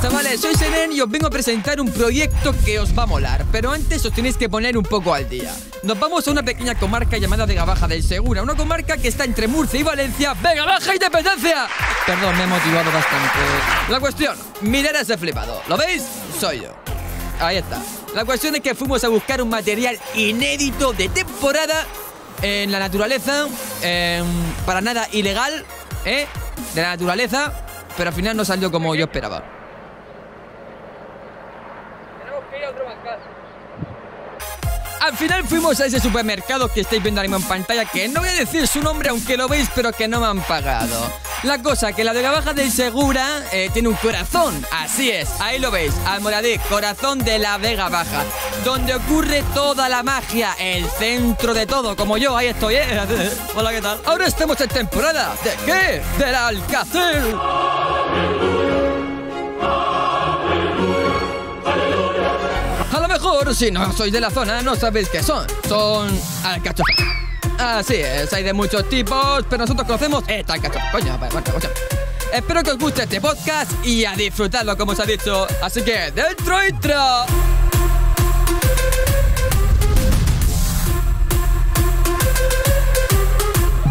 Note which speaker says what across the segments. Speaker 1: chavales, soy Seren y os vengo a presentar un proyecto que os va a molar, pero antes os tenéis que poner un poco al día. Nos vamos a una pequeña comarca llamada Vega Baja del Segura, una comarca que está entre Murcia y Valencia, Vega Baja Independencia. Perdón, me he motivado bastante. La cuestión, mirad a ese flipado, ¿lo veis? Soy yo. Ahí está. La cuestión es que fuimos a buscar un material inédito de temporada en la naturaleza, em, para nada ilegal, ¿eh? De la naturaleza, pero al final no salió como yo esperaba. Al final fuimos a ese supermercado que estáis viendo ahora mismo en pantalla, que no voy a decir su nombre aunque lo veis, pero que no me han pagado. La cosa, que la de la baja del Segura eh, tiene un corazón. Así es, ahí lo veis, Almoradí, corazón de la Vega Baja, donde ocurre toda la magia, el centro de todo, como yo, ahí estoy, ¿eh? Hola, ¿qué tal? Ahora estamos en temporada, ¿de qué? Del Alcacel. A lo mejor, si no sois de la zona, no sabéis qué son. Son alcachofas. Así es, hay de muchos tipos, pero nosotros conocemos esta alcachofa. Coño, vale, vale, vale. Espero que os guste este podcast y a disfrutarlo, como os ha dicho. Así que, dentro, intro.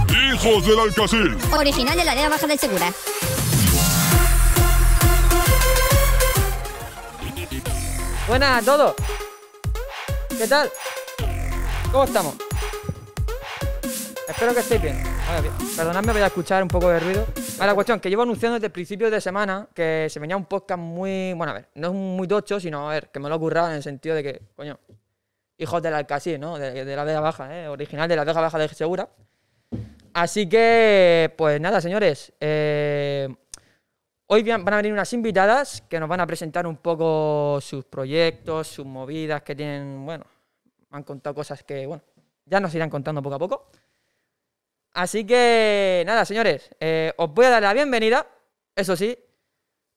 Speaker 2: ¡Hijos del Alcacil!
Speaker 3: Original de la área baja del Segura.
Speaker 1: Buenas a todos. ¿Qué tal? ¿Cómo estamos? Espero que estéis bien. Ahora bien, Perdonadme, voy a escuchar un poco de ruido. A la cuestión, que llevo anunciando desde principios de semana que se venía un podcast muy. Bueno, a ver, no es muy tocho, sino a ver, que me lo he currado en el sentido de que, coño, hijos del Alcacil, ¿no? De, de la Vega Baja, ¿eh? Original de la Vega Baja de Segura. Así que, pues nada, señores. eh, Hoy van van a venir unas invitadas que nos van a presentar un poco sus proyectos, sus movidas que tienen, bueno, han contado cosas que, bueno, ya nos irán contando poco a poco. Así que, nada, señores, eh, os voy a dar la bienvenida, eso sí,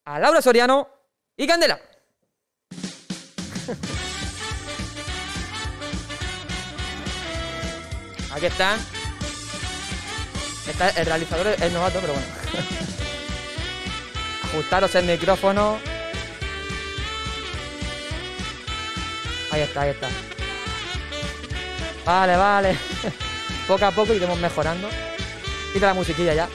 Speaker 1: a Laura Soriano y Candela. Aquí están. Está- el realizador es es novato, pero bueno ajustaros el micrófono. Ahí está, ahí está. Vale, vale. poco a poco iremos mejorando. Quita la musiquilla ya.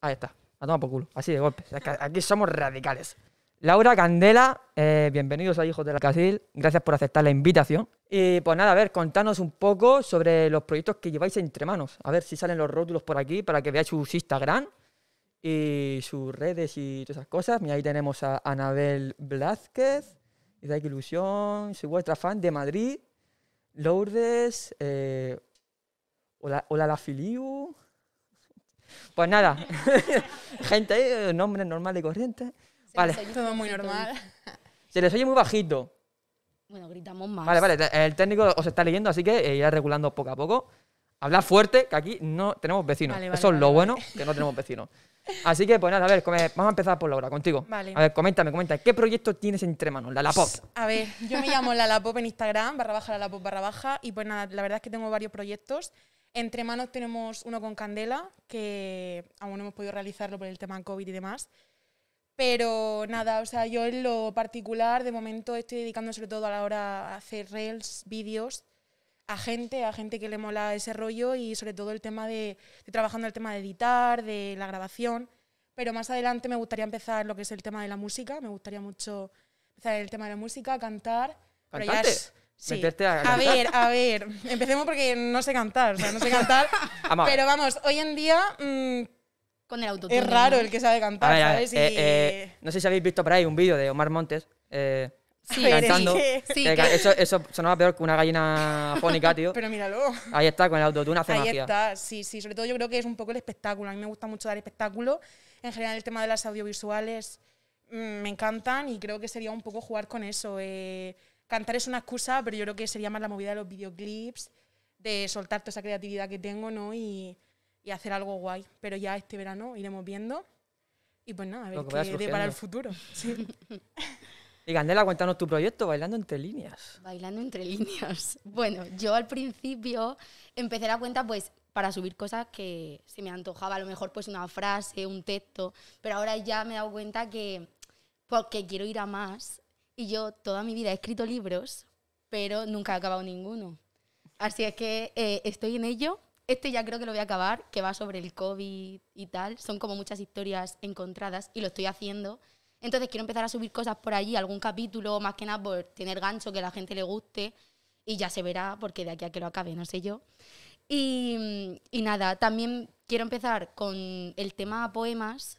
Speaker 1: Ahí está. La toma por culo. Así de golpe. Es que Aquí somos radicales. Laura Candela, eh, bienvenidos a Hijos del Casil. Gracias por aceptar la invitación. Y pues nada, a ver, contanos un poco sobre los proyectos que lleváis entre manos. A ver si salen los rótulos por aquí para que veáis sus Instagram y sus redes y todas esas cosas. Mira, ahí tenemos a Anabel Blázquez, Isaac Ilusión, soy vuestra fan de Madrid, Lourdes, eh, hola, hola la Filiu. Pues nada, gente, ahí, eh, nombre normal y corriente. Vale,
Speaker 4: Todo muy normal.
Speaker 1: se les oye muy bajito.
Speaker 5: Bueno, gritamos más.
Speaker 1: Vale, vale, te- el técnico os está leyendo, así que eh, irá regulando poco a poco. Hablad fuerte, que aquí no tenemos vecinos.
Speaker 4: Vale, vale,
Speaker 1: Eso es
Speaker 4: vale,
Speaker 1: lo
Speaker 4: vale.
Speaker 1: bueno, que no tenemos vecinos. Así que, pues nada, a ver, come- vamos a empezar por Laura, contigo.
Speaker 4: Vale.
Speaker 1: A ver, coméntame, coméntame, ¿qué proyecto tienes entre manos? La, la pop.
Speaker 4: A ver, yo me llamo Lalapop en Instagram, barra baja Lalapop barra baja. Y pues nada, la verdad es que tengo varios proyectos. Entre manos tenemos uno con Candela, que aún no hemos podido realizarlo por el tema COVID y demás. Pero nada, o sea, yo en lo particular, de momento estoy dedicando sobre todo a la hora a hacer reels, vídeos, a gente, a gente que le mola ese rollo y sobre todo el tema de, estoy trabajando el tema de editar, de la grabación. Pero más adelante me gustaría empezar lo que es el tema de la música, me gustaría mucho empezar el tema de la música, cantar. pero ya
Speaker 1: ¿Cantante?
Speaker 4: es- sí.
Speaker 1: Meterte a
Speaker 4: a,
Speaker 1: cantar.
Speaker 4: ver, a ver, empecemos porque no sé cantar, o sea, no sé cantar.
Speaker 1: Vamos a ver.
Speaker 4: pero vamos, hoy en día mm,
Speaker 5: Con el autotune.
Speaker 4: es raro
Speaker 5: ¿no?
Speaker 4: el que sabe
Speaker 1: A
Speaker 4: cantar,
Speaker 1: ver, a ver,
Speaker 4: ¿sabes?
Speaker 1: eh,
Speaker 4: Y-
Speaker 1: eh, no sé si habéis visto por ahí un vídeo de Omar Montes eh,
Speaker 5: Sí,
Speaker 1: cantando.
Speaker 4: sí,
Speaker 5: sí,
Speaker 1: Que- que
Speaker 5: que-
Speaker 1: Eso, eso sonaba peor que una gallina fónica, tío.
Speaker 4: Pero míralo.
Speaker 1: Ahí está, con el autotune hace
Speaker 4: Ahí
Speaker 1: magia.
Speaker 4: está, sí, sí. Sobre todo yo creo que es un poco el espectáculo. A mí me gusta mucho dar espectáculo. En general el tema de las audiovisuales mm, me encantan y creo que sería un poco jugar con eso. Eh, cantar es una excusa, pero yo creo que sería más la movida de los videoclips, de soltar toda esa creatividad que tengo, ¿no? Y, y hacer algo guay. Pero ya este verano iremos viendo. Y pues nada, a ver
Speaker 1: Lo que vaya
Speaker 4: qué depara el
Speaker 1: surgiendo.
Speaker 4: futuro. Sí.
Speaker 1: Y Candela, cuéntanos tu proyecto, Bailando entre líneas.
Speaker 5: Bailando entre líneas. Bueno, yo al principio empecé la cuenta pues para subir cosas que se me antojaba, a lo mejor pues una frase, un texto, pero ahora ya me he dado cuenta que porque quiero ir a más. Y yo toda mi vida he escrito libros, pero nunca he acabado ninguno. Así es que eh, estoy en ello. Este ya creo que lo voy a acabar, que va sobre el COVID y tal. Son como muchas historias encontradas y lo estoy haciendo. Entonces quiero empezar a subir cosas por allí, algún capítulo, más que nada por tener gancho, que a la gente le guste. Y ya se verá, porque de aquí a que lo acabe, no sé yo. Y, y nada, también quiero empezar con el tema poemas,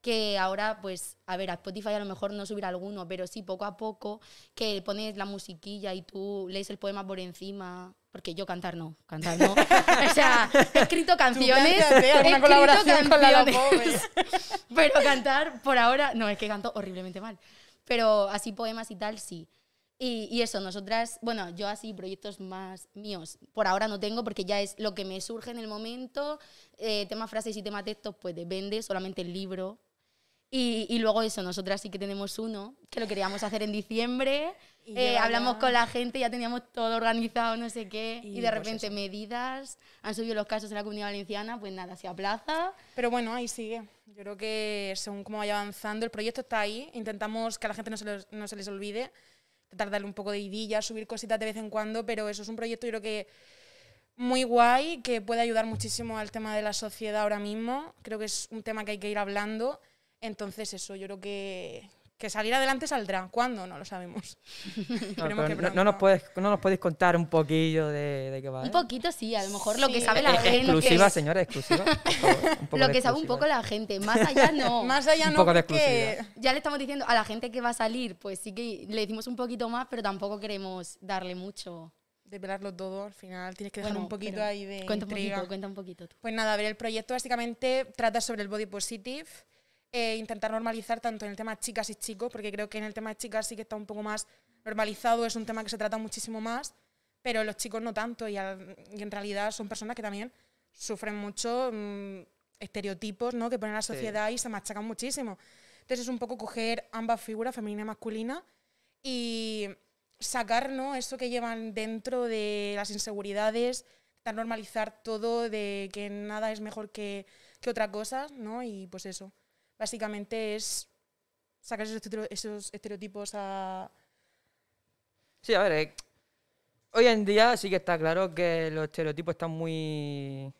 Speaker 5: que ahora, pues, a ver, a Spotify a lo mejor no subir alguno, pero sí poco a poco, que pones la musiquilla y tú lees el poema por encima. Porque yo cantar no, cantar no. O sea, he escrito canciones.
Speaker 4: plántate
Speaker 5: he escrito
Speaker 4: alguna ¿eh? colaboración con la
Speaker 5: canciones, Pero cantar por ahora, no, es que canto horriblemente mal. Pero así poemas y tal, sí. Y, y eso, nosotras, bueno, yo así proyectos más míos, por ahora no tengo porque ya es lo que me surge en el momento, eh, tema frases y tema textos, pues depende, solamente el libro. Y, y luego eso, nosotras sí que tenemos uno, que lo queríamos hacer en diciembre,
Speaker 4: Y
Speaker 5: eh,
Speaker 4: lleva
Speaker 5: hablamos
Speaker 4: ya-
Speaker 5: con la gente, ya teníamos todo organizado, no sé qué,
Speaker 4: Y
Speaker 5: y, de
Speaker 4: pues
Speaker 5: repente
Speaker 4: eso.
Speaker 5: medidas, han subido los casos en la comunidad valenciana, pues nada, se aplaza.
Speaker 4: Pero bueno, ahí sigue. Yo creo que según cómo vaya avanzando, el proyecto está ahí. Intentamos que a la gente no se, los- no se les olvide. Tratar de darle un poco de idilla, subir cositas de vez en cuando, pero eso es un proyecto yo creo que muy guay, que puede ayudar muchísimo al tema de la sociedad ahora mismo. Creo que es un tema que hay que ir hablando. Entonces eso, yo creo que, que salir adelante saldrá. ¿Cuándo? No lo sabemos.
Speaker 1: No,
Speaker 4: Esperemos
Speaker 1: pero
Speaker 4: que
Speaker 1: no-
Speaker 4: pronto.
Speaker 1: no, nos puedes, no nos podéis contar un poquillo de, de qué va.
Speaker 5: Un
Speaker 1: ¿eh?
Speaker 5: poquito sí, a lo mejor lo que
Speaker 4: Sí.
Speaker 5: sabe
Speaker 1: Eh,
Speaker 5: la gente.
Speaker 1: exclusiva, señora, exclusiva. por favor, un poco
Speaker 5: Lo
Speaker 1: de
Speaker 5: que sabe un
Speaker 1: exclusiva.
Speaker 5: poco la gente, más allá no.
Speaker 4: Más allá
Speaker 1: Un
Speaker 4: no,
Speaker 1: poco de
Speaker 4: porque
Speaker 1: exclusividad.
Speaker 5: ya le estamos diciendo a la gente que va a salir, pues sí que le decimos un poquito más, pero tampoco queremos darle mucho.
Speaker 4: develarlo todo al final tienes que dejar
Speaker 5: Bueno,
Speaker 4: un poquito
Speaker 5: pero
Speaker 4: ahí de
Speaker 5: Cuenta un
Speaker 4: intriga.
Speaker 5: poquito, cuenta un poquito tú.
Speaker 4: Pues nada, a ver, el proyecto básicamente trata sobre el body positive, eh, intentar normalizar tanto en el tema chicas y chicos, porque creo que en el tema de chicas sí que está un poco más normalizado, es un tema que se trata muchísimo más, pero los chicos no tanto y, al- y en realidad son personas que también sufren mucho mm, estereotipos ¿no? que ponen a la sociedad y se machacan muchísimo. Entonces es un poco coger ambas figuras, femenina y masculina, y sacar ¿no? eso que llevan dentro de las inseguridades, intentar normalizar todo, de que nada es mejor que, que otra cosa, ¿no? Y pues eso. Básicamente es sacar esos, estereo- esos estereotipos a...
Speaker 1: Sí, a ver, eh, hoy en día sí que está claro que los estereotipos están muy,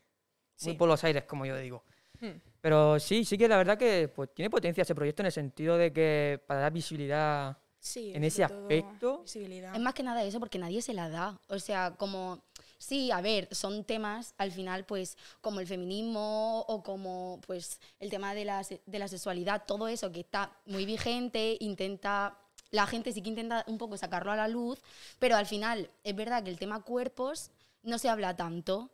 Speaker 4: Sí.
Speaker 1: muy por los aires, como yo digo.
Speaker 4: Hmm.
Speaker 1: Pero sí, sí que la verdad que pues, tiene potencia ese proyecto en el sentido de que para dar visibilidad...
Speaker 4: Sí,
Speaker 1: En ese
Speaker 4: sobre todo,
Speaker 1: aspecto-
Speaker 4: visibilidad.
Speaker 5: Es más que nada eso, porque nadie se la da. O sea, como, sí, a ver, son temas al final, pues, como el feminismo o como, pues, el tema de la, se- de la sexualidad, todo eso que está muy vigente, intenta, la gente sí que intenta un poco sacarlo a la luz, pero al final es verdad que el tema cuerpos no se habla tanto.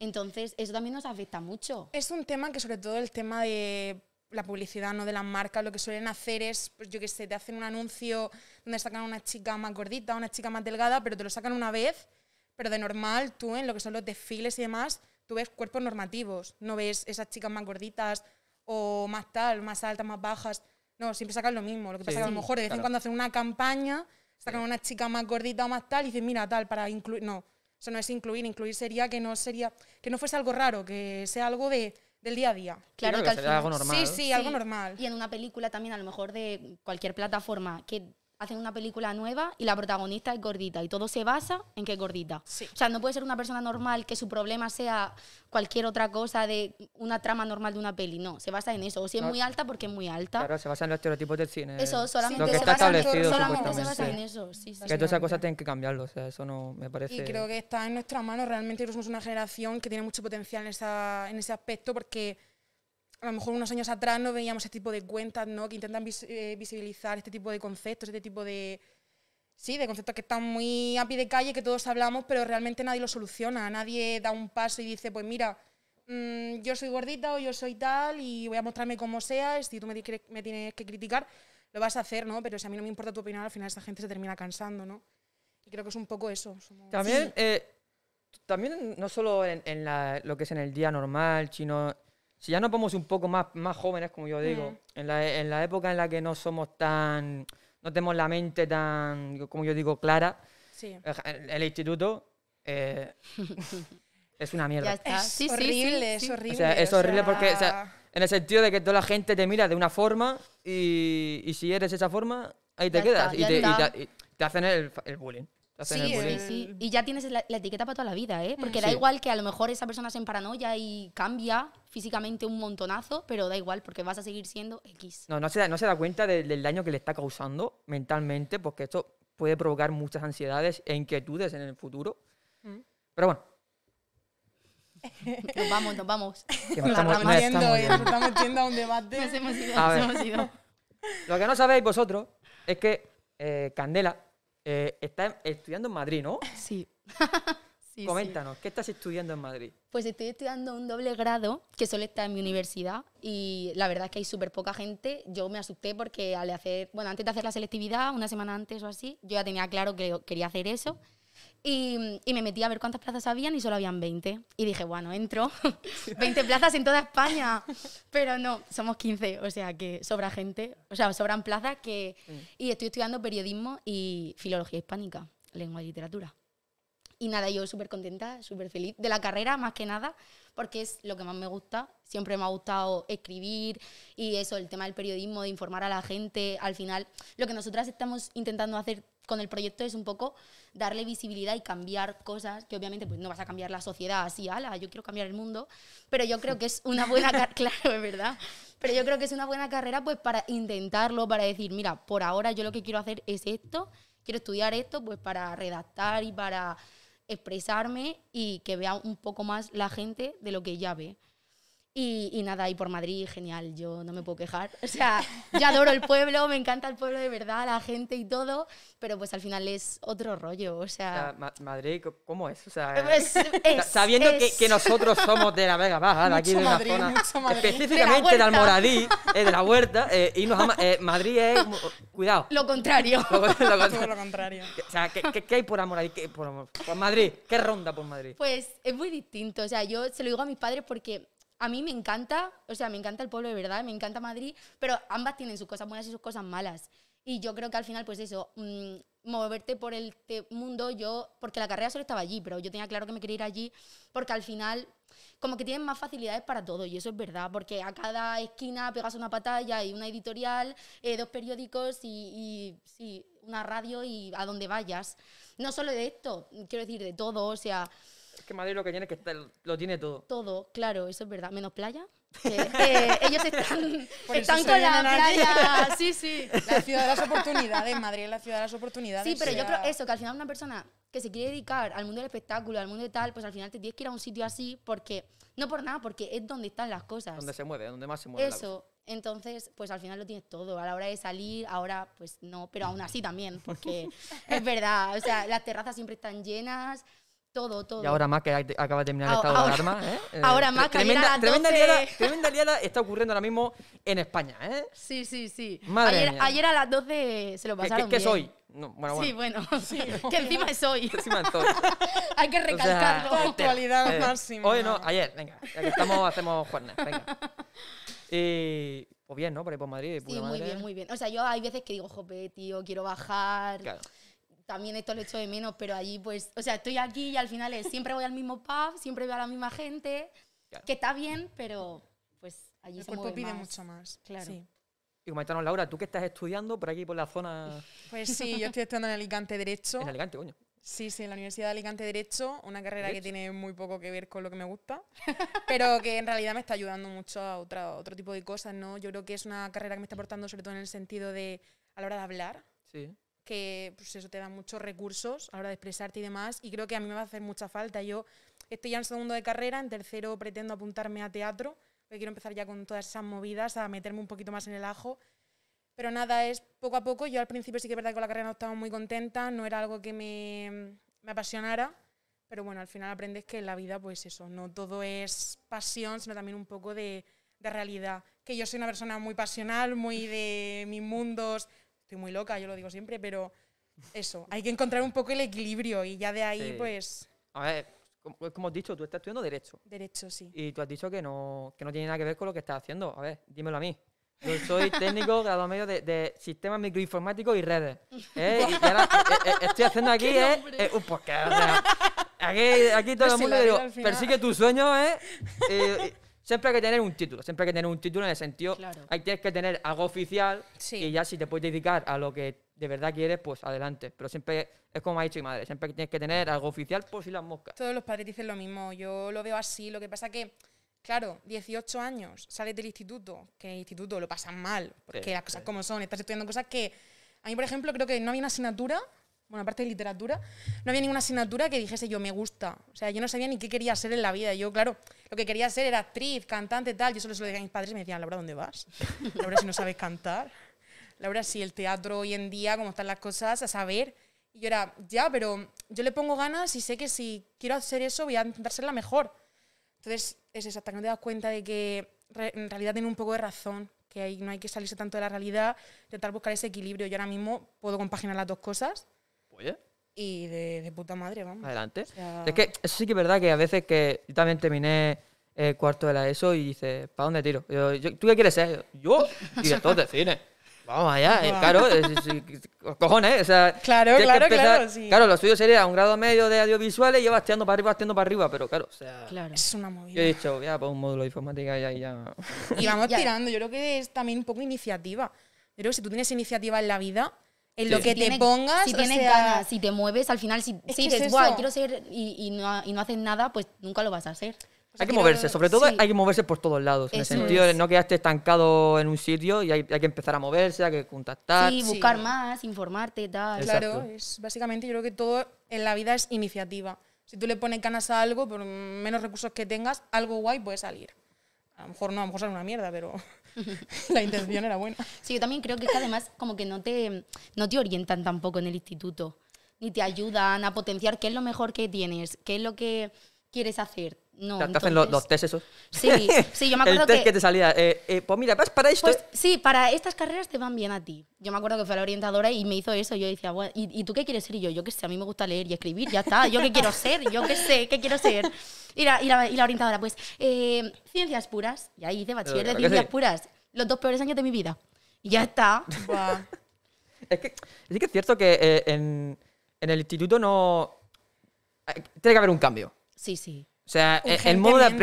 Speaker 5: Entonces, eso también nos afecta mucho.
Speaker 4: Es un tema que sobre todo el tema de la publicidad, no de las marcas, lo que suelen hacer es, pues, yo qué sé, te hacen un anuncio donde sacan a una chica más gordita, una chica más delgada, pero te lo sacan una vez, pero de normal tú en lo que son los desfiles y demás, tú ves cuerpos normativos, no ves esas chicas más gorditas o más tal, más altas, más bajas, no, siempre sacan lo mismo, lo que pasa
Speaker 1: Sí,
Speaker 4: que a lo mejor de vez en
Speaker 1: claro.
Speaker 4: cuando hacen una campaña, sacan a una chica más gordita o más tal y dicen, mira, tal, para incluir, no, eso no es incluir, incluir sería que no sería que no fuese algo raro, que sea algo de, del día a día.
Speaker 5: Claro
Speaker 1: creo
Speaker 5: que
Speaker 1: que
Speaker 5: al
Speaker 1: será algo
Speaker 5: final-
Speaker 1: normal.
Speaker 4: Sí, sí, algo normal.
Speaker 5: Y en una película también, a lo mejor de cualquier plataforma, que hacen una película nueva y la protagonista es gordita y todo se basa en que es gordita.
Speaker 4: Sí.
Speaker 5: O sea, no puede ser una persona normal que su problema sea cualquier otra cosa de una trama normal de una peli, no, se basa en eso. O si es
Speaker 1: No.
Speaker 5: muy alta, porque es muy alta.
Speaker 1: Claro, se basan en los estereotipos del cine.
Speaker 5: Eso solamente,
Speaker 1: Lo que
Speaker 5: se,
Speaker 1: está
Speaker 5: basa en,
Speaker 1: establecido,
Speaker 5: solamente se basa en
Speaker 1: supuestamente.
Speaker 5: eso. Sí, sí.
Speaker 1: Que todas esas
Speaker 4: Básicamente.
Speaker 1: cosas tienen que cambiarlo, o sea, eso no me parece...
Speaker 4: Y creo que está en nuestra mano. Realmente creo que somos una generación que tiene mucho potencial en, esa- en ese aspecto porque a lo mejor unos años atrás no veíamos ese tipo de cuentas ¿no? que intentan vis- eh, visibilizar este tipo de conceptos, este tipo de... Sí, de conceptos que están muy a pie de calle, que todos hablamos, pero realmente nadie lo soluciona. Nadie da un paso y dice, pues mira, mm, yo soy gordita o yo soy tal y voy a mostrarme como sea. y Si tú me, ti- me tienes que criticar, lo vas a hacer, ¿no? Pero si a mí no me importa tu opinión, al final esa gente se termina cansando, ¿no? Y creo que es un poco eso. somos-
Speaker 1: También, eh, también no solo en, en la- lo que es en el día normal, sino si ya nos vamos un poco más, más jóvenes, como yo digo,
Speaker 5: Mm.
Speaker 1: en, la, en la época en la que no somos tan, no tenemos la mente tan, como yo digo, clara,
Speaker 4: Sí.
Speaker 1: el, el instituto eh, es una
Speaker 5: Ya
Speaker 1: mierda.
Speaker 5: está. Sí, sí, sí,
Speaker 4: horrible,
Speaker 5: Ah, sí.
Speaker 4: es horrible.
Speaker 1: O sea, es
Speaker 4: o
Speaker 1: horrible
Speaker 4: sea,
Speaker 1: porque o sea, En el sentido de que toda la gente te mira de una forma y, y si eres esa forma, ahí te
Speaker 5: Ya
Speaker 1: quedas.
Speaker 5: está,
Speaker 1: y,
Speaker 5: ya
Speaker 1: te, y
Speaker 5: está.
Speaker 1: te- y te hacen el, fa- el bullying. Te hacen
Speaker 4: Sí,
Speaker 1: el bullying.
Speaker 5: Sí, sí. Y ya tienes la, la etiqueta para toda la vida, ¿eh? Porque da
Speaker 1: Sí.
Speaker 5: igual que a lo mejor esa persona se en paranoia y cambia físicamente un montonazo, pero da igual porque vas a seguir siendo X.
Speaker 1: No, no se da, no se da cuenta de- del daño que le está causando mentalmente, porque esto puede provocar muchas ansiedades e inquietudes en el futuro.
Speaker 5: Mm.
Speaker 1: Pero bueno,
Speaker 5: Nos vamos, nos vamos.
Speaker 1: que nos
Speaker 5: Nos
Speaker 1: estamos-
Speaker 5: estamos
Speaker 1: nos
Speaker 4: yendo,
Speaker 1: estamos
Speaker 4: eh,
Speaker 1: yendo.
Speaker 4: nos estamos yendo a un debate.
Speaker 5: Nos hemos ido,
Speaker 1: A
Speaker 5: nos
Speaker 1: ver.
Speaker 5: hemos ido.
Speaker 1: Lo que no sabéis vosotros es que eh, Candela eh, está estudiando en Madrid, ¿no?
Speaker 5: Sí. Sí, sí.
Speaker 1: Coméntanos, ¿qué estás estudiando en Madrid?
Speaker 5: Pues estoy estudiando un doble grado que solo está en mi universidad y la verdad es que hay súper poca gente. Yo me asusté porque al hacer, bueno, antes de hacer la selectividad, una semana antes o así, yo ya tenía claro que quería hacer eso y, y me metí a ver cuántas plazas habían y solo habían 20. Y dije, bueno, entro, 20 plazas en toda España, pero no, somos 15, o sea que sobra gente, o sea, sobran plazas que... Y estoy estudiando periodismo y filología hispánica, lengua y literatura. Y nada, yo súper contenta, súper feliz de la carrera, más que nada, porque es lo que más me gusta. Siempre me ha gustado escribir y eso, el tema del periodismo, de informar a la gente. Al final, lo que nosotras estamos intentando hacer con el proyecto es un poco darle visibilidad y cambiar cosas, que obviamente pues, no vas a cambiar la sociedad así, ala, yo quiero cambiar el mundo, pero yo creo que es una buena carrera, claro, es verdad, pero yo creo que es una buena carrera pues para intentarlo, para decir, mira, por ahora yo lo que quiero hacer es esto, quiero estudiar esto pues para redactar y para expresarme y que vea un poco más la gente de lo que ya ve. Y, y nada, y por Madrid, genial, yo no me puedo quejar. O sea, yo adoro el pueblo, me encanta el pueblo de verdad, la gente y todo, pero pues al final es otro rollo, o
Speaker 1: O sea,
Speaker 5: sea...
Speaker 1: Ma- Madrid, co- ¿cómo es? O sea, eh,
Speaker 5: es-
Speaker 1: sa-
Speaker 5: Ah. Eh, pues, es-
Speaker 1: sabiendo que-
Speaker 5: es-
Speaker 1: Que, nosotros somos de la Vega Baja, de aquí
Speaker 4: Mucho
Speaker 1: de la
Speaker 4: Madrid,
Speaker 1: zona,
Speaker 4: mucho Madrid.
Speaker 1: específicamente
Speaker 5: De
Speaker 1: de,
Speaker 5: la Huerta.
Speaker 1: Almoradí, eh, de la Huerta, eh, y nos ama- eh, Madrid es... mu- Cuidado.
Speaker 5: Lo contrario.
Speaker 1: Lo- lo- lo-
Speaker 4: Todo lo contrario.
Speaker 1: o sea, ¿qué, qué, qué hay por Almoradí? ¿Qué- por, Almor- por Madrid? ¿Qué ronda por Madrid?
Speaker 5: Pues es muy distinto. O sea, yo se lo digo a mis padres porque a mí me encanta, o sea, me encanta el pueblo de verdad, me encanta Madrid, pero ambas tienen sus cosas buenas y sus cosas malas. Y yo creo que al final, pues eso, mm, moverte por el te- mundo, yo, porque la carrera solo estaba allí, pero yo tenía claro que me quería ir allí, porque al final, como que tienen más facilidades para todo, y eso es verdad, porque a cada esquina pegas una patalla y una editorial, eh, dos periódicos y, y sí, una radio y a donde vayas. No solo de esto, quiero decir, de todo, o sea,
Speaker 1: Es que Madrid lo que tiene es que está- lo tiene todo.
Speaker 5: todo, claro, eso es verdad, menos playa. que, eh, ellos están,
Speaker 4: Por eso
Speaker 5: están
Speaker 4: se
Speaker 5: con la
Speaker 4: vienen aquí.
Speaker 5: playa. Sí, sí.
Speaker 4: La ciudad de las oportunidades, Madrid es la ciudad de las oportunidades.
Speaker 5: Sí, pero
Speaker 4: o
Speaker 5: yo
Speaker 4: sea,
Speaker 5: creo eso, que al final una persona que se quiere dedicar al mundo del espectáculo, al mundo de tal, pues al final te tienes que ir a un sitio así porque, no por nada, porque es donde están las cosas.
Speaker 1: Donde se mueve, donde más se mueve. la cosa.
Speaker 5: Eso, entonces, pues al final lo tienes todo. A la hora de salir, ahora pues no, pero aún así también, porque es verdad, o sea, las terrazas siempre están llenas, todo, todo.
Speaker 1: Y ahora más que ha- acaba de terminar el
Speaker 5: Ah,
Speaker 1: estado
Speaker 5: ahora-
Speaker 1: de alarma, ¿eh? Eh,
Speaker 5: ahora
Speaker 1: tre-
Speaker 5: más que ayer a
Speaker 1: tremenda,
Speaker 5: las
Speaker 1: tremenda
Speaker 5: 12.
Speaker 1: liada, tremenda liada está ocurriendo ahora mismo en España, ¿eh?
Speaker 5: Sí, sí, sí.
Speaker 1: Madre
Speaker 5: ayer,
Speaker 1: mía.
Speaker 5: ayer a las 12 se lo
Speaker 1: ¿Qué,
Speaker 5: pasaron
Speaker 1: qué- qué
Speaker 5: bien.
Speaker 1: soy? No, bueno, bueno.
Speaker 5: Sí, bueno, que encima es hoy.
Speaker 1: Encima del todo.
Speaker 5: Hay que
Speaker 1: O sea,
Speaker 5: recalcarlo.
Speaker 1: entera,
Speaker 4: Actualidad
Speaker 1: entera.
Speaker 4: máxima.
Speaker 1: eh, Hoy no, ayer, venga. Ya que estamos, hacemos juernes, venga. Y, pues bien, ¿no? Por ahí por Madrid. de
Speaker 5: sí,
Speaker 1: puta
Speaker 5: muy
Speaker 1: madre.
Speaker 5: bien, muy bien. O sea, yo hay veces que digo, jope, tío, quiero bajar.
Speaker 1: Claro.
Speaker 5: También esto lo echo de menos, pero allí pues, o sea, estoy aquí y al final es, siempre voy al mismo pub, siempre veo a la misma gente,
Speaker 1: Claro.
Speaker 5: que está bien, pero pues allí
Speaker 4: el
Speaker 5: se
Speaker 4: cuerpo
Speaker 5: mueve
Speaker 4: pide
Speaker 5: más.
Speaker 4: mucho más.
Speaker 5: Claro.
Speaker 4: sí.
Speaker 1: Y comentanos, Laura, ¿tú qué estás estudiando por aquí, por la zona
Speaker 4: Pues sí, yo estoy estudiando en Alicante Derecho.
Speaker 1: en Alicante, coño?
Speaker 4: Sí, sí, en la Universidad de Alicante Derecho, una carrera que
Speaker 1: Derecho.
Speaker 4: tiene muy poco que ver con lo que me gusta, pero que en realidad me está ayudando mucho a otra- otro tipo de cosas, ¿no? Yo creo que es una carrera que me está aportando sobre todo en el sentido de a la hora de hablar,
Speaker 1: Sí.
Speaker 4: que pues eso te da muchos recursos a la hora de expresarte y demás, y creo que a mí me va a hacer mucha falta. Yo estoy ya en segundo de carrera, en tercero pretendo apuntarme a teatro, porque quiero empezar ya con todas esas movidas, a meterme un poquito más en el ajo. Pero nada, es poco a poco. Yo al principio sí que es verdad que con la carrera no estaba muy contenta, no era algo que me, me apasionara, pero bueno, al final aprendes que en la vida, pues eso, no todo es pasión, sino también un poco de, de realidad. Que yo soy una persona muy pasional, muy de mis mundos, estoy muy loca, yo lo digo siempre, pero eso, hay que encontrar un poco el equilibrio y ya de ahí,
Speaker 1: Sí.
Speaker 4: pues,
Speaker 1: A ver, como, como has dicho, tú estás estudiando Derecho.
Speaker 4: derecho, sí.
Speaker 1: Y tú has dicho que no, que no tiene nada que ver con lo que estás haciendo. A ver, dímelo a mí. Yo soy técnico graduado medio de, de sistemas microinformáticos y redes. ¿eh? Y ahora eh, eh, estoy haciendo aquí
Speaker 5: Qué
Speaker 1: ¿eh?
Speaker 5: nombre.
Speaker 1: eh, un podcast. o sea, aquí, aquí todo
Speaker 4: No,
Speaker 1: el
Speaker 4: si
Speaker 1: mundo
Speaker 4: la
Speaker 1: digo,
Speaker 4: vida al final-
Speaker 1: persigue tus sueños, ¿eh? Eh, eh, Siempre hay que tener un título, siempre hay que tener un título en el sentido,
Speaker 5: Claro.
Speaker 1: ahí tienes que tener algo oficial
Speaker 4: Sí.
Speaker 1: y ya si te puedes dedicar a lo que de verdad quieres, pues adelante. Pero siempre, es como ha dicho mi madre, siempre tienes que tener algo oficial por si las moscas.
Speaker 4: Todos los padres dicen lo mismo, yo lo veo así, lo que pasa que, claro, 18 años, sales del instituto, que en el instituto lo pasan mal, porque
Speaker 1: Sí,
Speaker 4: las cosas
Speaker 1: sí.
Speaker 4: como son, estás estudiando cosas que, a mí por ejemplo, creo que no había una asignatura, bueno, aparte de literatura, no había ninguna asignatura que dijese yo me gusta, o sea, yo no sabía ni qué quería ser en la vida, yo, claro, lo que quería ser era actriz, cantante, tal, yo solo se lo decía a mis padres y me decían, Laura, ¿dónde vas? Laura, si no sabes cantar. Laura, sí, el teatro hoy en día, cómo están las cosas, a saber. Y yo era, ya, pero yo le pongo ganas y sé que si quiero hacer eso voy a intentar ser la mejor. Entonces, es eso, hasta que no te das cuenta de que re- en realidad tiene un poco de razón, que hay- no hay que salirse tanto de la realidad, intentar buscar ese equilibrio. Yo ahora mismo puedo compaginar las dos cosas
Speaker 1: Oye,
Speaker 4: y de, de puta madre, vamos.
Speaker 1: adelante.
Speaker 4: sea-
Speaker 1: Es que eso sí que es verdad que a veces que yo también terminé eh, cuarto de la ESO y dices, ¿para dónde tiro? Y yo, yo, ¿Tú qué quieres ser? Yo, director de cine. Vamos allá, eh,
Speaker 4: Buah.
Speaker 1: claro, es- es- es- cojones, eh, o sea,
Speaker 4: Claro,
Speaker 1: tienes que
Speaker 4: claro,
Speaker 1: empezar-
Speaker 4: claro, sí.
Speaker 1: Claro, lo suyo sería un grado medio de audiovisuales y ya vas tirando para arriba, vas tirando para arriba, pero claro, o sea,
Speaker 5: Claro.
Speaker 4: Es una
Speaker 1: yo
Speaker 4: movida.
Speaker 1: he dicho, voy a poner un módulo de informática y ahí ya...
Speaker 4: Y vamos
Speaker 5: Ya.
Speaker 4: tirando. Yo creo que es también un poco iniciativa. Yo creo que si tú tienes iniciativa en la vida, en lo
Speaker 1: Sí.
Speaker 4: que
Speaker 5: Si
Speaker 4: te
Speaker 5: tienes-
Speaker 4: pongas.
Speaker 5: Si
Speaker 4: o
Speaker 5: tienes
Speaker 4: sea,
Speaker 5: ganas, si te mueves, al final, si,
Speaker 4: Es
Speaker 5: si
Speaker 4: que es
Speaker 5: dices,
Speaker 4: eso.
Speaker 5: "Buah, quiero ser y, y no, y no haces nada, pues nunca lo vas a hacer.
Speaker 4: o sea,
Speaker 1: Hay que
Speaker 4: quiero-
Speaker 1: moverse, sobre todo
Speaker 5: sí.
Speaker 1: hay que moverse por todos lados, en el
Speaker 5: Eso
Speaker 1: sentido de
Speaker 5: es.
Speaker 1: no quedarte estancado en un sitio y hay, hay que empezar a moverse, hay que contactar.
Speaker 5: sí,
Speaker 4: Ah, sí.
Speaker 5: buscar más, informarte, tal.
Speaker 1: Exacto.
Speaker 4: Ah, Claro, es, básicamente yo creo que todo en la vida es iniciativa. Si tú le pones ganas a algo, por menos recursos que tengas, algo guay puede salir. A lo mejor no, a lo mejor sale una mierda, pero la intención era buena.
Speaker 5: Sí, yo también creo que, es que además como que no te, no te orientan tampoco en el instituto, ni te ayudan a potenciar qué es lo mejor que tienes, qué es lo que quieres hacer. No,
Speaker 1: te, te hacen los, los
Speaker 5: entonces-
Speaker 1: test esos.
Speaker 5: Sí, sí, yo me acuerdo
Speaker 1: El test
Speaker 5: que-
Speaker 1: que, te salía. eh, eh, pues mira, vas para esto.
Speaker 5: Pues sí, para estas carreras te van bien a ti. Yo me acuerdo que fue la orientadora y me hizo eso. Yo decía, "Buah, ¿y, y tú qué quieres ser? Y yo, yo qué sé, a mí me gusta leer y escribir, ya está. ¿Yo qué quiero ser? ¿Yo qué sé? ¿Qué quiero ser? Y la, y la- y la orientadora, pues, eh, ciencias puras. Y ahí hice bachiller
Speaker 1: Claro
Speaker 5: de
Speaker 1: que
Speaker 5: ciencias
Speaker 1: sí.
Speaker 5: puras. Los dos peores años de mi vida. Y ya está.
Speaker 4: Buah.
Speaker 1: Es que sí que es cierto que eh, en, en el instituto no. eh, Tiene que haber un cambio.
Speaker 5: Sí, sí.
Speaker 1: O sea, eh, el modo de
Speaker 4: Urgentemente.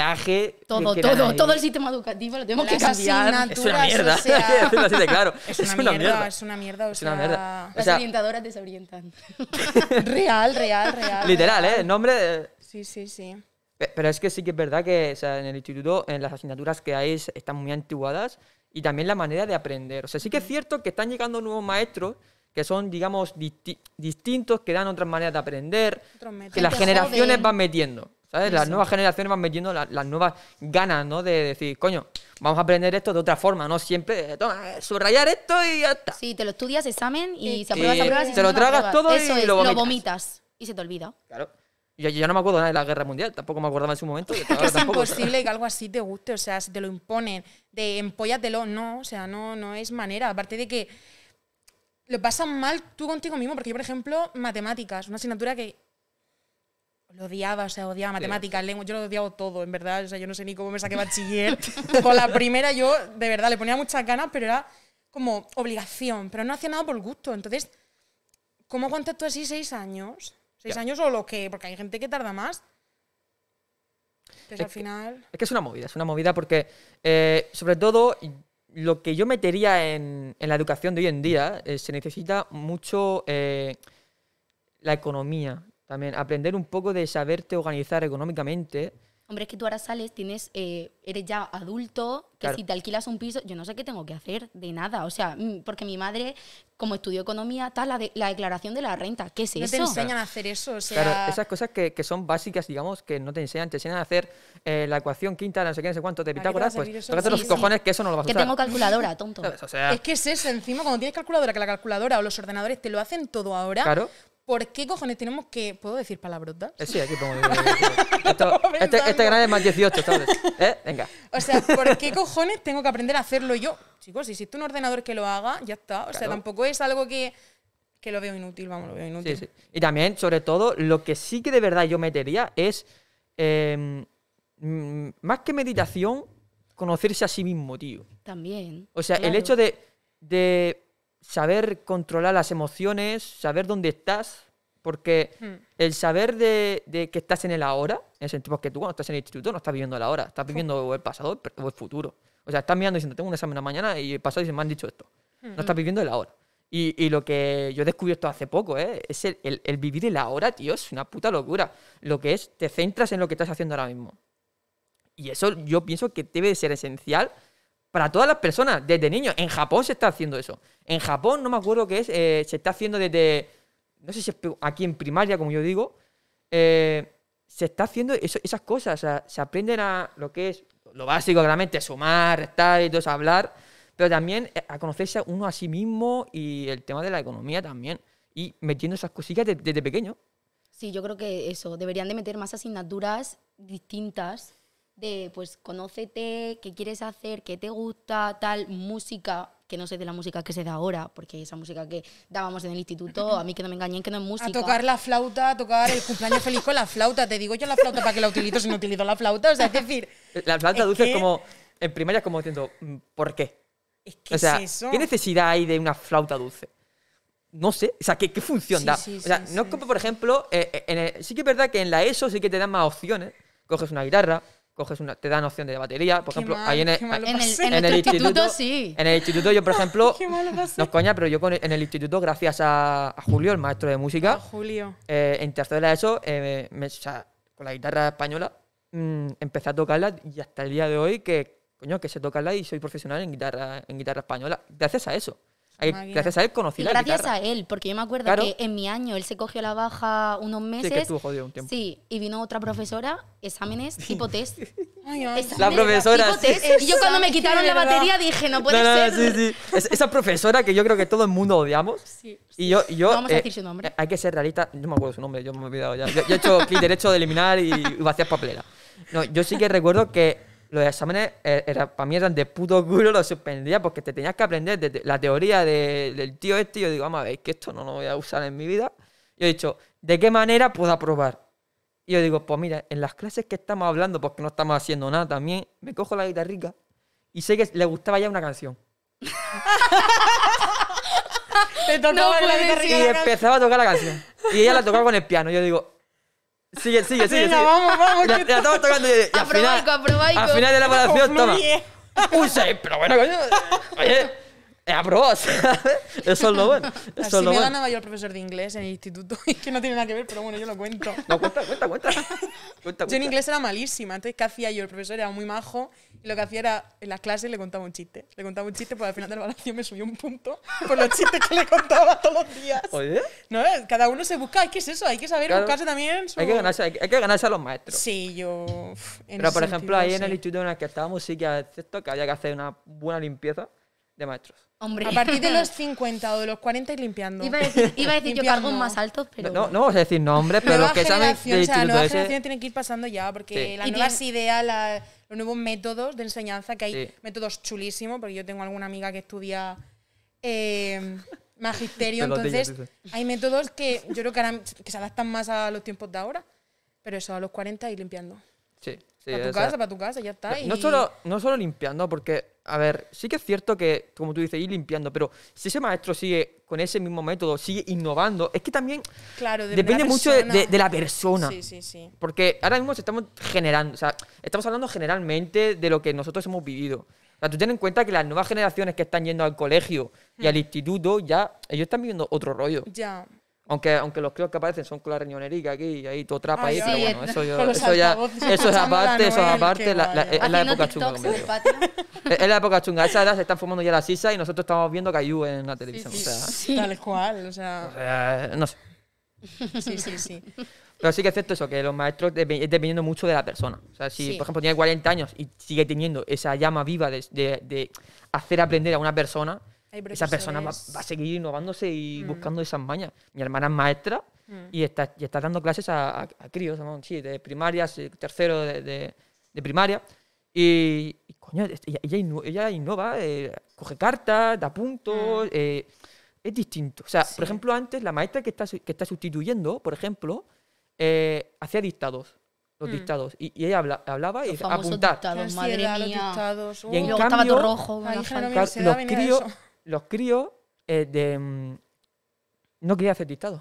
Speaker 1: aprendizaje. que
Speaker 5: Todo,
Speaker 1: crean
Speaker 5: todo,
Speaker 1: ahí
Speaker 5: todo el sistema educativo lo tenemos que
Speaker 4: Las
Speaker 5: cambiar.
Speaker 4: asignaturas,
Speaker 1: Es una mierda.
Speaker 4: o sea,
Speaker 1: Decirlo así de claro.
Speaker 4: es, una mierda, es una mierda, o
Speaker 1: Es una mierda.
Speaker 5: Las
Speaker 1: O sea-
Speaker 5: orientadoras desorientan.
Speaker 4: sea, real, real, real.
Speaker 1: Literal,
Speaker 4: real.
Speaker 1: ¿eh? El nombre. de-
Speaker 4: Sí, sí, sí.
Speaker 1: Pe- Pero es que sí que es verdad que o sea, en el instituto en las asignaturas que hay es- están muy antiguadas y también la manera de aprender. O sea, sí que es cierto que están llegando nuevos maestros que son, digamos, disti- distintos, que dan otras maneras de aprender,
Speaker 4: Otros métodos.
Speaker 1: que las
Speaker 5: Gente
Speaker 1: generaciones
Speaker 5: joven.
Speaker 1: van metiendo. ¿sabes? Las nuevas generaciones van metiendo la- las nuevas ganas, ¿no? De decir, coño, vamos a aprender esto de otra forma, no siempre, eh, toma, eh, subrayar esto y ya está.
Speaker 5: Sí, te lo estudias, examen y
Speaker 4: Y-
Speaker 5: si apruebas,
Speaker 1: y
Speaker 5: apruebas. y
Speaker 1: eh, te
Speaker 5: si
Speaker 1: lo
Speaker 5: no, no
Speaker 1: tragas
Speaker 5: apruebas.
Speaker 1: todo y
Speaker 5: Eso es,
Speaker 1: lo vomitas.
Speaker 5: vomitas. Y se te olvida.
Speaker 1: Claro. Yo, yo no me acuerdo nada de la guerra mundial, tampoco me acordaba en su momento. y hasta ahora
Speaker 4: Es
Speaker 1: tampoco, ¿sabes?
Speaker 4: imposible que algo así te guste, o sea, si te lo imponen, de empóllatelo, no, o sea, no, no es manera. Aparte de que lo pasan mal tú contigo mismo, porque yo, por ejemplo, matemáticas, una asignatura que lo odiaba, o sea, odiaba matemáticas, lengua, yo lo odiaba todo, en verdad, o sea, yo no sé ni cómo me saqué bachiller. Con la primera yo, de verdad, le ponía muchas ganas, pero era como obligación, pero no hacía nada por gusto, entonces... ¿Cómo aguantas tú así seis años? ¿Seis
Speaker 1: Ya.
Speaker 4: años o lo que? Porque hay gente que tarda más. Entonces
Speaker 1: Es
Speaker 4: al
Speaker 1: que-
Speaker 4: final.
Speaker 1: Es que es una movida, es una movida porque, eh, sobre todo, lo que yo metería en, en la educación de hoy en día, eh, se necesita mucho eh, la economía también, aprender un poco de saberte organizar económicamente.
Speaker 5: Hombre, es que tú ahora sales, tienes, eh, eres ya adulto, que
Speaker 1: Claro.
Speaker 5: si te alquilas un piso, yo no sé qué tengo que hacer de nada. O sea, mm, porque mi madre, como estudió economía, tal, la, de- la declaración de la renta, ¿qué es
Speaker 4: No te
Speaker 5: eso?
Speaker 4: enseñan a hacer eso. O sea,
Speaker 1: Claro, esas cosas que, que son básicas, digamos, que no te enseñan, te enseñan a hacer eh, la ecuación quinta, no sé qué, no sé cuánto, de
Speaker 4: ¿Para qué te va a
Speaker 1: Pitágoras, pues
Speaker 4: servir eso?
Speaker 1: tócate
Speaker 4: Sí,
Speaker 1: los
Speaker 4: sí.
Speaker 1: cojones que eso no lo vas a
Speaker 5: que
Speaker 1: usar.
Speaker 5: tengo calculadora, tonto.
Speaker 1: ¿Sabes? O sea,
Speaker 4: es que es eso. Encima, cuando tienes calculadora, que la calculadora o los ordenadores te lo hacen todo ahora.
Speaker 1: Claro.
Speaker 4: ¿Por qué cojones tenemos que. ¿Puedo decir palabrotas?
Speaker 1: eh, sí, aquí pongo. Esto- este,
Speaker 4: pensando.
Speaker 1: este canal es más 18, ¿sabes? ¿Eh? Venga.
Speaker 4: O sea, ¿por qué cojones tengo que aprender a hacerlo yo? Chicos, si existe un ordenador que lo haga, ya está. O sea,
Speaker 1: Claro.
Speaker 4: tampoco es algo que, que lo veo inútil, vamos, lo veo
Speaker 1: Sí,
Speaker 4: inútil.
Speaker 1: sí. Y también, sobre todo, lo que sí que de verdad yo metería es, eh, mm, más que meditación, conocerse a sí mismo, tío.
Speaker 5: También.
Speaker 1: O sea, el
Speaker 5: claro.
Speaker 1: hecho de, de saber controlar las emociones, saber dónde estás, Porque
Speaker 4: Hmm.
Speaker 1: el saber de, de que estás en el ahora, en el sentido que tú cuando estás en el instituto no estás viviendo el ahora, estás viviendo el pasado el pre- o el futuro. O sea, estás mirando diciendo, tengo un examen la mañana y el pasado dice, me han dicho esto. No estás viviendo el ahora. Y, y lo que yo he descubierto hace poco, ¿eh? es el, el- el vivir el ahora, tío, es una puta locura. Lo que es, te centras en lo que estás haciendo ahora mismo. Y eso yo pienso que debe de ser esencial para todas las personas, desde niños. En Japón se está haciendo eso. En Japón, no me acuerdo qué es, eh, se está haciendo desde, no sé si es pe- aquí en primaria, como yo digo, eh, se está haciendo eso- esas cosas. O sea, se aprenden a lo que es lo básico, claramente, sumar, restar y todo eso, hablar, pero también eh, a conocerse uno a sí mismo y el tema de la economía también. Y metiendo esas cosillas de- desde pequeño.
Speaker 5: Sí, yo creo que eso, deberían de meter más asignaturas distintas de, pues, conócete, qué quieres hacer, qué te gusta, tal, música, que no sé de la música que se da ahora, porque esa música que dábamos en el instituto, a mí que no me engañen, que no es música.
Speaker 4: A tocar la flauta, a tocar el cumpleaños feliz con la flauta. Te digo yo la flauta para que la utilizo si no utilizo la flauta. O sea, es decir,
Speaker 1: La planta
Speaker 4: Es
Speaker 1: dulce
Speaker 4: que-
Speaker 1: es como, en primaria es como diciendo, mm, ¿por qué?
Speaker 4: es que
Speaker 1: O sea,
Speaker 4: es eso.
Speaker 1: ¿qué necesidad hay de una flauta dulce? No sé, o sea, ¿qué, qué función
Speaker 4: Sí,
Speaker 1: da?
Speaker 4: sí,
Speaker 1: o sea,
Speaker 4: sí,
Speaker 1: no es
Speaker 4: sí.
Speaker 1: como, por ejemplo, eh, eh, en el- sí que es verdad que en la ESO sí que te dan más opciones. Coges una guitarra, coges una, te dan opción de batería, por
Speaker 4: Qué
Speaker 1: ejemplo,
Speaker 4: mal,
Speaker 1: ahí en
Speaker 4: qué
Speaker 1: el,
Speaker 4: mal lo
Speaker 5: En el-
Speaker 4: pasé.
Speaker 5: en nuestro instituto, sí.
Speaker 1: En el instituto yo, por ejemplo,
Speaker 4: Qué mal lo pasé.
Speaker 1: no es coña, pero yo con el- en el instituto, gracias a, a Julio, el maestro de música,
Speaker 4: Julio.
Speaker 1: eh, en tercero de la ESO, eh, me- me- o sea, con la guitarra española, mm, empecé a tocarla y hasta el día de hoy que, coño, que sé tocarla y soy profesional en guitarra, en guitarra española. Gracias a eso. Ahí-
Speaker 4: Máquina.
Speaker 1: gracias a él conocí
Speaker 5: Y
Speaker 1: la
Speaker 5: gracias
Speaker 1: guitarra.
Speaker 5: a él, porque yo me acuerdo
Speaker 1: Claro.
Speaker 5: que en mi año él se cogió la baja unos meses.
Speaker 1: que estuvo jodido un tiempo.
Speaker 5: Sí, y vino otra profesora, exámenes, tipo test.
Speaker 4: Ay, ay.
Speaker 5: exámenes,
Speaker 1: La profesora,
Speaker 5: tipo
Speaker 1: sí.
Speaker 5: test. Y yo cuando me
Speaker 4: Es que de
Speaker 5: quitaron la
Speaker 4: verdad.
Speaker 5: batería dije, no puede
Speaker 1: No, no, no,
Speaker 5: ser.
Speaker 1: sí, sí. Es- esa profesora que yo creo que todo el mundo odiamos. Y yo, y yo,
Speaker 5: No vamos a decir su nombre.
Speaker 1: eh, Hay que ser realista. Yo me acuerdo su nombre, yo me he olvidado ya. Yo, yo he hecho clic derecho de eliminar y, y vaciar papelera. No, yo sí que recuerdo que los exámenes eh, era- para mí eran de puto culo, los suspendía porque te tenías que aprender desde la teoría de- del tío este. Y yo digo, vamos a ver, que esto no lo voy a usar en mi vida. Yo he dicho, ¿de qué manera puedo aprobar? Y yo digo, pues mira, en las clases que estamos hablando, porque no estamos haciendo nada también, me cojo la guitarrica y sé que le gustaba ya una canción.
Speaker 4: Te tocaba
Speaker 5: No
Speaker 4: la
Speaker 5: puede
Speaker 4: guitarra
Speaker 1: Y
Speaker 4: y la canción.
Speaker 1: empezaba a tocar la canción. Y ella la tocaba con el piano. Yo digo, sigue, sigue, sigue.
Speaker 4: Venga,
Speaker 1: sigue.
Speaker 4: vamos, vamos,
Speaker 1: Y la,
Speaker 4: que Oh,
Speaker 1: y la estaba tocando y, y al final,
Speaker 5: Aprobaico, aprobaico.
Speaker 1: al final de la evaluación, toma.
Speaker 4: Confluye.
Speaker 1: Un 6, pero bueno, coño. Oye, he aprobado. ¿sabes? Eso es lo bueno. Eso
Speaker 4: Así
Speaker 1: es lo
Speaker 4: me
Speaker 1: bueno.
Speaker 4: ganaba yo el profesor de inglés en el instituto. y que no tiene nada que ver, pero bueno, yo lo cuento.
Speaker 1: No, cuenta, cuenta, cuenta. Cuenta,
Speaker 4: Yo en
Speaker 1: cuenta.
Speaker 4: inglés era malísima, entonces ¿qué hacía yo? El profesor era muy majo y lo que hacía era en las clases le contaba un chiste. Le contaba un chiste, pues al final de la evaluación me subió un punto por los chistes que le contaba todos los días.
Speaker 1: Oye,
Speaker 4: No, eh, cada uno se busca, es que es eso, hay que saber
Speaker 1: Claro.
Speaker 4: buscarse también su...
Speaker 1: hay que ganarse, hay que, hay que ganarse a los maestros.
Speaker 4: Sí, yo... uf, en
Speaker 1: Pero,
Speaker 4: ese
Speaker 1: por ejemplo,
Speaker 4: sentido,
Speaker 1: ahí en el
Speaker 4: sí.
Speaker 1: instituto en el que estábamos, sí que acepto que había que hacer una buena limpieza de maestros.
Speaker 5: Hombre.
Speaker 4: A partir de los 50 o de los 40 ir limpiando.
Speaker 5: Iba a decir, iba a decir yo
Speaker 4: Limpiando.
Speaker 5: cargos más altos, pero.
Speaker 1: No, no, no vamos a decir nombres, pero
Speaker 4: nueva
Speaker 1: los que saben
Speaker 4: generación,
Speaker 1: del
Speaker 4: o sea, la
Speaker 1: instituto
Speaker 4: nueva
Speaker 1: ese.
Speaker 4: generación tiene que ir pasando ya, porque
Speaker 1: Sí.
Speaker 4: las
Speaker 5: Y
Speaker 4: nuevas ideas, la- los nuevos métodos de enseñanza, que hay
Speaker 1: Sí.
Speaker 4: métodos chulísimos, porque yo tengo alguna amiga que estudia eh, magisterio,
Speaker 1: Pelotillas,
Speaker 4: entonces hay métodos que yo creo que, ahora- que se adaptan más a los tiempos de ahora, pero eso, a los 40 ir limpiando.
Speaker 1: Sí, sí,
Speaker 4: para tu
Speaker 1: o sea,
Speaker 4: casa, para tu casa, ya está.
Speaker 1: No- No
Speaker 4: y-
Speaker 1: solo, no solo limpiando, porque, a ver, sí que es cierto que, como tú dices, ir limpiando, pero si ese maestro sigue con ese mismo método, sigue innovando, es que también
Speaker 4: Claro, de- de la
Speaker 1: depende mucho de, de-
Speaker 4: persona.
Speaker 1: de la persona.
Speaker 4: Sí, sí, sí.
Speaker 1: Porque ahora mismo se estamos generando, o sea, estamos hablando generalmente de lo que nosotros hemos vivido. O sea, tú ten en cuenta que las nuevas generaciones que están yendo al colegio y
Speaker 4: Hmm.
Speaker 1: al instituto, ya ellos están viviendo otro rollo.
Speaker 4: Ya.
Speaker 1: Aunque, aunque los críos que aparecen son con la riñonerica aquí y ahí todo trapa ahí,
Speaker 4: Ay,
Speaker 1: pero
Speaker 5: sí,
Speaker 1: bueno,
Speaker 5: es-
Speaker 1: eso, yo-
Speaker 4: con los
Speaker 1: eso ya,
Speaker 4: altavoces
Speaker 1: eso es
Speaker 4: escuchando la
Speaker 1: aparte, eso es
Speaker 4: Noel,
Speaker 1: aparte, la,
Speaker 4: qué
Speaker 1: la-
Speaker 4: guay.
Speaker 1: es la
Speaker 5: Haciendo
Speaker 1: época chunga.
Speaker 5: TikToks
Speaker 1: como
Speaker 5: en el
Speaker 1: digo.
Speaker 5: patio.
Speaker 1: Es es la época chunga. A esa edad se están formando ya las sisas y nosotros estamos viendo Cayu en la televisión. o sea,
Speaker 5: Sí.
Speaker 4: Tal cual, o sea.
Speaker 1: eh, no sé.
Speaker 4: Sí, sí, sí.
Speaker 1: Pero sí que es cierto eso, que los maestros depe- es dependiendo mucho de la persona. O sea, si,
Speaker 4: Sí.
Speaker 1: por ejemplo, tiene 40 años y sigue teniendo esa llama viva de, de- de hacer aprender a una persona,
Speaker 4: Hay
Speaker 1: esa persona va,
Speaker 4: profesores.
Speaker 1: va a seguir innovándose
Speaker 5: Mm.
Speaker 1: y buscando esas mañas. Mi hermana es maestra y, está, y está dando clases a, a- a críos, vamos, sí, de primaria, sí, tercero de, de- de primaria. Y, y, coño, es- ella, ella innu- ella innova, eh, coge cartas, da puntos.
Speaker 5: Mm.
Speaker 1: eh, es distinto. O sea, por ejemplo, antes la maestra que está, su- que está sustituyendo, por ejemplo, eh, hacía dictados. Los dictados. Y, y ella habla- hablaba y
Speaker 5: Mm. Los
Speaker 1: dice,
Speaker 5: famosos
Speaker 1: apuntar.
Speaker 4: Qué
Speaker 5: dictados,
Speaker 4: ansiedad,
Speaker 5: madre
Speaker 4: los
Speaker 5: mía.
Speaker 4: dictados,
Speaker 1: Y en
Speaker 5: Y
Speaker 4: uh.
Speaker 5: luego estaba todo
Speaker 1: cambio-
Speaker 5: rojo. una
Speaker 4: Ay, hija, no
Speaker 5: falda.
Speaker 4: me
Speaker 1: Claro,
Speaker 4: ansiedad
Speaker 1: los,
Speaker 4: venía de
Speaker 1: críos,
Speaker 4: eso.
Speaker 1: los críos eh, de, mm, no querían hacer dictados.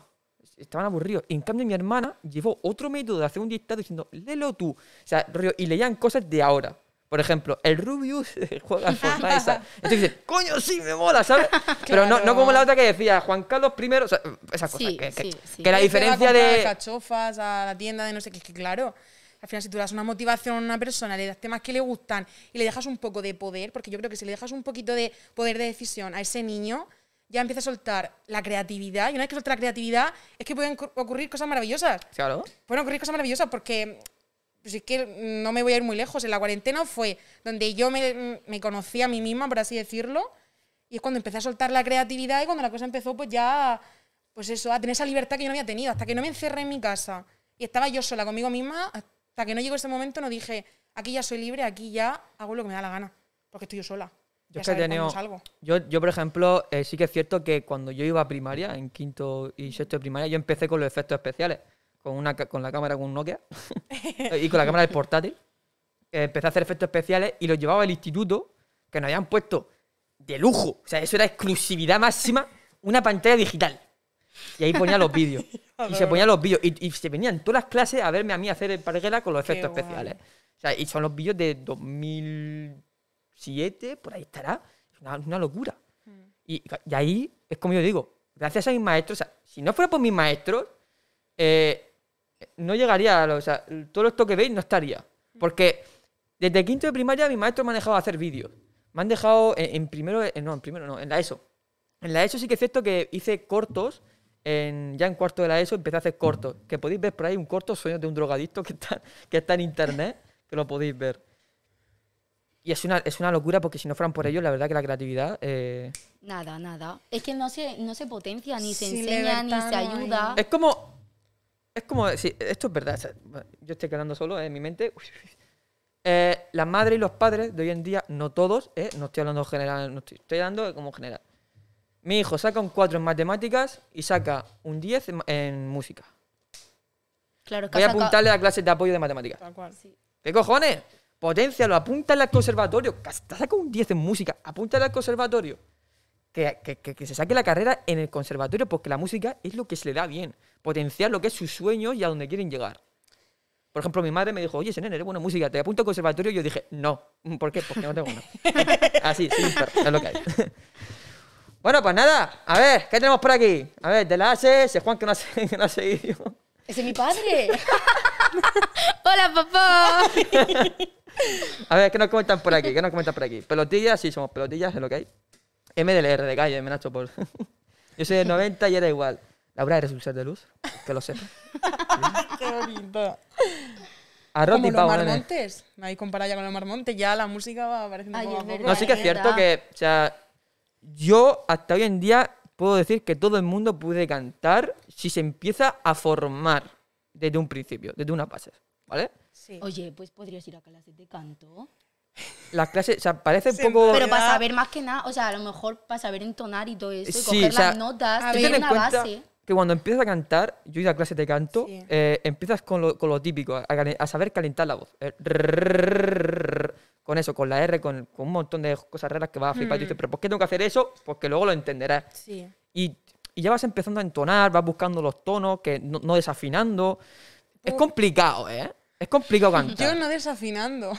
Speaker 1: estaban aburridos. En cambio, mi hermana llevó otro método de hacer un dictado diciendo, léelo tú. O sea, rollo, y leían cosas de ahora. Por ejemplo, el Rubius juega al Fortnite. ¿sabes? Entonces dicen, coño, sí, me mola, ¿sabes? Pero no, no como la otra que decía, Juan Carlos I, o sea, esas cosas.
Speaker 5: Sí,
Speaker 1: que, que-
Speaker 5: sí, sí.
Speaker 1: que la
Speaker 4: Él te va a
Speaker 1: diferencia
Speaker 4: comprar
Speaker 1: de...
Speaker 4: cachofas a la tienda de no sé qué, es que claro. Al final, si tú le das una motivación a una persona, le das temas que le gustan y le dejas un poco de poder, porque yo creo que si le dejas un poquito de poder de decisión a ese niño, ya empieza a soltar la creatividad. Y una vez que suelta la creatividad, es que pueden cur- ocurrir cosas maravillosas.
Speaker 1: Claro.
Speaker 4: Pueden ocurrir cosas maravillosas porque, pues es que no me voy a ir muy lejos. En la cuarentena fue donde yo me, me conocí a mí misma, por así decirlo, y es cuando empecé a soltar la creatividad y cuando la cosa empezó, pues ya, pues eso, a tener esa libertad que yo no había tenido. Hasta que no me encerré en mi casa y estaba yo sola conmigo misma, hasta que no llegó ese momento, no dije, aquí ya soy libre, aquí ya hago lo que me da la gana, porque estoy yo sola.
Speaker 1: Yo,
Speaker 4: Ya
Speaker 1: es que he
Speaker 4: sabes cuándo
Speaker 1: tenido-
Speaker 4: salgo.
Speaker 1: yo, yo, por ejemplo, eh, sí que es cierto que cuando yo iba a primaria, en quinto y sexto de primaria, yo empecé con los efectos especiales, con, una, ca- con la cámara con un Nokia y con la cámara del portátil. Eh, Empecé a hacer efectos especiales y los llevaba al instituto, que nos habían puesto de lujo. O sea, eso era exclusividad máxima, una pantalla digital. Y ahí ponía los vídeos. y se ponían los vídeos. Y, y se venían todas las clases a verme a mí hacer el parguela con los
Speaker 4: Qué
Speaker 1: efectos
Speaker 4: guay.
Speaker 1: especiales. O sea, y son los vídeos de 2007, por ahí estará. Es una, una locura.
Speaker 4: Hmm.
Speaker 1: Y, y ahí es como yo digo, gracias a mis maestros, o sea, si no fuera por mis maestros, eh, no llegaría a lo- o sea, todo esto que veis no estaría.
Speaker 4: Hmm.
Speaker 1: Porque desde quinto de primaria mis maestros me han dejado hacer vídeos. Me han dejado en, en primero, en- no, en primero no, en la ESO. En la ESO sí que es cierto que hice cortos. En, ya en cuarto de la ESO empecé a hacer cortos. Que podéis ver por ahí un corto sueño de un drogadicto que está, que está en internet, que lo podéis ver. Y es una, es una locura porque si no fueran por ellos, la verdad que la creatividad... eh,
Speaker 5: Nada, nada. Es que no se, no se potencia, ni se
Speaker 4: Sin
Speaker 5: enseña, ni
Speaker 4: libertad
Speaker 5: se
Speaker 4: no hay.
Speaker 5: ayuda.
Speaker 1: Es como. Es como. sí, esto es verdad. o sea, yo estoy quedando solo en mi mente. Eh, las madres y los padres de hoy en día, no todos, eh, no estoy hablando general, no estoy, estoy hablando como general. Mi hijo saca un 4 en matemáticas y saca un 10 en, ma- en música.
Speaker 5: Claro, es que
Speaker 1: Voy a
Speaker 5: ha sacado-
Speaker 1: apuntarle a clases de apoyo de matemáticas.
Speaker 4: Tal cual.
Speaker 1: ¿Qué cojones? Potencialo, apúntale al conservatorio. Cas- Te saca un 10 en música, apúntale al conservatorio. Que, que- que- que se saque la carrera en el conservatorio porque la música es lo que se le da bien. Potenciar lo que es sus sueños y a donde quieren llegar. Por ejemplo, mi madre me dijo, oye, Senen, eres buena en música, te apunto al conservatorio. Y yo dije, no. Mm, ¿Por qué? Porque no tengo nada. Así, soy un perro, es lo que hay. bueno, pues nada, a ver, ¿qué tenemos por aquí? A ver, de la hace, se Juan que no hace, que no ha seguido.
Speaker 5: ¡Ese es mi padre! ¡Hola, papá!
Speaker 1: A ver, ¿qué nos comentan por aquí? ¿Qué nos comentan por aquí? Pelotillas, sí, somos pelotillas, es lo que hay. MDLR de calle, me Nacho por. Yo soy del 90 y era igual. Laura, eres un ser de luz, que lo sepa.
Speaker 5: Ah,
Speaker 4: Qué bonito.
Speaker 1: Arroz
Speaker 4: Como
Speaker 1: y
Speaker 4: los
Speaker 1: pavo, nene.
Speaker 4: marmontes. Me habéis comparado ya con los marmontes. Ya la música va apareciendo
Speaker 5: Ay,
Speaker 4: poco a
Speaker 5: es
Speaker 4: poco.
Speaker 5: verdad.
Speaker 1: No, sí que es
Speaker 5: Es
Speaker 1: cierto
Speaker 5: verdad.
Speaker 1: que, o sea, yo hasta hoy en día puedo decir que todo el mundo puede cantar si se empieza a formar desde un principio, desde unas bases, ¿vale?
Speaker 4: Sí.
Speaker 5: Oye, pues podrías ir a clases de canto.
Speaker 1: Las clases, o sea, parece un
Speaker 4: Sí,
Speaker 1: poco...
Speaker 5: Pero para
Speaker 4: Verdad.
Speaker 5: saber más que nada, o sea, a lo mejor para saber entonar y todo eso, y
Speaker 1: Sí,
Speaker 5: coger
Speaker 1: o sea,
Speaker 5: las notas,
Speaker 4: a
Speaker 1: Tú
Speaker 5: tener
Speaker 1: ten en
Speaker 5: una
Speaker 1: cuenta
Speaker 5: base.
Speaker 1: que cuando empiezas a cantar, yo he ido a clases de canto,
Speaker 4: Sí.
Speaker 1: eh, empiezas con lo, con lo típico, a, calen- a saber calentar la voz. Eh, rrrrrrrrrrr, con eso, con la R, con, con un montón de cosas raras que vas a flipar. Y dices, pero ¿por qué tengo que hacer eso? Porque luego lo entenderás.
Speaker 4: Sí.
Speaker 1: Y, y ya vas empezando a entonar, vas buscando los tonos, que no, no desafinando. Es complicado, ¿eh? Es complicado
Speaker 4: Yo
Speaker 1: cantar.
Speaker 4: no desafinando.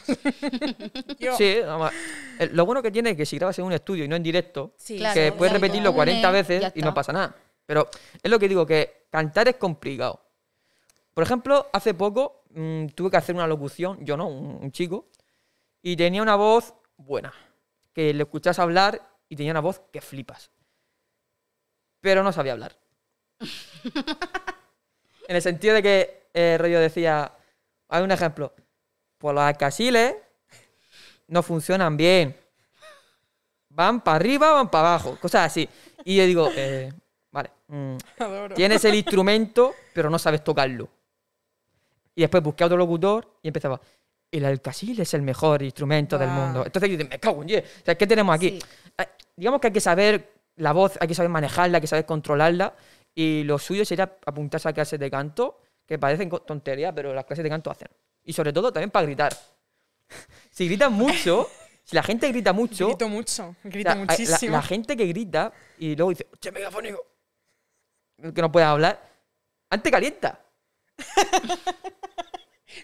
Speaker 4: Yo.
Speaker 1: Sí, además, eh, lo bueno que tiene es que si grabas en un estudio y no en directo,
Speaker 4: Sí,
Speaker 5: Claro,
Speaker 1: que
Speaker 5: o
Speaker 1: puedes
Speaker 5: sea,
Speaker 1: repetirlo
Speaker 5: tú
Speaker 1: 40
Speaker 5: unes,
Speaker 1: veces
Speaker 5: ya
Speaker 1: y no
Speaker 5: está.
Speaker 1: pasa nada. Pero es lo que digo, que cantar es complicado. Por ejemplo, hace poco mm, tuve que hacer una locución, yo no, un, un chico, y tenía una voz buena, que le escuchas hablar y tenía una voz que flipas. Pero no sabía hablar. en el sentido de que eh, rollo decía, hay un ejemplo, pues los alcasiles no funcionan bien van para arriba, van para abajo, cosas así. Y yo digo, eh, vale, mm,
Speaker 4: Adoro.
Speaker 1: tienes el instrumento, pero no sabes tocarlo. Y después busqué a otro locutor y empezaba, el alcasil es el mejor instrumento del
Speaker 4: Guau.
Speaker 1: mundo. Entonces yo dije, me cago en 10. O sea, ¿qué tenemos aquí?
Speaker 5: Sí.
Speaker 1: Eh, digamos que hay que saber la voz, hay que saber manejarla, hay que saber controlarla. Y lo suyo sería apuntarse a clases de canto, que parecen co- tonterías, pero las clases de canto hacen. Y sobre todo también para gritar. si gritas mucho, si la gente grita mucho,
Speaker 4: Grito mucho.
Speaker 1: o
Speaker 4: Grito
Speaker 1: sea, hay- la-
Speaker 4: muchísimo.
Speaker 1: La, gente que grita y luego dice, ¡Che, megafónico! Que no puede hablar. Antes calienta.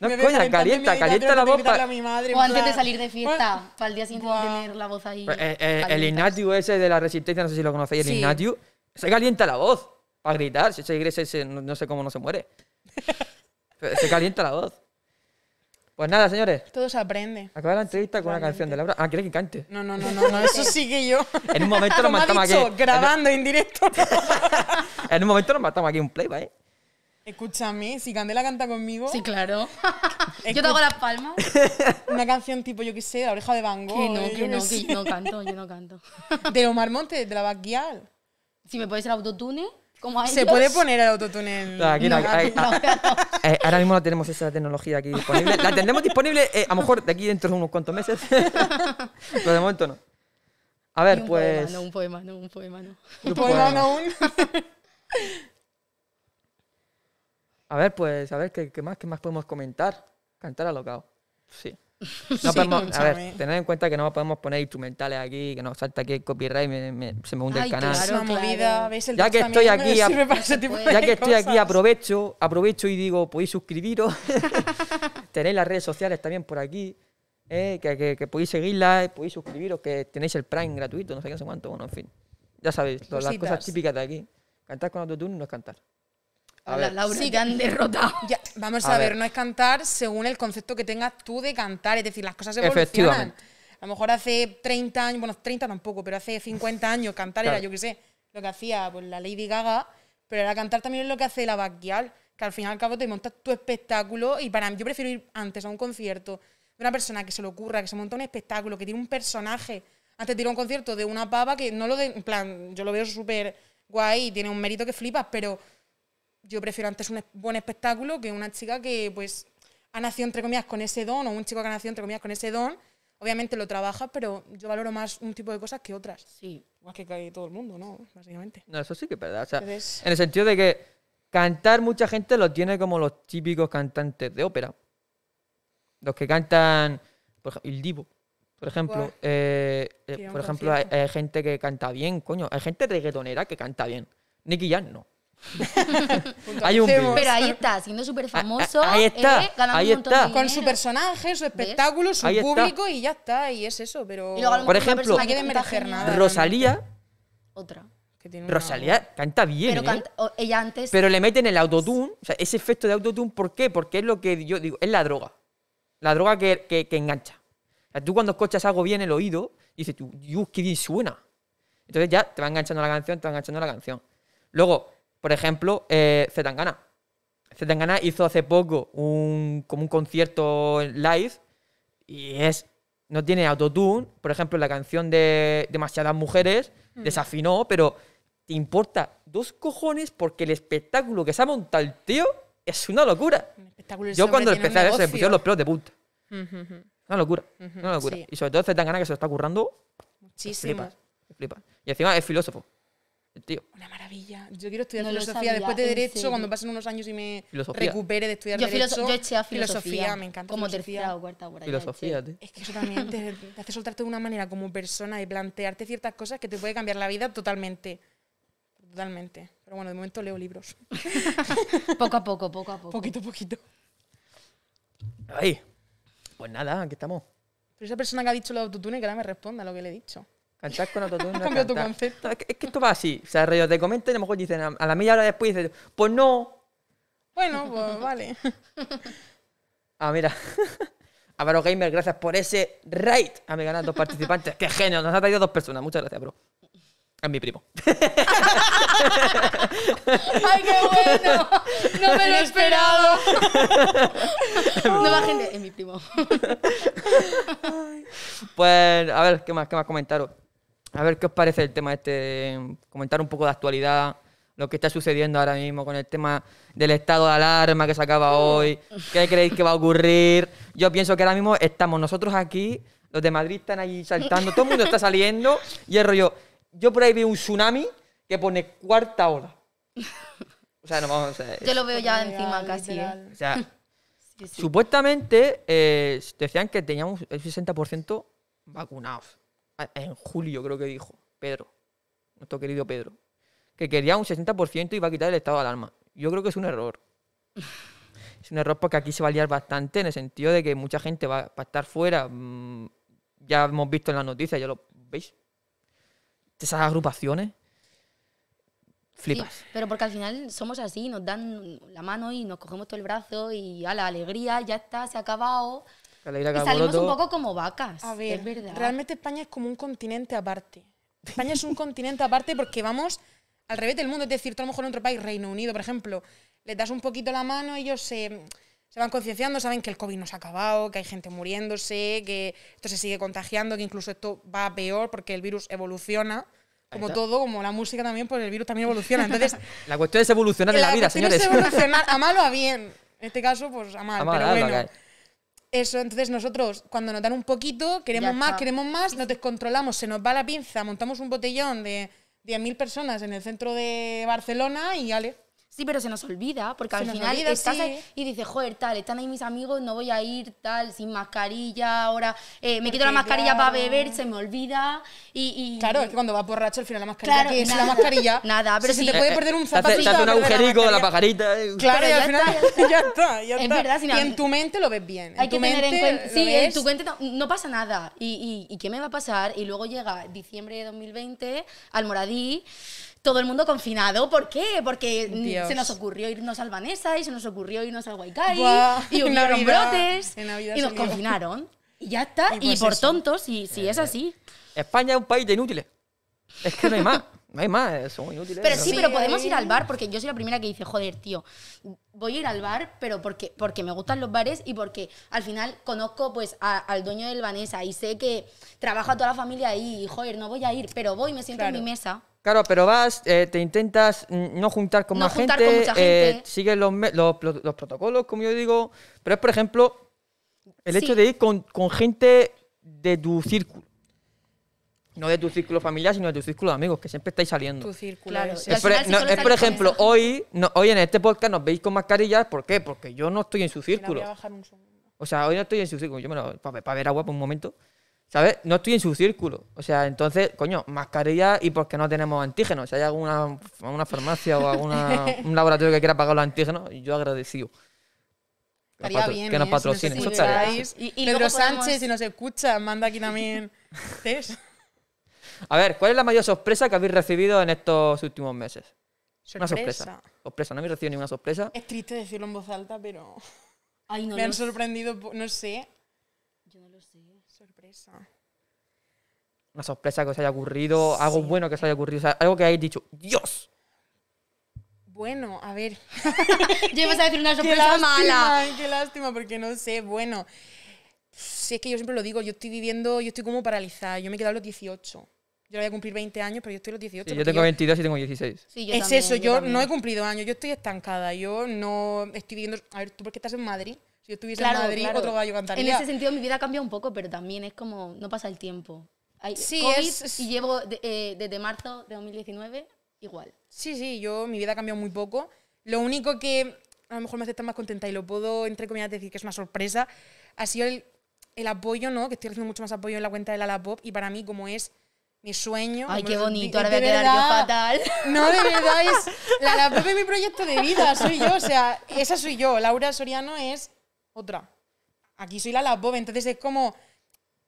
Speaker 1: No,
Speaker 4: Me veo
Speaker 1: coña,
Speaker 4: calentando mi
Speaker 1: calienta,
Speaker 4: dedita,
Speaker 1: calienta
Speaker 4: tengo
Speaker 1: la
Speaker 4: que invitarle a
Speaker 1: bomba.
Speaker 4: mi madre,
Speaker 5: O
Speaker 4: en
Speaker 5: antes de
Speaker 4: plan,
Speaker 5: salir de fiesta,
Speaker 4: "Buah,
Speaker 5: para el día siguiente
Speaker 4: buah".
Speaker 5: tener la voz ahí.
Speaker 1: Eh, eh, eh, el
Speaker 5: caliente.
Speaker 1: Ignatius ese de la resistencia, no sé si lo conocéis, el
Speaker 5: Sí.
Speaker 1: Ignatius, se calienta la voz para gritar. Si se ingresa, ese, no, no sé cómo no se muere. Pero se calienta la voz. Pues nada, señores,
Speaker 4: Todo se aprende.
Speaker 1: acaba la entrevista con una canción de Laura. Ah, ¿quieres que cante?
Speaker 4: No, no, no, no, no, eso sí que yo.
Speaker 1: En un momento nos
Speaker 4: Como ha
Speaker 1: matamos aquí.
Speaker 4: dicho, grabando en directo.
Speaker 1: En un momento nos matamos aquí un playback, ¿eh?
Speaker 4: Escúchame, si Candela canta conmigo,
Speaker 5: Sí, claro.
Speaker 4: Escu-
Speaker 5: yo te hago las palmas.
Speaker 4: una canción tipo, yo qué sé, La Oreja de Van Gogh.
Speaker 5: que no,
Speaker 4: eh,
Speaker 5: que
Speaker 4: yo
Speaker 5: no,
Speaker 4: qué
Speaker 5: que
Speaker 4: sé.
Speaker 5: yo no canto, yo no canto.
Speaker 4: De Omar Montes, de la Baquial.
Speaker 5: Si me pones el autotune, como a
Speaker 4: ¿Se
Speaker 5: ellos,
Speaker 4: puede poner el autotune en-
Speaker 1: No, aquí no,
Speaker 4: en la
Speaker 1: aquí-
Speaker 4: canción?
Speaker 1: ah, eh, ahora mismo no tenemos esa tecnología aquí disponible. La tendremos disponible eh, a lo mejor de aquí dentro de unos cuantos meses. Pero de momento no. A
Speaker 5: ni
Speaker 1: ver,
Speaker 5: un
Speaker 1: pues.
Speaker 5: Poema, no, un poema, no, un poema, no.
Speaker 1: un
Speaker 4: Pues
Speaker 1: poema.
Speaker 4: van aún.
Speaker 1: A ver, pues, a ver, ¿qué, qué más, ¿qué más podemos comentar? Cantar alocado. Sí. No
Speaker 5: Sí,
Speaker 1: podemos, a
Speaker 4: escúchame.
Speaker 1: ver, tened en cuenta que no podemos poner instrumentales aquí, que nos salta aquí el copyright, me- me- se me hunde
Speaker 5: Ay,
Speaker 1: el canal.
Speaker 5: claro.
Speaker 4: Es una movida, ¿ves? El
Speaker 1: Ya
Speaker 4: Dios
Speaker 1: que
Speaker 4: también
Speaker 1: estoy
Speaker 4: me
Speaker 1: aquí,
Speaker 4: sirve
Speaker 1: ap-
Speaker 4: para ese tipo de
Speaker 1: Ya que estoy aquí,
Speaker 4: cosas.
Speaker 1: aprovecho, aprovecho y digo, podéis suscribiros. tenéis las redes sociales también por aquí, eh, que, que- que podéis seguirlas, podéis suscribiros, que tenéis el Prime gratuito, no sé qué, no sé cuánto, bueno, en fin. Ya sabéis, lo- las cosas
Speaker 4: Cositas.
Speaker 1: típicas de aquí. Cantar con autotune no es cantar. A
Speaker 5: Habla,
Speaker 1: ver.
Speaker 5: Laura,
Speaker 4: Sí.
Speaker 5: te han derrotado.
Speaker 4: Ya, vamos
Speaker 1: A
Speaker 4: a, ver,
Speaker 1: ver.
Speaker 4: no es cantar según el concepto que tengas tú de cantar, es decir, las cosas evolucionan.
Speaker 1: Efectivamente.
Speaker 4: A lo mejor hace 30 años, bueno, 30 tampoco, pero hace 50 años cantar
Speaker 1: Claro.
Speaker 4: era, yo qué sé, lo que hacía pues, la Lady Gaga, pero ahora cantar también es lo que hace la Bacchial, que al fin y al cabo te montas tu espectáculo y para mí yo prefiero ir antes a un concierto de una persona que se le ocurra, que se monta un espectáculo, que tiene un personaje, antes de ir a un concierto de una pava que no lo de, en plan, yo lo veo súper guay y tiene un mérito que flipas, pero yo prefiero antes un es- buen espectáculo que una chica que pues ha nacido entre comillas con ese don o un chico que ha nacido entre comillas con ese don. Obviamente lo trabajas, pero yo valoro más un tipo de cosas que otras.
Speaker 5: Sí.
Speaker 4: Igual que cae todo el mundo, ¿no? Básicamente.
Speaker 1: No, eso sí que es verdad. o sea,
Speaker 4: Entonces-
Speaker 1: en el sentido de que cantar mucha gente lo tiene como los típicos cantantes de ópera. Los que cantan, por ej- el divo, por
Speaker 4: Buah.
Speaker 1: ejemplo. eh, eh,
Speaker 4: Tiene un
Speaker 1: por ejemplo, hay,
Speaker 4: concierto.
Speaker 1: hay gente que canta bien, coño. Hay gente reggaetonera que canta bien. Nicky Jam no. Hay un
Speaker 4: Puntualicemos.
Speaker 1: vídeo.
Speaker 5: Pero ahí está, siendo súper famoso.
Speaker 1: ahí está,
Speaker 5: eh, ganando
Speaker 1: ahí
Speaker 5: un montón de
Speaker 1: está.
Speaker 4: Con su
Speaker 5: dinero.
Speaker 4: personaje, su espectáculo, su
Speaker 1: Ahí está.
Speaker 4: público y ya está. Y es eso, pero...
Speaker 5: Y luego a lo
Speaker 1: Por
Speaker 5: mejor una
Speaker 1: ejemplo,
Speaker 5: persona
Speaker 4: Hay que
Speaker 5: canta
Speaker 4: desmerecer
Speaker 5: genial,
Speaker 4: nada.
Speaker 1: Rosalía,
Speaker 5: Otra.
Speaker 4: que tiene una-
Speaker 1: Rosalía canta bien.
Speaker 5: Pero
Speaker 1: ¿eh?
Speaker 5: canta- o- ella antes.
Speaker 1: Pero le meten el autotune, o sea, ese efecto de autotune, ¿por qué? Porque es lo que yo digo, es la droga. La droga que, que- que engancha. O sea, tú cuando escuchas algo bien en el oído, dices tú, Dios, qué bien suena. Entonces ya te va enganchando la canción, te va enganchando la canción. Luego, por ejemplo, eh, Zetangana. Zetangana hizo hace poco un, como un concierto en live y es. No tiene autotune. Por ejemplo, la canción de Demasiadas Mujeres desafinó, pero te importa dos cojones porque el espectáculo que se ha montado el tío es una locura.
Speaker 4: Un espectáculo, ese
Speaker 1: Yo
Speaker 4: hombre
Speaker 1: cuando
Speaker 4: tiene un
Speaker 1: empecé a ver eso me
Speaker 4: negocio.
Speaker 1: pusieron los pelos de punta.
Speaker 4: Ujú, ujú.
Speaker 1: Una locura.
Speaker 4: Ujú,
Speaker 1: Una locura.
Speaker 4: sí.
Speaker 1: Y sobre todo Zetangana que se lo está currando,
Speaker 4: Muchísimo.
Speaker 1: flipas. flipas. Y encima es filósofo. El tío.
Speaker 4: Una maravilla. Yo quiero estudiar
Speaker 5: No lo
Speaker 4: filosofía
Speaker 5: sabía,
Speaker 4: después de
Speaker 5: en
Speaker 4: derecho,
Speaker 5: serio.
Speaker 4: cuando pasen unos años y me
Speaker 1: Filosofía.
Speaker 4: recupere de estudiar
Speaker 5: yo,
Speaker 4: derecho.
Speaker 5: filoso- yo eché a filosofía.
Speaker 4: me encanta.
Speaker 5: Como
Speaker 4: filosofía.
Speaker 5: tercera o cuarta por ahí. la
Speaker 1: Filosofía,
Speaker 5: eché.
Speaker 1: tío.
Speaker 4: Es que eso también te, te hace soltarte de una manera como persona y plantearte ciertas cosas que te puede cambiar la vida totalmente. Totalmente. Pero bueno, de momento leo libros.
Speaker 5: Poco a poco, poco a poco.
Speaker 4: poquito a poquito.
Speaker 1: Ay. Pues nada, aquí estamos.
Speaker 4: Pero esa persona que ha dicho lo de autotune, que ahora me responda lo que le he dicho.
Speaker 1: Cantar con autotune. no es
Speaker 4: Cambia tu
Speaker 1: cantar.
Speaker 4: concepto.
Speaker 1: No, Es que, es que esto va así. O sea, rollo, te comentan y a lo mejor dicen a, a la media hora después, dicen, pues no.
Speaker 4: Bueno, pues vale.
Speaker 1: Ah, mira. Avaro Gamer, gracias por ese raid a mis ganados dos participantes. Qué genio, nos ha traído dos personas. Muchas gracias, bro. Es mi primo.
Speaker 5: ¡Ay, qué bueno! No me lo he esperado. Nueva gente. Es mi primo.
Speaker 1: Pues, a ver, ¿qué más, qué más comentaros? A ver, ¿qué os parece el tema este? de Comentar un poco de actualidad, lo que está sucediendo ahora mismo con el tema del estado de alarma que se acaba hoy. ¿Qué creéis que va a ocurrir? Yo pienso que ahora mismo estamos nosotros aquí, los de Madrid están ahí saltando, todo el mundo está saliendo y el rollo. Yo por ahí vi un tsunami que pone cuarta ola. O sea, no vamos a...
Speaker 5: Yo lo veo ya
Speaker 4: Real,
Speaker 5: encima casi. ¿eh?
Speaker 4: literal.
Speaker 1: O sea,
Speaker 5: Sí, sí.
Speaker 1: Supuestamente eh, decían que teníamos el 60% vacunados. A- En julio creo que dijo Pedro, nuestro querido Pedro, que quería un 60% y iba a quitar el estado de alarma. Yo creo que es un error. Es un error porque aquí se va a liar bastante en el sentido de que mucha gente va, va a estar fuera. mm, Ya hemos visto en las noticias, ya lo veis. Esas agrupaciones. Flipas.
Speaker 5: Sí, pero porque al final somos así, nos dan la mano y nos cogemos todo el brazo y a la alegría, ya está, se ha acabado.
Speaker 1: Que la ira, que
Speaker 5: y salimos un
Speaker 1: alboroto.
Speaker 5: poco como vacas.
Speaker 4: A ver,
Speaker 5: es verdad.
Speaker 4: realmente España es como un continente aparte. España es un continente aparte porque vamos al revés del mundo. Es decir, tú a lo mejor en otro país, Reino Unido, por ejemplo, les das un poquito la mano, ellos se, se van concienciando, saben que el COVID no se ha acabado, que hay gente muriéndose, que esto se sigue contagiando, que incluso esto va a peor porque el virus evoluciona. Como
Speaker 1: está.
Speaker 4: todo, como la música también, pues el virus también evoluciona. Entonces,
Speaker 1: La cuestión es evolucionar en la, vida,
Speaker 4: cuestión es
Speaker 1: señores.
Speaker 4: evolucionar a mal o a bien. En este caso, pues a mal.
Speaker 1: Vamos a
Speaker 4: pero
Speaker 1: darlo
Speaker 4: bueno.
Speaker 1: acá.
Speaker 4: Eso, entonces nosotros cuando nos dan un poquito, queremos
Speaker 5: Ya
Speaker 4: más,
Speaker 5: está.
Speaker 4: queremos más, nos descontrolamos, se nos va la pinza, montamos un botellón de 10.000 personas en el centro de Barcelona y ale.
Speaker 5: Sí, pero se nos olvida, porque
Speaker 4: Se
Speaker 5: al
Speaker 4: nos
Speaker 5: final
Speaker 4: olvida,
Speaker 5: estás
Speaker 4: sí.
Speaker 5: ahí y dices, joder, tal, están ahí mis amigos, no voy a ir, tal, sin mascarilla, ahora eh, me quito la
Speaker 4: Porque
Speaker 5: mascarilla
Speaker 4: ya-
Speaker 5: para beber, se me olvida y... y-
Speaker 4: Claro, es que cuando vas borracho al final la mascarilla,
Speaker 5: Claro,
Speaker 4: ¿qué es la
Speaker 5: nada.
Speaker 4: mascarilla?
Speaker 5: Nada,
Speaker 4: O sea,
Speaker 5: pero
Speaker 4: se
Speaker 5: sí.
Speaker 4: te puede perder un
Speaker 1: Eh, Te hace-
Speaker 4: zapatito.
Speaker 1: te hace un
Speaker 4: va a perder
Speaker 1: agujerico de la
Speaker 4: mascarilla.
Speaker 1: pajarita. eh.
Speaker 4: Claro, y
Speaker 5: Pero
Speaker 4: al
Speaker 5: ya
Speaker 4: final ya está, ya
Speaker 5: Es
Speaker 4: está.
Speaker 5: verdad, si no-
Speaker 4: y en tu mente lo ves bien.
Speaker 5: Hay que
Speaker 4: tu
Speaker 5: tener en
Speaker 4: mente
Speaker 5: cuenta,
Speaker 4: lo
Speaker 5: sí, en
Speaker 4: ves-
Speaker 5: tu cuenta no, no pasa nada. Y, y, ¿y qué me va a pasar? Y luego llega diciembre de 2020, Almoradí, todo el mundo confinado. ¿Por qué? Porque mm,
Speaker 4: Dios.
Speaker 5: se nos ocurrió irnos al Vanessa y se nos ocurrió irnos al Guaycay
Speaker 4: Buah,
Speaker 5: y
Speaker 4: en
Speaker 5: hubieron
Speaker 4: Navidad,
Speaker 5: brotes
Speaker 4: en Navidad
Speaker 5: y nos
Speaker 4: salió. Eh,
Speaker 5: confinaron. Y ya está,
Speaker 4: Y
Speaker 5: y,
Speaker 4: pues
Speaker 5: por
Speaker 4: eso.
Speaker 5: tontos, y si es así.
Speaker 1: España es un país de inútiles. Es que no hay más. No hay más, eh, somos inútiles.
Speaker 5: Pero
Speaker 1: ¿no?
Speaker 5: sí,
Speaker 4: Sí,
Speaker 5: pero podemos
Speaker 4: ahí-
Speaker 5: ir al bar porque yo soy la primera que dice, joder, tío, voy a ir al bar, pero porque, porque me gustan los bares y porque al final conozco pues a- al dueño del Vanessa y sé que trabaja toda la familia ahí y, joder, no voy a ir, pero voy, me siento
Speaker 4: Claro.
Speaker 5: en mi mesa.
Speaker 1: Claro, pero vas, eh, te intentas mm, no juntar con
Speaker 5: No
Speaker 1: más
Speaker 5: juntar
Speaker 1: gente,
Speaker 5: con mucha
Speaker 1: eh,
Speaker 5: gente.
Speaker 1: sigues los, me- los, los- los protocolos, como yo digo, pero es, por ejemplo, el
Speaker 5: Sí.
Speaker 1: hecho de ir con, con gente de tu círculo. No de tu círculo familiar, sino de tu círculo de amigos, que siempre estáis saliendo.
Speaker 4: Tu círculo.
Speaker 5: Claro,
Speaker 4: ese.
Speaker 5: Y al
Speaker 1: Es por, e-,
Speaker 5: final, si
Speaker 1: no,
Speaker 5: solo
Speaker 1: es, por
Speaker 5: salís con
Speaker 1: ejemplo,
Speaker 5: esa gente-
Speaker 1: hoy, no- hoy en este podcast nos veis con mascarillas, ¿por qué? Porque yo no estoy en su
Speaker 4: Mira, voy
Speaker 1: círculo.
Speaker 4: a bajar un segundo.
Speaker 1: O sea, hoy no estoy en su círculo. Yo me lo. Para ver agua por un momento. ¿Sabes? No estoy en su círculo. O sea, entonces, coño, mascarilla y porque no tenemos antígenos. Si hay alguna, alguna farmacia o alguna, un laboratorio que quiera pagar los antígenos, yo agradecido. Que nos
Speaker 4: Estaría
Speaker 1: patro-
Speaker 4: bien,
Speaker 1: Que nos
Speaker 4: ¿eh?
Speaker 1: patrocinen.
Speaker 4: Si
Speaker 1: Eso
Speaker 4: nos
Speaker 1: estaría bien.
Speaker 4: escucháis.
Speaker 5: sí. Y- y
Speaker 4: Pedro
Speaker 5: luego
Speaker 4: Sánchez,
Speaker 5: podemos-
Speaker 4: si nos escucha, manda aquí también test.
Speaker 1: A ver, ¿cuál es la mayor sorpresa que habéis recibido en estos últimos meses? Una sorpresa. Sorpresa, no habéis recibido ninguna sorpresa.
Speaker 4: Es triste decirlo en voz alta, pero
Speaker 5: Ay, no,
Speaker 4: me han
Speaker 5: lo sé,
Speaker 4: sorprendido, po- no sé.
Speaker 5: yo no lo sé.
Speaker 4: Sorpresa.
Speaker 1: Una sorpresa que os haya ocurrido, algo bueno que os haya ocurrido, o sea, algo que hayáis dicho, ¡Dios!
Speaker 4: Bueno, a ver.
Speaker 5: Yo ibas a decir una
Speaker 4: Qué
Speaker 5: sorpresa mala.
Speaker 4: lástima, qué lástima, porque no sé, bueno. Sí, es que yo siempre lo digo, yo estoy viviendo, yo estoy como paralizada, yo me he quedado a los 18. Yo voy a cumplir 20 años, pero yo estoy a los 18.
Speaker 1: Sí, yo
Speaker 4: porque
Speaker 1: tengo 22 y tengo 16.
Speaker 5: Sí, yo
Speaker 4: es
Speaker 5: también,
Speaker 4: eso, yo,
Speaker 5: también.
Speaker 4: no he cumplido años, yo estoy estancada, yo no estoy viviendo... A ver, tú porque estás en Madrid, si yo estuviese en Madrid,
Speaker 5: claro.
Speaker 4: otro gallo cantaría.
Speaker 5: En ese sentido, mi vida ha cambiado un poco, pero también es como, no pasa el tiempo. Hay
Speaker 4: Sí,
Speaker 5: COVID
Speaker 4: es- es-
Speaker 5: y llevo de- eh, desde marzo de 2019 igual.
Speaker 4: Sí, sí, yo mi vida ha cambiado muy poco. Lo único que a lo mejor me hace estar más contenta y lo puedo, entre comillas, decir que es una sorpresa, ha sido el, el apoyo, ¿no? Que estoy recibiendo mucho más apoyo en la cuenta de la Pop y para mí, como es mi sueño.
Speaker 5: Ay,
Speaker 4: como
Speaker 5: qué
Speaker 4: pues es-
Speaker 5: bonito,
Speaker 4: es
Speaker 5: ahora voy
Speaker 4: de
Speaker 5: a quedar yo
Speaker 4: verdad-
Speaker 5: fatal.
Speaker 4: No, de verdad, es, la Lala Pop es mi proyecto de vida, soy yo, o sea, esa soy yo. Laura Soriano es otra. Aquí soy la Lala Pop, entonces es como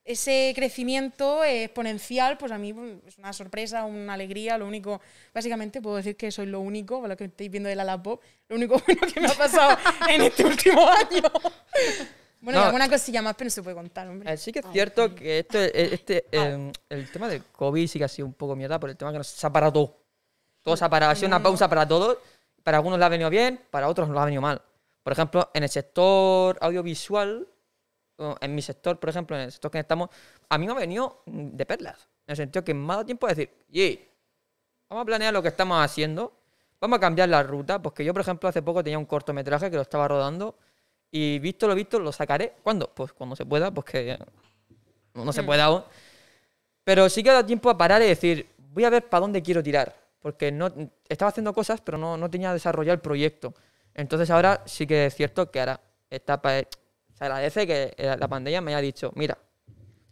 Speaker 4: ese crecimiento eh, exponencial, pues a mí pues, es una sorpresa, una alegría. Lo único, básicamente puedo decir que soy lo único, para lo que estáis viendo de la Lala Pop, lo único bueno que me ha pasado en este último año. Bueno,
Speaker 1: No.
Speaker 4: y alguna cosilla más, pero no se puede contar, hombre.
Speaker 1: Eh, Sí que es cierto que esto, eh, este, eh, el tema del COVID sí que ha sido un poco mierda por el tema que nos se ha parado todo. Todo se ha parado, ha sido una pausa para todos. Para algunos le ha venido bien, para otros no le ha venido mal. Por ejemplo, en el sector audiovisual, o en mi sector, por ejemplo, en el sector que estamos, a mí me ha venido mm, de perlas. En el sentido que me ha dado tiempo de decir, "Ye, vamos a planear lo que estamos haciendo, vamos a cambiar la ruta, porque yo, por ejemplo, hace poco tenía un cortometraje que lo estaba rodando y visto lo visto, lo sacaré. ¿Cuándo? Pues cuando se pueda, porque eh, no, no se puede aún. Pero sí que ha dado tiempo a parar y decir, voy a ver para dónde quiero tirar. Porque no, estaba haciendo cosas, pero no, no tenía desarrollado el proyecto. Entonces ahora sí que es cierto que ahora está pa- se agradece que eh, la pandemia me haya dicho, mira,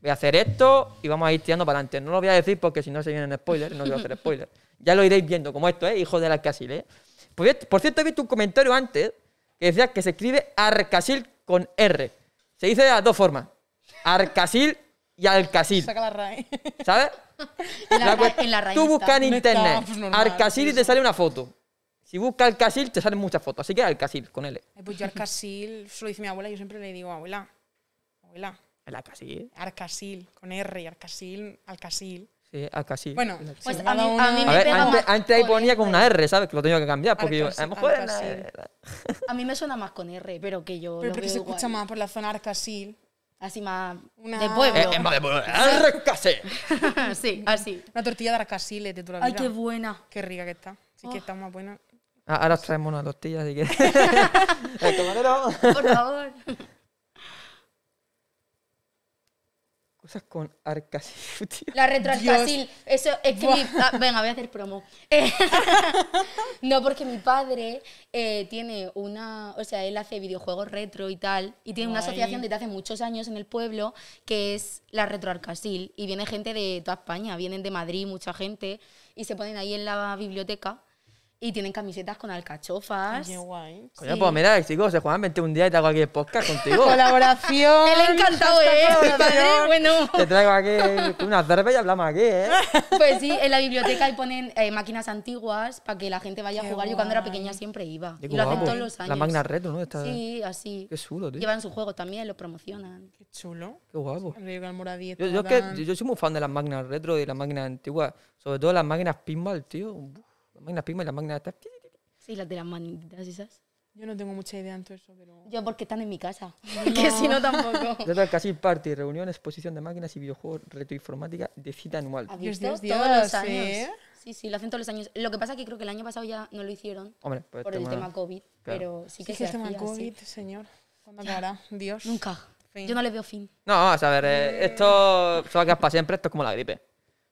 Speaker 1: voy a hacer esto y vamos a ir tirando para adelante. No lo voy a decir porque si no se vienen spoilers, no quiero hacer spoilers. Ya lo iréis viendo, como esto, ¿eh? Hijo de la casi, ¿eh? Por, cier- por cierto, he visto un comentario antes que decía que se escribe Arcasil con R. Se dice de las dos formas. Arcasil y Alcasil.
Speaker 4: Saca la RAE.
Speaker 1: ¿Sabes?
Speaker 5: En la,
Speaker 1: La
Speaker 5: ra-
Speaker 1: cue-
Speaker 5: en la raíz
Speaker 1: Tú
Speaker 5: está.
Speaker 1: buscas en
Speaker 4: No está,
Speaker 1: internet
Speaker 4: pues normal,
Speaker 1: Arcasil y
Speaker 4: sí,
Speaker 1: te
Speaker 4: sí.
Speaker 1: sale una foto. Si buscas Alcasil, te salen muchas fotos. Así que Alcasil con L.
Speaker 4: Ay, Pues yo Arcasil, se lo dice mi abuela, yo siempre le digo, abuela, abuela,
Speaker 1: El Alcasil.
Speaker 4: Arcasil, con R, y Arcasil, Alcasil.
Speaker 1: Sí, Alcasil.
Speaker 4: Bueno,
Speaker 5: Pues
Speaker 4: si
Speaker 5: a
Speaker 4: cada
Speaker 5: mí- a
Speaker 4: una-
Speaker 5: mí me
Speaker 1: a ver,
Speaker 5: pega
Speaker 1: antes,
Speaker 5: más
Speaker 1: antes ahí
Speaker 5: con
Speaker 1: ponía con
Speaker 5: R.
Speaker 1: una R, ¿sabes? Que lo tenía que cambiar. Porque yo, a lo
Speaker 4: Alcasil,
Speaker 1: mejor era-
Speaker 4: Alcasil.
Speaker 5: A mí me suena más con R, pero que yo lo
Speaker 4: Pero porque
Speaker 5: veo
Speaker 4: se escucha
Speaker 5: igual.
Speaker 4: más por la zona Arcasil.
Speaker 5: Así más
Speaker 4: Una-
Speaker 5: de pueblo.
Speaker 4: Eh,
Speaker 1: Eh, vale, pues, Arcasil.
Speaker 5: sí, así.
Speaker 4: Una tortilla de Arcasil es de toda la
Speaker 5: Ay,
Speaker 4: vida.
Speaker 5: qué buena.
Speaker 4: Qué rica que está. Sí que está más buena.
Speaker 1: Ah, Ahora os traemos una tortilla, así que. El camarero.
Speaker 5: Por favor.
Speaker 1: Cosas con Arcasil, tío.
Speaker 5: La retroalcasil. Eso es que mi, ah, Venga, voy a hacer promo. Eh, no, porque mi padre eh, tiene una. O sea, él hace videojuegos retro y tal. Y tiene una
Speaker 4: Guay.
Speaker 5: asociación desde hace muchos años en el pueblo que es la retroalcasil. Y viene gente de toda España. Vienen de Madrid mucha gente. Y se ponen ahí en la biblioteca. Y tienen camisetas con alcachofas.
Speaker 4: Qué guay.
Speaker 1: Coño, pues mira, chicos, se juegan 21 días y te hago aquí el podcast contigo.
Speaker 4: Colaboración.
Speaker 5: Él encantado, ¿eh? Mi padre, bueno.
Speaker 1: Te traigo aquí unas cerveza y hablamos aquí, ¿eh?
Speaker 5: Pues sí, en la biblioteca ahí ponen eh, máquinas antiguas para que la gente vaya a
Speaker 4: Qué
Speaker 5: jugar. Yo cuando era
Speaker 4: guay.
Speaker 5: pequeña siempre iba.
Speaker 1: Qué
Speaker 5: y lo hacen
Speaker 1: guapo.
Speaker 5: todos los años.
Speaker 1: La Magna pues, Retro, ¿no? Esta-
Speaker 5: Sí, así.
Speaker 1: Qué chulo, tío.
Speaker 5: Llevan su juego también, lo promocionan.
Speaker 4: Qué chulo.
Speaker 1: Qué guapo.
Speaker 4: Hombre, yo que Almoradí
Speaker 1: Yo, yo, es
Speaker 4: estaba
Speaker 1: que, yo soy muy fan de las máquinas retro y las máquinas antiguas. Sobre todo las máquinas pinball, tío. Uf, Las máquinas pinball y las máquinas... estas.
Speaker 5: Sí, las de las manitas esas.
Speaker 4: tan- Yo no tengo mucha idea en todo eso, pero...
Speaker 5: Yo porque están en mi casa. que si no tampoco.
Speaker 1: Retro Arcasil Party, reunión, exposición de máquinas y videojuegos retroinformática de cita anual.
Speaker 5: ¿Has
Speaker 4: Dios,
Speaker 5: visto?
Speaker 4: Dios, Dios,
Speaker 5: todos los
Speaker 4: sí.
Speaker 5: años. Sí, sí, lo hacen todos los años. Lo que pasa es que creo que el año pasado ya no lo hicieron
Speaker 1: Hombre, pues
Speaker 5: por el
Speaker 1: tengo una-
Speaker 5: tema COVID.
Speaker 1: claro.
Speaker 5: Pero sí
Speaker 4: Sí
Speaker 5: que
Speaker 4: que
Speaker 5: se
Speaker 4: este tema
Speaker 5: hacía, sí.
Speaker 4: COVID, señor. ¿Cuándo acabará? Dios.
Speaker 5: Nunca.
Speaker 4: Fin.
Speaker 5: Yo no le veo fin.
Speaker 1: No, vamos a ver, eh, esto se va a quedar para siempre, esto es como la gripe.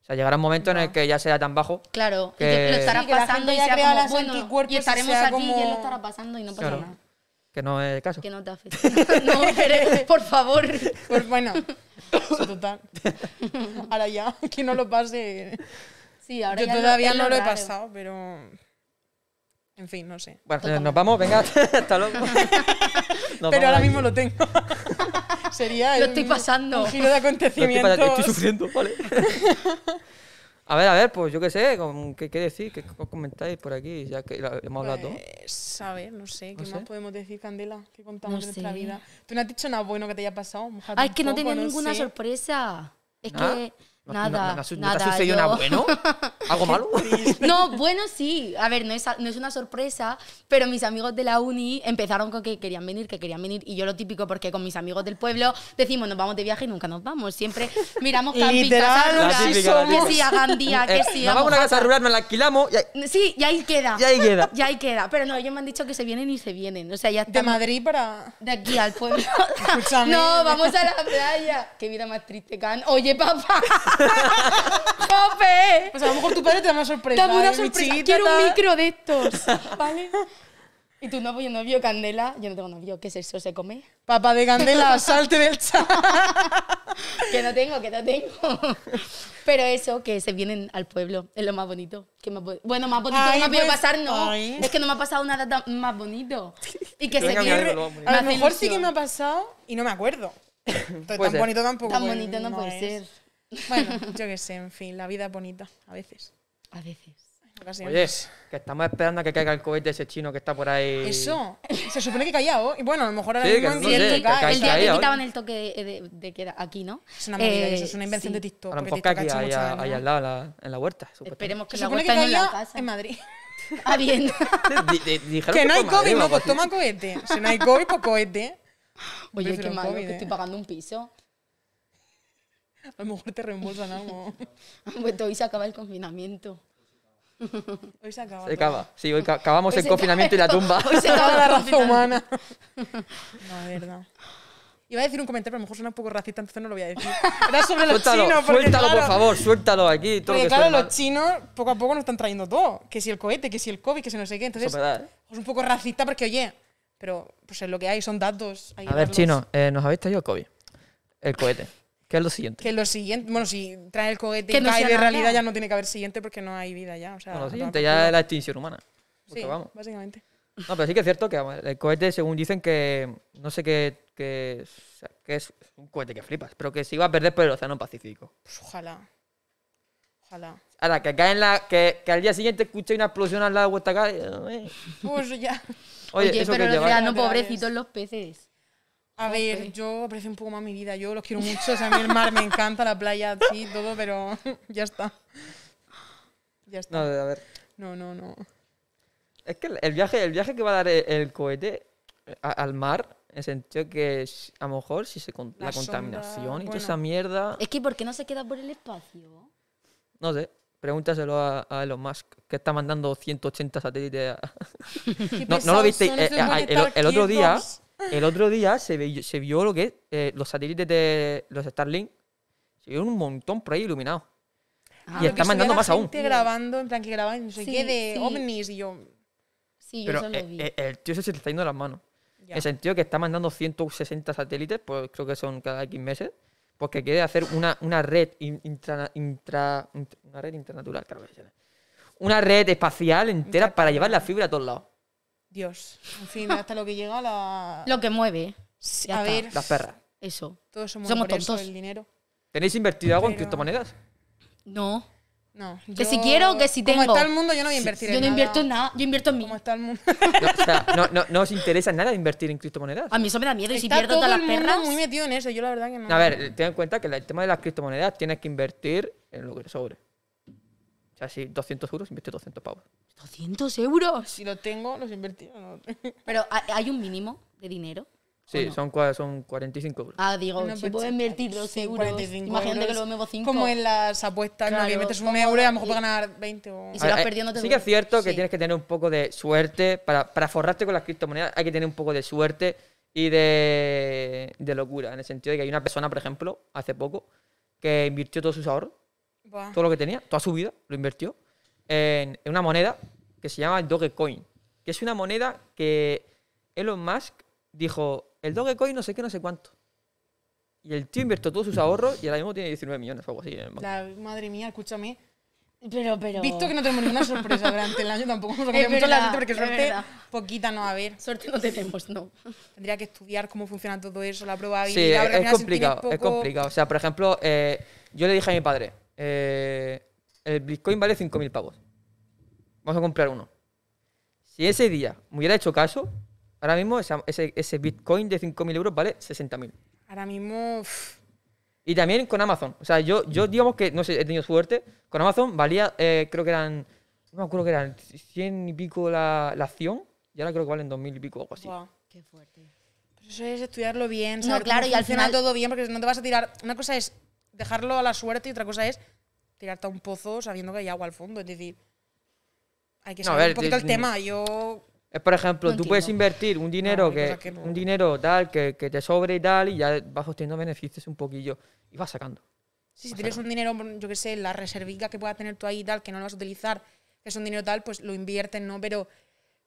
Speaker 1: O sea, llegará un momento en el que ya sea tan bajo.
Speaker 5: Claro, y
Speaker 1: Que-
Speaker 5: que lo estará
Speaker 4: Sí, que la
Speaker 5: pasando
Speaker 4: gente
Speaker 5: y
Speaker 4: ya
Speaker 5: será
Speaker 4: crea
Speaker 5: como,
Speaker 4: los
Speaker 5: bueno,
Speaker 4: anticuerpos
Speaker 5: y
Speaker 4: y
Speaker 5: estaremos
Speaker 4: sea
Speaker 5: aquí y él lo
Speaker 4: como-
Speaker 5: estará pasando y no pasa
Speaker 1: Claro.
Speaker 5: nada.
Speaker 1: Que no es el caso.
Speaker 5: Que no te afecte. no, pero por favor.
Speaker 4: Pues bueno. eso total. Ahora ya, que no lo pase.
Speaker 5: Sí, ahora
Speaker 4: Yo
Speaker 5: ya
Speaker 4: todavía
Speaker 5: es
Speaker 4: no lo he
Speaker 5: raro.
Speaker 4: pasado, pero... En fin, no sé.
Speaker 1: Bueno,
Speaker 5: Totalmente.
Speaker 1: nos vamos, venga, hasta luego. Nos vamos
Speaker 4: Pero ahora
Speaker 1: de aquí.
Speaker 4: mismo lo tengo. Sería
Speaker 5: Lo
Speaker 4: el-
Speaker 5: estoy pasando.
Speaker 4: un giro de
Speaker 1: Lo estoy,
Speaker 4: acontecimientos.
Speaker 1: pasando, estoy sufriendo, ¿vale? a ver, a ver, pues yo qué sé, con- ¿qué, qué decir? ¿Qué co- comentáis por aquí? Ya que la- hemos hablado todo.
Speaker 4: Pues, a ver, no sé, ¿qué
Speaker 1: No
Speaker 4: más
Speaker 1: sé.
Speaker 4: podemos decir, Candela? ¿Qué contamos
Speaker 5: No
Speaker 4: de nuestra
Speaker 5: sé.
Speaker 4: vida? ¿Tú no has dicho nada bueno que te haya pasado? Mójate
Speaker 5: Ay,
Speaker 4: un
Speaker 5: que no
Speaker 4: poco,
Speaker 5: tenía ninguna
Speaker 4: sé.
Speaker 5: sorpresa. Es
Speaker 1: ¿Nada?
Speaker 5: que
Speaker 1: ¿No- no-
Speaker 5: nada.
Speaker 1: no- no te ha
Speaker 5: nada,
Speaker 1: sucedido nada
Speaker 5: yo-
Speaker 1: bueno? ¿Algo malo?
Speaker 5: No, bueno, sí. A ver, no es, no es una sorpresa, pero mis amigos de la uni empezaron con que querían venir, que querían venir. Y yo lo típico, porque con mis amigos del pueblo decimos, nos vamos de viaje y nunca nos vamos. Siempre miramos camping,
Speaker 4: Literal,
Speaker 1: La
Speaker 5: casas rurales,
Speaker 1: típica, la
Speaker 5: que
Speaker 1: típica.
Speaker 5: sí a Gandía, que
Speaker 1: Eh,
Speaker 5: sí
Speaker 1: nos
Speaker 5: a
Speaker 1: vamos a una casa
Speaker 5: Mojácar.
Speaker 1: rural, nos la alquilamos y ahí,
Speaker 5: Sí, y ahí queda.
Speaker 1: y ahí queda.
Speaker 5: Ya ahí queda. Pero no, ellos me han dicho que se vienen y se vienen. O sea, ya
Speaker 4: De
Speaker 5: estamos
Speaker 4: Madrid para...
Speaker 5: de aquí al pueblo.
Speaker 4: Escúchame.
Speaker 5: no, vamos a la playa. Qué vida más triste, Can. Oye, papá. ¡Jope!
Speaker 4: Pues a lo mejor tu padre te da una sorpresa.
Speaker 5: Dame una
Speaker 4: ¿eh? Mi
Speaker 5: sorpresa.
Speaker 4: chiquita,
Speaker 5: Quiero un
Speaker 4: tal.
Speaker 5: micro de estos. ¿Vale? Y tu novio, novio, Candela. Yo no tengo novio. ¿Qué es eso? ¿Se come?
Speaker 4: Papá de Candela, salte del chat.
Speaker 5: Que no tengo, que no tengo. Pero eso, que se vienen al pueblo, es lo más bonito. Que más bo- bueno, más bonito no
Speaker 4: Ay,
Speaker 5: me ha podido
Speaker 4: pues,
Speaker 5: pasar, no.
Speaker 4: ay.
Speaker 5: Es que no me ha pasado nada tan- más bonito. Y
Speaker 1: Que
Speaker 5: que, se
Speaker 1: venga mi
Speaker 5: vienen.
Speaker 1: amigo, lo más bonito.
Speaker 4: A
Speaker 5: me
Speaker 4: lo
Speaker 5: hace
Speaker 4: mejor sí que
Speaker 5: ilusión.
Speaker 4: me ha pasado y no me acuerdo. Entonces,
Speaker 1: Puede
Speaker 4: tan
Speaker 1: ser.
Speaker 4: bonito tampoco.
Speaker 5: Tan
Speaker 4: pues,
Speaker 5: bonito no puede
Speaker 4: es. Bueno, yo qué sé, en fin, la vida es bonita, a veces.
Speaker 5: A veces.
Speaker 4: en ocasiones.
Speaker 1: Oye, que estamos esperando a que caiga el cohete ese chino que está por ahí.
Speaker 4: Eso, se supone que calla hoy. Y bueno, a lo mejor ahora
Speaker 1: Sí,
Speaker 4: mismo
Speaker 1: que
Speaker 4: en
Speaker 1: no
Speaker 4: directo
Speaker 1: sé, que
Speaker 4: cae.
Speaker 1: calla.
Speaker 5: el día que
Speaker 1: ahí,
Speaker 5: quitaban el toque de, de- de queda aquí, ¿no?
Speaker 4: Es una medida,
Speaker 5: Eh,
Speaker 4: eso es una invención
Speaker 5: sí.
Speaker 4: de TikTok.
Speaker 1: A lo
Speaker 4: porque
Speaker 1: mejor que
Speaker 4: TikTok
Speaker 1: aquí,
Speaker 4: ha hecho
Speaker 1: ahí,
Speaker 4: mucha
Speaker 1: a-
Speaker 4: daño.
Speaker 1: ahí al lado, en la- en la huerta. supuestamente.
Speaker 5: Esperemos que
Speaker 4: Se
Speaker 5: la
Speaker 4: supone que
Speaker 5: vuelta no en la
Speaker 4: caía
Speaker 5: casa.
Speaker 4: en Madrid.
Speaker 5: Ah, bien.
Speaker 1: Di- di- dijeron
Speaker 4: Que no hay
Speaker 1: por Madrid
Speaker 4: COVID,
Speaker 1: o
Speaker 4: no,
Speaker 1: algo
Speaker 4: pues
Speaker 1: así.
Speaker 4: toma cohete. Si no hay COVID, pues cohete.
Speaker 5: Oye, qué
Speaker 4: Prefiero un
Speaker 5: malo,
Speaker 4: COVID,
Speaker 5: que
Speaker 4: eh.
Speaker 5: estoy pagando un piso.
Speaker 4: A lo mejor te reembolsan algo.
Speaker 5: Pues hoy se acaba el confinamiento.
Speaker 4: Hoy se acaba.
Speaker 1: Se
Speaker 4: todo.
Speaker 1: acaba. Sí, hoy ca- acabamos
Speaker 4: Pues
Speaker 5: Hoy
Speaker 1: el
Speaker 5: se
Speaker 1: confinamiento y la
Speaker 5: acaba-
Speaker 1: tumba.
Speaker 5: Hoy se acaba
Speaker 4: la
Speaker 5: el
Speaker 4: raza
Speaker 5: confinamiento.
Speaker 4: humana. No, de verdad. Iba a decir un comentario, pero a lo mejor suena un poco racista, entonces no lo voy a decir. Era sobre los
Speaker 1: Suéltalo,
Speaker 4: chinos. Porque,
Speaker 1: suéltalo,
Speaker 4: claro,
Speaker 1: por favor, suéltalo aquí. Todo lo
Speaker 4: Porque
Speaker 1: que
Speaker 4: claro,
Speaker 1: suena.
Speaker 4: los chinos poco a poco nos están trayendo todo. Que si el cohete, que si el COVID, que si no sé qué. Entonces,
Speaker 1: Eso es verdad, ¿eh?
Speaker 4: es un poco racista porque, oye, pero pues es lo que hay, son datos. hay que
Speaker 1: A ver,
Speaker 4: darlos.
Speaker 1: chino, eh, nos habéis traído el COVID. El cohete. ¿Qué es lo siguiente?
Speaker 4: Que lo siguiente, bueno, si trae el cohete
Speaker 5: Que
Speaker 4: y
Speaker 5: no
Speaker 4: cae
Speaker 5: sea
Speaker 4: de
Speaker 5: nada.
Speaker 4: realidad, ya no tiene que haber siguiente porque no hay vida ya. O sea,
Speaker 1: Bueno, lo
Speaker 4: a tomar
Speaker 1: siguiente
Speaker 4: por
Speaker 1: ya
Speaker 4: culo.
Speaker 1: es la extinción humana. Porque
Speaker 4: Sí,
Speaker 1: vamos.
Speaker 4: básicamente.
Speaker 1: No, pero sí que es cierto que vamos, el cohete, según dicen, que no sé qué qué es- que es un cohete que flipas, pero que se iba a perder por el Océano Pacífico.
Speaker 4: Pues ojalá. Ojalá.
Speaker 1: Ahora, que cae en la. Que, que al día siguiente escuché una explosión al lado de vuestra cara. y, eh,
Speaker 4: Pues ya.
Speaker 1: Oye, eso que
Speaker 5: pero
Speaker 1: lleváis.
Speaker 5: los
Speaker 4: océano-
Speaker 5: grandes
Speaker 4: Laterales.
Speaker 5: pobrecitos los peces.
Speaker 4: A ver, yo aprecio un poco más mi vida. Yo los quiero mucho. O sea, a mí el mar me encanta, la playa, sí, todo, pero ya está. Ya
Speaker 1: No,
Speaker 4: está.
Speaker 1: a ver.
Speaker 4: No, no, no.
Speaker 1: Es que el- el viaje, el viaje que va a dar el, el cohete eh, a- al mar, en el sentido que s- a lo mejor si se con- la,
Speaker 4: La sombra,
Speaker 1: contaminación y toda
Speaker 4: bueno.
Speaker 1: esa mierda.
Speaker 5: Es que ¿por qué no se queda por el espacio?
Speaker 1: No sé. Pregúntaselo a, a Elon Musk, que está mandando 180 satélites. a-
Speaker 4: Qué
Speaker 1: No, no lo
Speaker 4: pesados
Speaker 1: viste. eh,
Speaker 4: son, no se pueden
Speaker 1: el,
Speaker 4: estar
Speaker 1: el otro día,
Speaker 4: quietos.
Speaker 1: el otro día se, vi- se vio lo que es eh, los satélites de los Starlink. Se vieron un montón por ahí iluminados. y
Speaker 5: Ah,
Speaker 4: Lo
Speaker 5: lo
Speaker 4: que
Speaker 1: está
Speaker 4: se ve
Speaker 1: mandando
Speaker 4: la
Speaker 1: más aún.
Speaker 4: gente grabando, en plan que graban no sé
Speaker 5: Sí,
Speaker 4: qué de
Speaker 5: sí.
Speaker 4: ovnis y yo.
Speaker 5: Sí, yo
Speaker 1: Pero
Speaker 5: eso lo
Speaker 1: eh,
Speaker 5: vi.
Speaker 1: eh, el tío ese se le está yendo de las manos.
Speaker 4: Ya.
Speaker 1: En el sentido que está mandando 160 satélites, pues creo que son cada X meses, porque quiere hacer una, una red in- intrana- intra, int- una red internatural, claro que se llama. Una red espacial entera para llevar la fibra a todos lados.
Speaker 4: Dios. En fin, hasta lo que llega la.
Speaker 5: Lo que mueve,
Speaker 4: Sí,
Speaker 5: ya
Speaker 4: a
Speaker 5: está.
Speaker 4: ver,
Speaker 1: Las perras.
Speaker 5: eso.
Speaker 4: todos somos,
Speaker 5: Somos
Speaker 4: por eso,
Speaker 5: tontos.
Speaker 4: el dinero.
Speaker 1: ¿Tenéis invertido algo en
Speaker 4: Pero-
Speaker 1: criptomonedas?
Speaker 5: No,
Speaker 4: No.
Speaker 5: Que
Speaker 4: yo-
Speaker 5: si quiero, que si
Speaker 4: Como
Speaker 5: tengo.
Speaker 4: está el mundo, yo no voy a invertir
Speaker 5: yo
Speaker 4: en
Speaker 5: no invierto en
Speaker 4: nada.
Speaker 5: nada, yo invierto en mí.
Speaker 4: Como está el mundo.
Speaker 1: No, o sea, no, no- no os interesa nada invertir en criptomonedas.
Speaker 5: A mí eso me da miedo y si
Speaker 4: Está
Speaker 5: pierdo
Speaker 4: todo
Speaker 5: todas las
Speaker 4: el mundo
Speaker 5: perras.
Speaker 4: muy metido en eso. Yo la verdad que no.
Speaker 1: A ver, ten en cuenta que la- el tema de las criptomonedas tienes que invertir en lo que te sobre. O sea, si 200 euros, invierte 200 pavos.
Speaker 5: 200 euros.
Speaker 4: Si lo tengo, los invertí. o No,
Speaker 5: Pero ¿ha- hay un mínimo de dinero.
Speaker 1: Sí,
Speaker 5: no?
Speaker 1: son, cua- son 45 euros.
Speaker 5: Ah, digo,
Speaker 4: No,
Speaker 5: si
Speaker 4: pues,
Speaker 5: puedo
Speaker 4: sí,
Speaker 5: invertir dos
Speaker 4: sí,
Speaker 5: euros.
Speaker 4: 45
Speaker 5: Imagínate que
Speaker 4: euros.
Speaker 5: luego me llevo 5.
Speaker 4: Como en las apuestas, ¿no? que
Speaker 5: Claro,
Speaker 4: metes un
Speaker 5: como-
Speaker 4: euro y a lo mejor
Speaker 5: y-
Speaker 4: puedes ganar 20 o...
Speaker 5: y
Speaker 1: A
Speaker 5: si
Speaker 1: ver,
Speaker 5: vas
Speaker 1: eh,
Speaker 5: perdiendo, te
Speaker 1: Sí que es
Speaker 5: vuelve-
Speaker 1: cierto que
Speaker 5: sí.
Speaker 1: tienes que tener un poco de suerte para, para forrarte con las criptomonedas hay que tener un poco de suerte y de, de locura en el sentido de que hay una persona por ejemplo hace poco que invirtió todos sus ahorros
Speaker 4: Buah.
Speaker 1: todo lo que tenía toda su vida lo invirtió en, en una moneda que se llama Dogecoin que es una moneda que Elon Musk dijo el Dogecoin no sé qué no sé cuánto y el tío invirtió todos sus ahorros y ahora mismo tiene 19 millones o algo así en el banco.
Speaker 4: La- madre mía, escúchame.
Speaker 5: Pero, pero.
Speaker 4: Visto que no tenemos ninguna sorpresa durante el año, tampoco vamos a
Speaker 5: Es
Speaker 4: cambiar mucho la
Speaker 5: verdad,
Speaker 4: suerte, porque
Speaker 5: es
Speaker 4: suerte
Speaker 5: verdad.
Speaker 4: poquita no va a haber.
Speaker 5: Suerte no tenemos, no.
Speaker 4: Tendría que estudiar cómo funciona todo eso, la
Speaker 1: Sí, es,
Speaker 4: probabilidad. porque al final si
Speaker 1: complicado,
Speaker 4: tienes
Speaker 1: es
Speaker 4: poco-
Speaker 1: complicado. O sea, por ejemplo, eh, yo le dije a mi padre, eh, el Bitcoin vale 5.000 pavos. Vamos a comprar uno. Si ese día me hubiera hecho caso, ahora mismo esa- ese, ese Bitcoin de 5.000 euros vale 60.000.
Speaker 4: Ahora mismo, uf,
Speaker 1: Y también con Amazon. O sea, yo, yo digamos que, no sé, he tenido suerte. Con Amazon valía, eh, creo que eran, no me acuerdo que eran 100 y pico la, la acción. Y ahora creo que valen 2.000 y pico o algo así.
Speaker 4: buah.
Speaker 5: Qué fuerte.
Speaker 4: Pero eso es estudiarlo bien,
Speaker 5: No,
Speaker 4: saber cómo
Speaker 5: claro, y al
Speaker 4: funciona
Speaker 5: final-
Speaker 4: todo bien, porque no te vas a tirar. Una cosa es dejarlo a la suerte y otra cosa es tirarte a un pozo sabiendo que hay agua al fondo. Es decir, hay que
Speaker 1: No, a
Speaker 4: saber
Speaker 1: ver,
Speaker 4: un poquito
Speaker 1: yo-
Speaker 4: el tema. Yo.
Speaker 1: Es, por ejemplo,
Speaker 5: No
Speaker 1: tú puedes
Speaker 5: entiendo.
Speaker 1: invertir un dinero,
Speaker 4: No, hay
Speaker 1: que,
Speaker 4: cosas que no.
Speaker 1: un dinero tal que, que te sobre y tal, y ya vas obteniendo beneficios un poquillo y vas sacando.
Speaker 4: Sí, si tienes un dinero, yo qué sé, la reservica que puedas tener tú ahí y tal, que no lo vas a utilizar, que es un dinero tal, pues lo inviertes, ¿no? Pero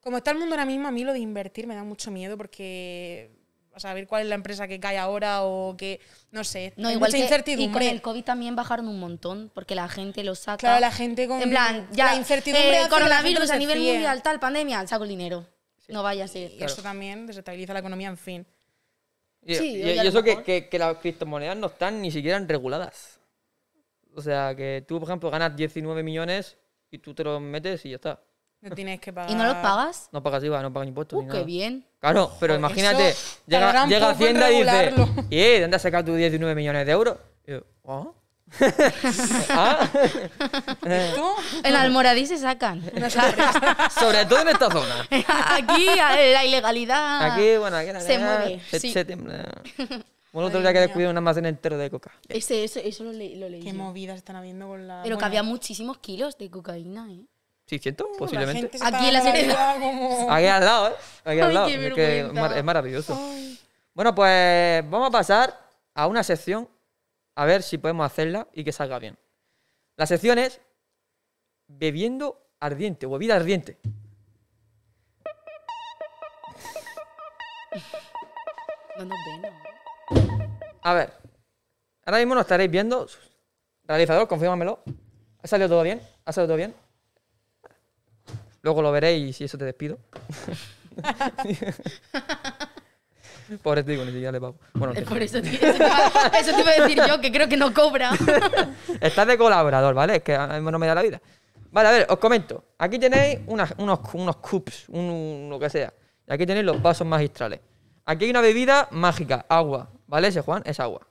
Speaker 4: como está el mundo ahora mismo, a mí lo de invertir me da mucho miedo porque a saber cuál es la empresa que cae ahora o que, no sé,
Speaker 5: No,
Speaker 4: hay
Speaker 5: igual
Speaker 4: mucha
Speaker 5: que, Y con
Speaker 4: incertidumbre.
Speaker 5: el COVID también bajaron un montón porque la gente lo saca.
Speaker 4: Claro, la gente con
Speaker 5: En plan, ya.
Speaker 4: la incertidumbre hace
Speaker 5: eh,
Speaker 4: que la gente
Speaker 5: coronavirus
Speaker 4: no
Speaker 5: a
Speaker 4: se
Speaker 5: nivel
Speaker 4: fíe.
Speaker 5: mundial, tal, pandemia, saco el dinero. No vaya a ser.
Speaker 4: Y eso también desestabiliza la economía, en fin.
Speaker 1: Y,
Speaker 5: Sí,
Speaker 1: y-
Speaker 5: oye,
Speaker 1: y
Speaker 5: a lo
Speaker 1: eso que,
Speaker 5: mejor.
Speaker 1: que- que las criptomonedas no están ni siquiera reguladas. O sea, que tú, por ejemplo, ganas 19 millones y tú te los metes y ya está.
Speaker 4: No tienes que pagar.
Speaker 5: ¿Y no los pagas?
Speaker 1: No pagas IVA, no pagas impuestos.
Speaker 5: Uh,
Speaker 1: ni
Speaker 5: qué
Speaker 1: nada.
Speaker 5: bien.
Speaker 1: Claro, pero
Speaker 4: Joder,
Speaker 1: imagínate,
Speaker 4: eso tardará
Speaker 1: llega,
Speaker 4: un
Speaker 1: llega
Speaker 4: poco en
Speaker 1: Hacienda y dice,
Speaker 4: regularlo.
Speaker 1: ¿y eh, de dónde has sacado tus 19 millones de euros? Y yo, ¿ah? ¿Ah?
Speaker 4: ¿Tú?
Speaker 5: En Almoradí se sacan.
Speaker 1: Sobre todo en esta zona.
Speaker 5: Aquí a- la ilegalidad.
Speaker 1: Aquí, bueno, aquí la
Speaker 5: Ah, Se
Speaker 1: nena
Speaker 5: mueve,
Speaker 1: Se,
Speaker 5: sí.
Speaker 1: se tembla. Bueno, otro día que descubrí un almacén entero de coca.
Speaker 5: Ese, eso, eso lo, le- lo leí.
Speaker 4: Qué
Speaker 5: yo.
Speaker 4: movidas están habiendo con la.
Speaker 5: Pero que
Speaker 4: bueno,
Speaker 5: había muchísimos kilos de cocaína, ¿eh?
Speaker 1: ¿600?
Speaker 4: La
Speaker 1: Posiblemente.
Speaker 4: gente se
Speaker 5: Aquí
Speaker 4: está
Speaker 5: en la
Speaker 4: dando
Speaker 5: serie-
Speaker 4: vida como-
Speaker 1: Aquí al lado, ¿eh? Aquí al
Speaker 5: Ay,
Speaker 1: lado.
Speaker 5: qué
Speaker 1: es, que es mar-
Speaker 5: vergüenza.
Speaker 1: es maravilloso. Bueno, pues vamos a pasar a una sección a ver si podemos hacerla y que salga bien. La sección es bebiendo ardiente o bebida ardiente.
Speaker 5: No nos ven. ¿no?
Speaker 1: A ver, ahora mismo nos estaréis viendo. Realizador, confírmamelo. ¿Ha salido todo bien? ¿Ha salido todo bien? Luego lo veréis y eso te despido. Pobre te digo, ni siquiera le pago. Bueno,
Speaker 5: Es
Speaker 1: en
Speaker 5: por
Speaker 1: fin.
Speaker 5: eso, tío. Eso te, iba, eso te iba a decir yo, que creo que no cobra.
Speaker 1: estás de colaborador, ¿vale? Es que a mí no me da la vida. Vale, a ver, os comento. Aquí tenéis unas- unos, unos cups, un, un- lo que sea. Y aquí tenéis los vasos magistrales. Aquí hay una bebida mágica, agua. ¿Vale? Ese Juan es agua.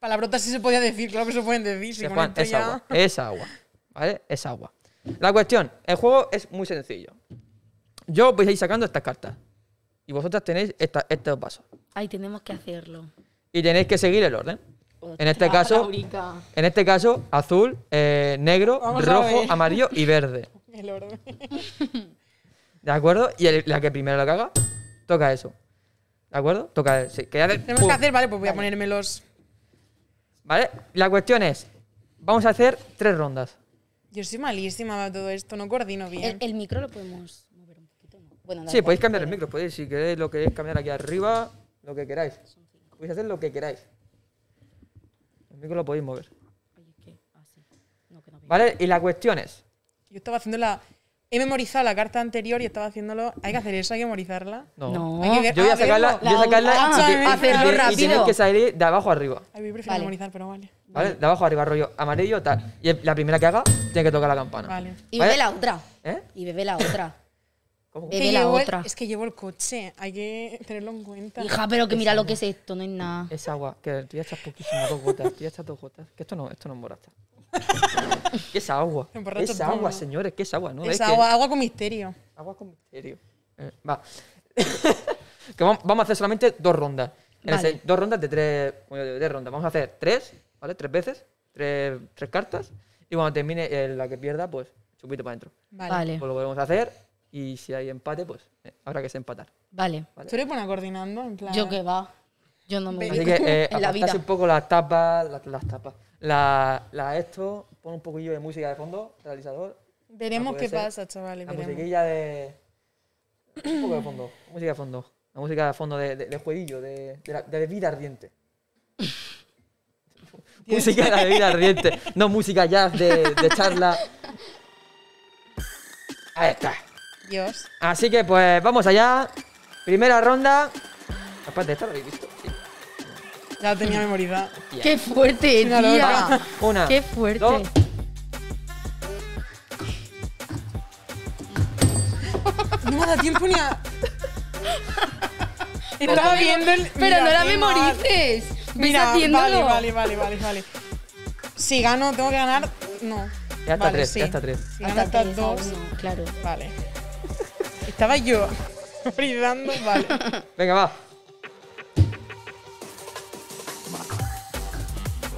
Speaker 4: Palabrotas sí se podía decir, claro que se pueden decir. Si
Speaker 1: Ese
Speaker 4: con
Speaker 1: Juan
Speaker 4: esto
Speaker 1: es
Speaker 4: ya-
Speaker 1: agua. Es agua. ¿Vale? Es agua. La cuestión, el juego es muy sencillo. Yo os vais a ir sacando estas cartas. Y vosotras tenéis esta- estos vasos.
Speaker 5: Ay, tenemos que hacerlo.
Speaker 1: Y tenéis que seguir el orden.
Speaker 4: Pues
Speaker 1: En este caso,
Speaker 5: Laurica.
Speaker 1: en este caso, azul, eh, negro,
Speaker 4: Vamos a
Speaker 1: rojo,
Speaker 4: ver.
Speaker 1: amarillo y verde.
Speaker 4: El orden.
Speaker 1: ¿De acuerdo? Y el- la que primero lo caga, toca eso. ¿De acuerdo? Toca. sí, que ya de-
Speaker 4: Tenemos
Speaker 1: ¡pum!
Speaker 4: que hacer, vale, pues voy a ponerme los.
Speaker 1: ¿Vale? La cuestión es: vamos a hacer tres rondas.
Speaker 4: Yo soy malísima para todo esto, no coordino
Speaker 5: El,
Speaker 4: bien.
Speaker 5: el micro lo podemos mover un poquito, ¿no? Bueno, da
Speaker 1: Sí,
Speaker 5: igual,
Speaker 1: podéis cambiar el
Speaker 5: pero-
Speaker 1: micro, podéis, si queréis, lo queréis cambiar aquí arriba, lo que queráis. Podéis hacer lo que queráis. El micro lo podéis mover.
Speaker 5: Oye, ¿qué? Ah, sí. No, que no veo.
Speaker 1: ¿Vale? Y la cuestión es:
Speaker 4: Yo estaba haciendo la. He memorizado la carta anterior y estaba haciéndolo. Hay que hacer eso, hay que memorizarla.
Speaker 1: No.
Speaker 5: No.
Speaker 4: Hay que ver-
Speaker 1: Yo voy
Speaker 4: ah,
Speaker 1: a sacarla,
Speaker 4: verlo.
Speaker 1: yo voy a sacarla
Speaker 5: Ah,
Speaker 1: y, te- y
Speaker 4: hacerlo
Speaker 1: te- y
Speaker 5: rápido.
Speaker 1: tenéis que salir de abajo arriba.
Speaker 4: Ay, yo prefiero
Speaker 5: Vale.
Speaker 4: memorizar, pero vale.
Speaker 1: ¿Vale? De abajo arriba, rollo amarillo, tal. Y el- la primera que haga, tiene que tocar la campana.
Speaker 4: Vale.
Speaker 5: Y
Speaker 1: ¿Vale?
Speaker 5: bebe la otra.
Speaker 1: ¿Eh?
Speaker 5: Y bebe la otra.
Speaker 1: ¿Cómo?
Speaker 5: Bebe
Speaker 4: Que
Speaker 5: la
Speaker 4: llevo el-
Speaker 5: otra.
Speaker 4: es que llevo el coche, hay que tenerlo en cuenta.
Speaker 5: Hija, pero eh, que mira lo que es esto, no es nada.
Speaker 1: Es agua, que tú ya echas poquísimo, dos gotas, tú ya echas dos gotas. Que esto no, esto no emborracha. ¿Qué es agua?
Speaker 4: Emborracha
Speaker 1: Es
Speaker 4: todo.
Speaker 1: agua, señores, que es agua, ¿no?
Speaker 4: es
Speaker 1: que-
Speaker 4: agua, agua con misterio.
Speaker 1: agua con misterio. Eh, va. que vam- vamos a hacer solamente dos rondas. En el
Speaker 5: Vale.
Speaker 1: sen- dos rondas de tres, bueno, de tres rondas. Vamos a hacer tres, ¿vale? Tres veces, tres, tres cartas. Y cuando termine eh, la que pierda, pues chupito para adentro.
Speaker 4: Vale.
Speaker 5: Vale,
Speaker 1: Pues lo volvemos a hacer y si hay empate, pues eh, habrá que empatar.
Speaker 5: vale.
Speaker 4: Tú eres buena coordinando, en plan.
Speaker 5: Yo que va. Yo no me
Speaker 4: Ve-
Speaker 5: voy.
Speaker 1: Así que eh,
Speaker 5: en la vida.
Speaker 1: apartarse un poco las tapas, las, las tapas, la, la esto, pon un poquillo de música de fondo, realizador,
Speaker 4: Veremos
Speaker 1: No Ah, puede
Speaker 4: qué
Speaker 1: ser. pues
Speaker 4: pasa, chavales.
Speaker 1: la
Speaker 4: Veremos.
Speaker 1: musiquilla de... Un poco de fondo, música de fondo, la música de fondo de, de, de jueguillo, de, de, la- de bebida ardiente. música de la bebida ardiente, no música jazz de, de charla. Ahí está.
Speaker 4: Dios.
Speaker 1: Así que pues vamos allá. Primera ronda. Aparte, ¿esta lo habéis visto? Sí.
Speaker 4: Ya lo tenía memorizado.
Speaker 5: ¡Qué fuerte,
Speaker 4: Una loca.
Speaker 5: tía!
Speaker 1: Una.
Speaker 5: ¡Qué fuerte!
Speaker 1: dos.
Speaker 4: No me da tiempo ni a. Estaba viendo el.
Speaker 5: Pero no
Speaker 4: mira,
Speaker 5: la
Speaker 4: qué mal.
Speaker 5: memorices. Ves
Speaker 4: Mira, vale,
Speaker 5: haciéndolo.
Speaker 4: vale, vale, vale, vale. Si gano, tengo que ganar. No.
Speaker 1: Ya está
Speaker 4: Vale,
Speaker 1: tres,
Speaker 4: sí.
Speaker 1: ya está tres.
Speaker 4: Si gano
Speaker 5: Hasta
Speaker 4: hasta
Speaker 5: tres a
Speaker 4: dos.
Speaker 5: uno, claro.
Speaker 4: Vale. Estaba yo frizando, vale.
Speaker 1: Venga, va.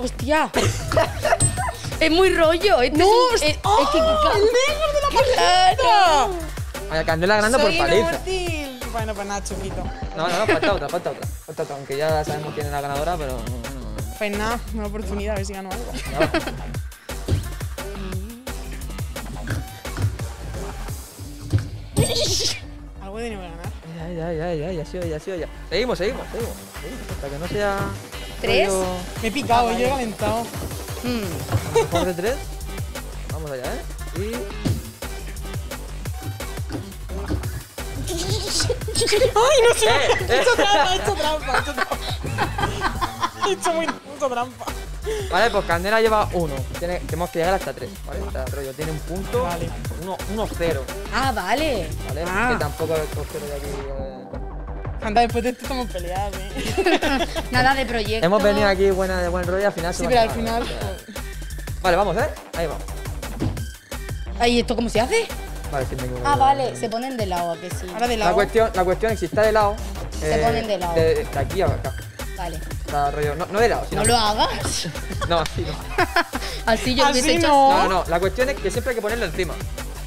Speaker 5: ¡Hostia! es muy rollo. Este
Speaker 4: ¡No!
Speaker 5: es, un- es-
Speaker 4: ¡Oh!
Speaker 5: es que-
Speaker 4: ¡Claro!
Speaker 1: Vaya, Candela ganando
Speaker 4: ¡Soy
Speaker 1: por paliza.
Speaker 4: inútil! Bueno, pues nada, chupito.
Speaker 1: No, no, no, falta otra, falta otra. Falta otra, aunque ya sabemos quién es la ganadora, pero.
Speaker 4: Pues nada, una oportunidad, a ver si gano algo. algo he tenido que ganar.
Speaker 1: Ya, ya, ya, ya, ya ha sido, ya ha sido, ya. Seguimos, seguimos, seguimos. seguimos, Hasta que no sea.
Speaker 5: ¿Tres?
Speaker 1: rollo-
Speaker 4: Me he picado, yo he calentado.
Speaker 5: Mm,
Speaker 1: Mejor de tres. Vamos allá, ¿eh? Y.
Speaker 4: ¡Ay, no sé!
Speaker 1: ¡Eh!
Speaker 4: He
Speaker 1: eh.
Speaker 4: hecho trampa, he hecho trampa, he hecho trampa. He hecho muy, mucho trampa.
Speaker 1: Vale, pues Candela lleva uno. Tiene- tenemos que llegar hasta tres, ¿vale? Está rollo, tiene un punto.
Speaker 4: Vale.
Speaker 1: Uno, uno cero,
Speaker 5: Ah, vale.
Speaker 1: ¿vale?
Speaker 4: Ah.
Speaker 1: Que tampoco es cero de aquí. eh.
Speaker 4: Anda, después de esto estamos peleadas, ¿eh?
Speaker 5: Nada de proyecto.
Speaker 1: Hemos venido aquí buena, de buen rollo y al final se
Speaker 4: Sí,
Speaker 1: va
Speaker 4: pero
Speaker 1: a
Speaker 4: al
Speaker 1: acabar.
Speaker 4: final... pues,
Speaker 1: Vale, vamos, ¿eh? Ahí vamos.
Speaker 5: Ay, ¿esto cómo se hace?
Speaker 1: Vale, sí, me equivoco.
Speaker 5: Ah, vale. Se ponen de lado, ¿a que sí.
Speaker 4: Ahora de
Speaker 1: La
Speaker 4: lado.
Speaker 1: cuestión, la cuestión es que si está de lado. eh,
Speaker 5: Se ponen de lado.
Speaker 1: De, de aquí a acá.
Speaker 5: Vale.
Speaker 1: Está rollo. No, no de lado, sino.
Speaker 5: No lo hagas.
Speaker 1: No, así no.
Speaker 5: Así yo
Speaker 4: Así
Speaker 5: hubiese hecho.
Speaker 4: no.
Speaker 1: No, no, la cuestión es que siempre hay que ponerlo encima.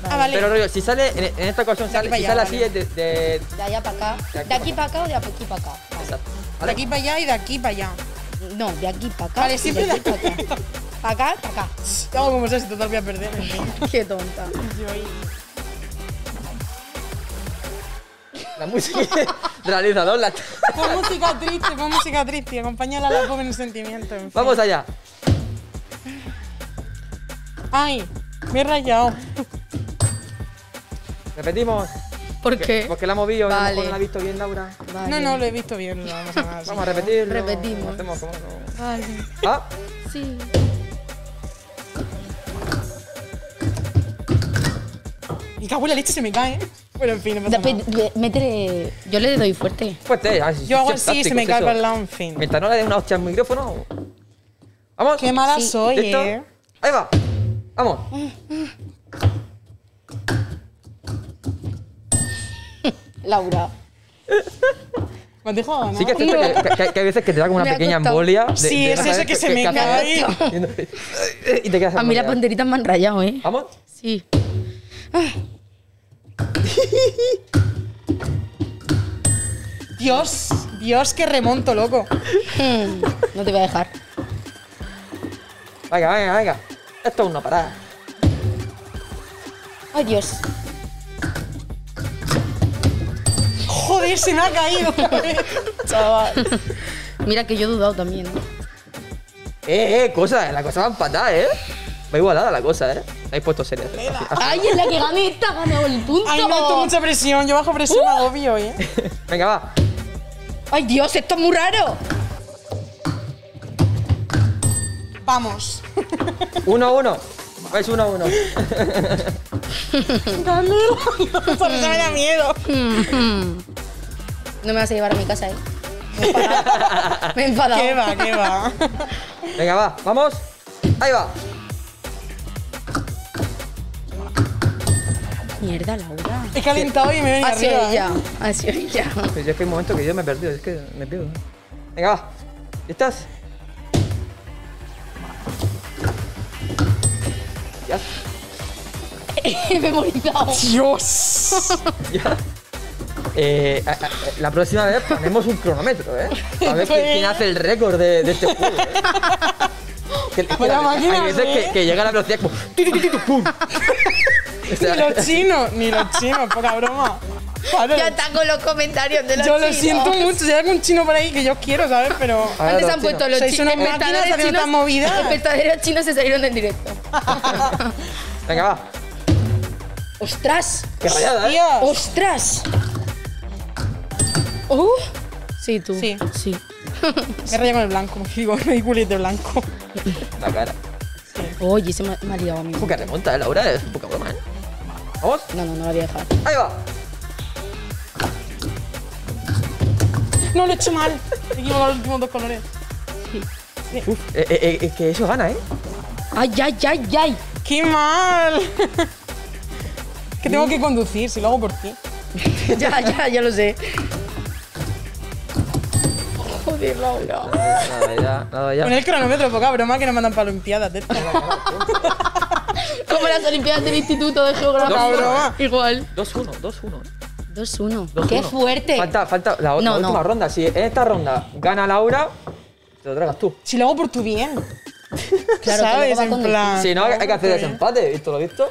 Speaker 4: Ah, vale.
Speaker 1: Pero rollo, si sale, en, en esta ocasión sale,
Speaker 4: para
Speaker 1: si
Speaker 4: allá,
Speaker 1: sale así
Speaker 4: vale.
Speaker 1: es de. de-
Speaker 5: De allá para acá. De aquí para acá o de aquí para acá.
Speaker 1: exacto.
Speaker 4: De
Speaker 1: Vale,
Speaker 4: aquí para allá y de aquí para allá.
Speaker 5: No, de aquí para acá.
Speaker 4: Vale,
Speaker 5: y
Speaker 4: siempre
Speaker 5: de aquí
Speaker 4: de-
Speaker 5: para acá. Para acá, para acá.
Speaker 4: Hago como sea, si total voy a perder. en fin.
Speaker 5: Qué tonta.
Speaker 4: Yo ahí.
Speaker 1: la música. Realizador, la.
Speaker 4: Pon música triste, pon música triste y acompáñala a la pobre en el sentimiento. en fin.
Speaker 1: Vamos allá.
Speaker 4: Ay, me he rayado.
Speaker 1: Repetimos.
Speaker 5: ¿Por
Speaker 1: Que-
Speaker 5: qué?
Speaker 1: Porque la hemos visto, y a lo
Speaker 5: Vale.
Speaker 1: mejor no la ha visto bien Laura.
Speaker 4: No, no, lo he visto bien. No, vamos a nada, sí.
Speaker 1: Vamos a repetirlo.
Speaker 5: Repetimos.
Speaker 1: Hacemos como no.
Speaker 4: Ay,
Speaker 1: Ah,
Speaker 5: Sí.
Speaker 4: me cago en la leche, este se me cae. ¿eh? Bueno, en fin, no pasa nada.
Speaker 5: métele. Yo le doy fuerte.
Speaker 1: pues te. ay,
Speaker 4: Yo hago
Speaker 1: sí,
Speaker 4: así,
Speaker 1: táctico,
Speaker 4: se me cae
Speaker 1: eso.
Speaker 4: para el lado, en fin.
Speaker 1: Mientras no le des una hostia al micrófono. Vamos.
Speaker 4: Qué mala
Speaker 5: Sí.
Speaker 4: soy,
Speaker 1: ¿Listo?
Speaker 4: eh.
Speaker 1: Ahí va. Vamos.
Speaker 5: Laura.
Speaker 4: ¿Me has dejado ganar?
Speaker 1: Sí que es cierto que, que- que hay veces que te da como una
Speaker 5: Me ha
Speaker 1: pequeña
Speaker 5: costado.
Speaker 1: embolia. de-
Speaker 4: Sí,
Speaker 1: de
Speaker 4: es
Speaker 1: no
Speaker 4: eso
Speaker 1: saber
Speaker 4: que
Speaker 1: qué-
Speaker 4: se
Speaker 1: qué
Speaker 4: me
Speaker 1: hacer.
Speaker 4: cae.
Speaker 1: Y te quedas
Speaker 5: A mí las
Speaker 1: emboleado.
Speaker 5: banderitas me han rayado, ¿eh?
Speaker 1: Vamos.
Speaker 5: Sí.
Speaker 4: Dios, Dios, que remonto, loco.
Speaker 5: Hmm, No te voy a dejar.
Speaker 1: Venga, venga, venga. Esto es una parada.
Speaker 5: Ay, Dios.
Speaker 4: Joder, se me ha caído. Chaval.
Speaker 5: Mira que yo he dudado también. ¿eh?
Speaker 1: Eh, eh, cosa. La cosa va empatada, eh. Va igualada la cosa, eh. La habéis puesto seria.
Speaker 5: Ay, es la que gané esta, ganó el punto.
Speaker 4: Ay, no, esto es mucha presión. Yo bajo presión agobio, eh.
Speaker 1: Venga, va.
Speaker 5: Ay, Dios, esto es muy raro.
Speaker 4: Vamos.
Speaker 1: Uno a uno. Vais uno a uno.
Speaker 4: Camilo. Eso me da miedo.
Speaker 5: Hmm. No me vas a llevar a mi casa, ¿eh? Me he enfadado.
Speaker 4: ¿Qué va, qué va?
Speaker 1: Venga, va. Vamos. Ahí va.
Speaker 5: Mierda, Laura.
Speaker 4: He calentado y me venía
Speaker 5: Ha sido
Speaker 4: arriba.
Speaker 5: ella.
Speaker 4: eh.
Speaker 5: Ha sido ella.
Speaker 1: Pues yo es que hay un momento que yo me he perdido. Es que me pierdo. Venga, va. ¿Listas? Ya.
Speaker 5: Me he morizado.
Speaker 4: ¿eh? Dios.
Speaker 1: Ya. Eh, a- a- la próxima vez ponemos un cronómetro, ¿eh? A ver quién, quién hace el récord de, de este juego. ¿eh? Que-
Speaker 5: Pues
Speaker 1: que
Speaker 4: Vaya
Speaker 1: hay-
Speaker 4: máquina,
Speaker 1: hay veces
Speaker 4: ¿eh?
Speaker 1: que, que llega la velocidad como. tu, tu, tu, tu, pum. O
Speaker 4: Ni
Speaker 1: sea,
Speaker 4: los chinos, ni los chinos, poca broma. Claro,
Speaker 5: Ya está con los comentarios de los
Speaker 4: yo lo
Speaker 5: chinos.
Speaker 4: siento mucho. Si hay algún chino por ahí que yo quiero, ¿sabes? Pero.
Speaker 1: A ver,
Speaker 5: Antes
Speaker 1: los
Speaker 5: han puesto
Speaker 1: chinos.
Speaker 5: los
Speaker 4: Sois unos
Speaker 5: chinos.
Speaker 4: máquinas haciendo
Speaker 5: chinos,
Speaker 4: estas movidas.
Speaker 5: espectadores chinos se salieron en directo.
Speaker 1: Venga, va.
Speaker 5: ¡Ostras!
Speaker 1: Qué rayada, ¿eh?
Speaker 4: Dios.
Speaker 5: ¡Ostras! ¡Uh! Sí, tú.
Speaker 4: Sí.
Speaker 5: Sí.
Speaker 4: Me rayé con el blanco, me digo, me di culete blanco.
Speaker 1: La cara.
Speaker 5: Oye, se me, ha- me ha liado a mí.
Speaker 1: Ojo que remonta, ¿eh, Laura? Es poca broma, ¿eh? Vamos.
Speaker 5: No, no, no la voy a dejar.
Speaker 1: Ahí va.
Speaker 4: No, lo he hecho mal. He equivocado los últimos dos colores.
Speaker 1: Uf, eh, eh, eh, es que eso gana, ¿eh?
Speaker 5: ¡Ay, ay, ay, ay!
Speaker 4: ¡Qué mal! que tengo que conducir, si lo hago por ti.
Speaker 5: ya, ya, ya lo sé. Joder, Laura.
Speaker 1: Nada, ya, nada,
Speaker 4: Con
Speaker 1: ya.
Speaker 4: el cronómetro, poca broma, que nos mandan para Olimpiadas. de esto.
Speaker 5: Como las Olimpiadas del Instituto de
Speaker 1: Dos,
Speaker 5: Geografía.
Speaker 1: uno,
Speaker 4: broma.
Speaker 5: Igual.
Speaker 1: 2-1, 2-1. ¿eh?
Speaker 5: 2-1.
Speaker 1: 2-1.
Speaker 5: ¡Qué fuerte!
Speaker 1: Falta, falta la, o-
Speaker 5: No,
Speaker 1: la última
Speaker 5: no.
Speaker 1: ronda. Si en esta ronda gana Laura, te lo tragas tú.
Speaker 4: Si lo hago por tu bien.
Speaker 5: Claro, que
Speaker 4: ¿Sabes?
Speaker 5: luego va
Speaker 4: En
Speaker 5: con
Speaker 4: plan. ¿eh?
Speaker 1: Si no, hay hay que hacer
Speaker 4: Oye.
Speaker 1: desempate, ¿visto lo visto?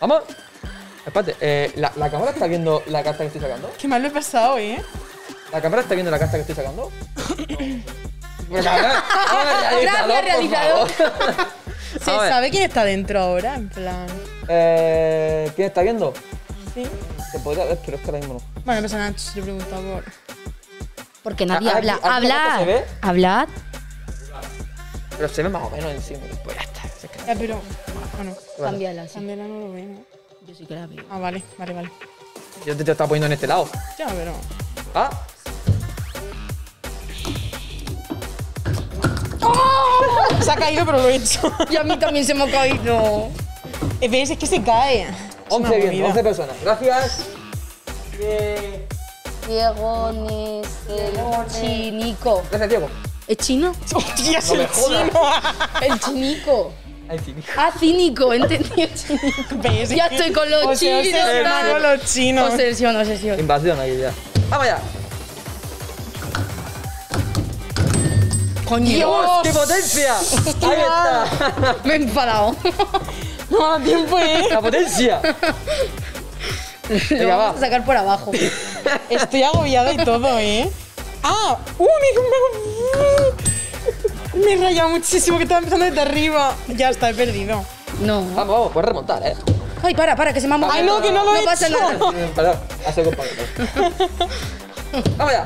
Speaker 1: Vamos. Espérate, eh, la, la cámara está viendo la carta que estoy sacando?
Speaker 4: Qué mal lo he pasado, ¿eh?
Speaker 1: ¿La cámara está viendo la carta que estoy sacando? Pero, cabrón, vamos,
Speaker 5: Gracias, realizador.
Speaker 1: por favor.
Speaker 4: Se
Speaker 1: A ver.
Speaker 4: sabe quién está dentro ahora, en plan.
Speaker 1: Eh, ¿Quién está viendo?
Speaker 4: Sí.
Speaker 1: Se podría ver, pero es que ahora mismo no.
Speaker 4: Bueno, pues nada, yo he preguntado por.
Speaker 5: Porque nadie
Speaker 1: Ah,
Speaker 5: habla.
Speaker 1: aquí- aquí abajo se
Speaker 5: hablad.
Speaker 1: ve.
Speaker 5: Hablad.
Speaker 1: Pero se ve más o menos encima. Pues ya está. es que no.
Speaker 4: Ya, pero. Bueno,
Speaker 1: Vale.
Speaker 5: Cámbiala, sí.
Speaker 4: Candela no lo ve, ¿no?
Speaker 5: Yo sí que la veo.
Speaker 4: Ah, vale, vale, vale.
Speaker 1: Yo te, te estaba poniendo en este lado.
Speaker 4: Ya, pero.
Speaker 1: Ah,
Speaker 4: Se ha caído, pero lo he hecho.
Speaker 5: Y a mí también se me ha caído.
Speaker 4: Eh, ¿Ves? Es que se cae.
Speaker 1: 11 bien,
Speaker 4: movida.
Speaker 1: 11 personas. Gracias. Eh,
Speaker 5: Diego, el chinico.
Speaker 1: Gracias, Diego.
Speaker 5: ¿Es chino?
Speaker 4: ¡Hostias,
Speaker 1: No me
Speaker 4: el
Speaker 1: jodas.
Speaker 4: chino!
Speaker 5: El chinico.
Speaker 1: Ay, sí, mijo.
Speaker 5: Ah, cínico, entendí el chinico.
Speaker 4: ¿Ves? Es
Speaker 5: Ya
Speaker 4: que
Speaker 5: estoy con los
Speaker 4: os he
Speaker 5: chinos,
Speaker 4: obsesionado
Speaker 5: tal.
Speaker 4: con los chinos.
Speaker 5: Obsesión, obsesión.
Speaker 1: Invasión aquí ya. ¡Vamos allá!
Speaker 5: Coño,
Speaker 1: ¡Dios! Oh, ¡Qué potencia! ¡Ahí está!
Speaker 5: me he enfadado.
Speaker 4: No me da tiempo, ¿eh?
Speaker 1: ¡La potencia!
Speaker 5: Lo
Speaker 1: Venga,
Speaker 5: vamos a
Speaker 1: va.
Speaker 5: sacar por abajo.
Speaker 4: Estoy agobiada y todo, ¿eh? ¡Ah! ¡Uh! Me, me, me he rayado muchísimo que estaba empezando desde arriba. Ya está, he perdido.
Speaker 5: No.
Speaker 1: Vamos, vamos, puedes remontar, eh.
Speaker 5: Ay, para, para, que se me ha mojado.
Speaker 4: Ay, no, que no lo he
Speaker 5: pasa
Speaker 4: hecho.
Speaker 5: nada.
Speaker 1: Perdón, hace compadre. Vamos ya.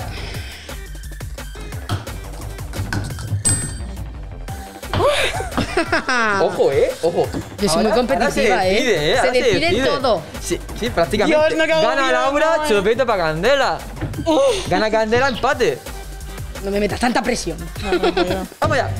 Speaker 1: Ojo, eh, ojo.
Speaker 5: Yo soy muy competitiva,
Speaker 1: ahora se
Speaker 5: ¿eh?
Speaker 1: decide, ¿eh?
Speaker 5: Se
Speaker 1: Ahora
Speaker 5: decide todo.
Speaker 1: Sí, sí, prácticamente.
Speaker 4: Dios, no acabo
Speaker 1: Gana
Speaker 4: de
Speaker 1: Laura,
Speaker 4: mirar,
Speaker 1: chupito para Candela. Gana Candela, empate.
Speaker 5: No me metas tanta presión.
Speaker 1: Vamos ya.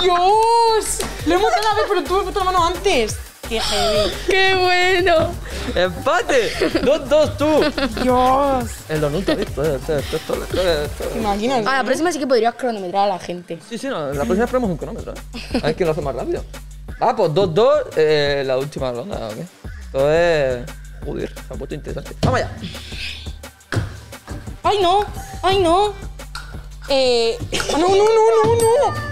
Speaker 4: ¡Dios! Lo hemos dado la vez, pero tú me puesto la mano antes. ¡Qué heavy!
Speaker 5: ¡Qué bueno!
Speaker 1: Empate. Dos, dos, tú.
Speaker 4: ¡Dios!
Speaker 1: El donuto, esto, esto, esto, esto, esto, esto.
Speaker 4: ¿Te imaginas?
Speaker 5: A Ah, la próxima sí que podrías cronometrar a la gente.
Speaker 1: este, Sí, sí, no, la próxima ponemos un cronómetro. ¿eh? A ver quién lo hace más rápido. Ah, pues 2-2, dos, dos, eh, la última ronda, ¿o qué? Esto es. Joder, se ha puesto interesante. Vamos allá.
Speaker 5: ¡Ay, no! ¡Ay, no!
Speaker 4: Eh, no, no, no, no, no.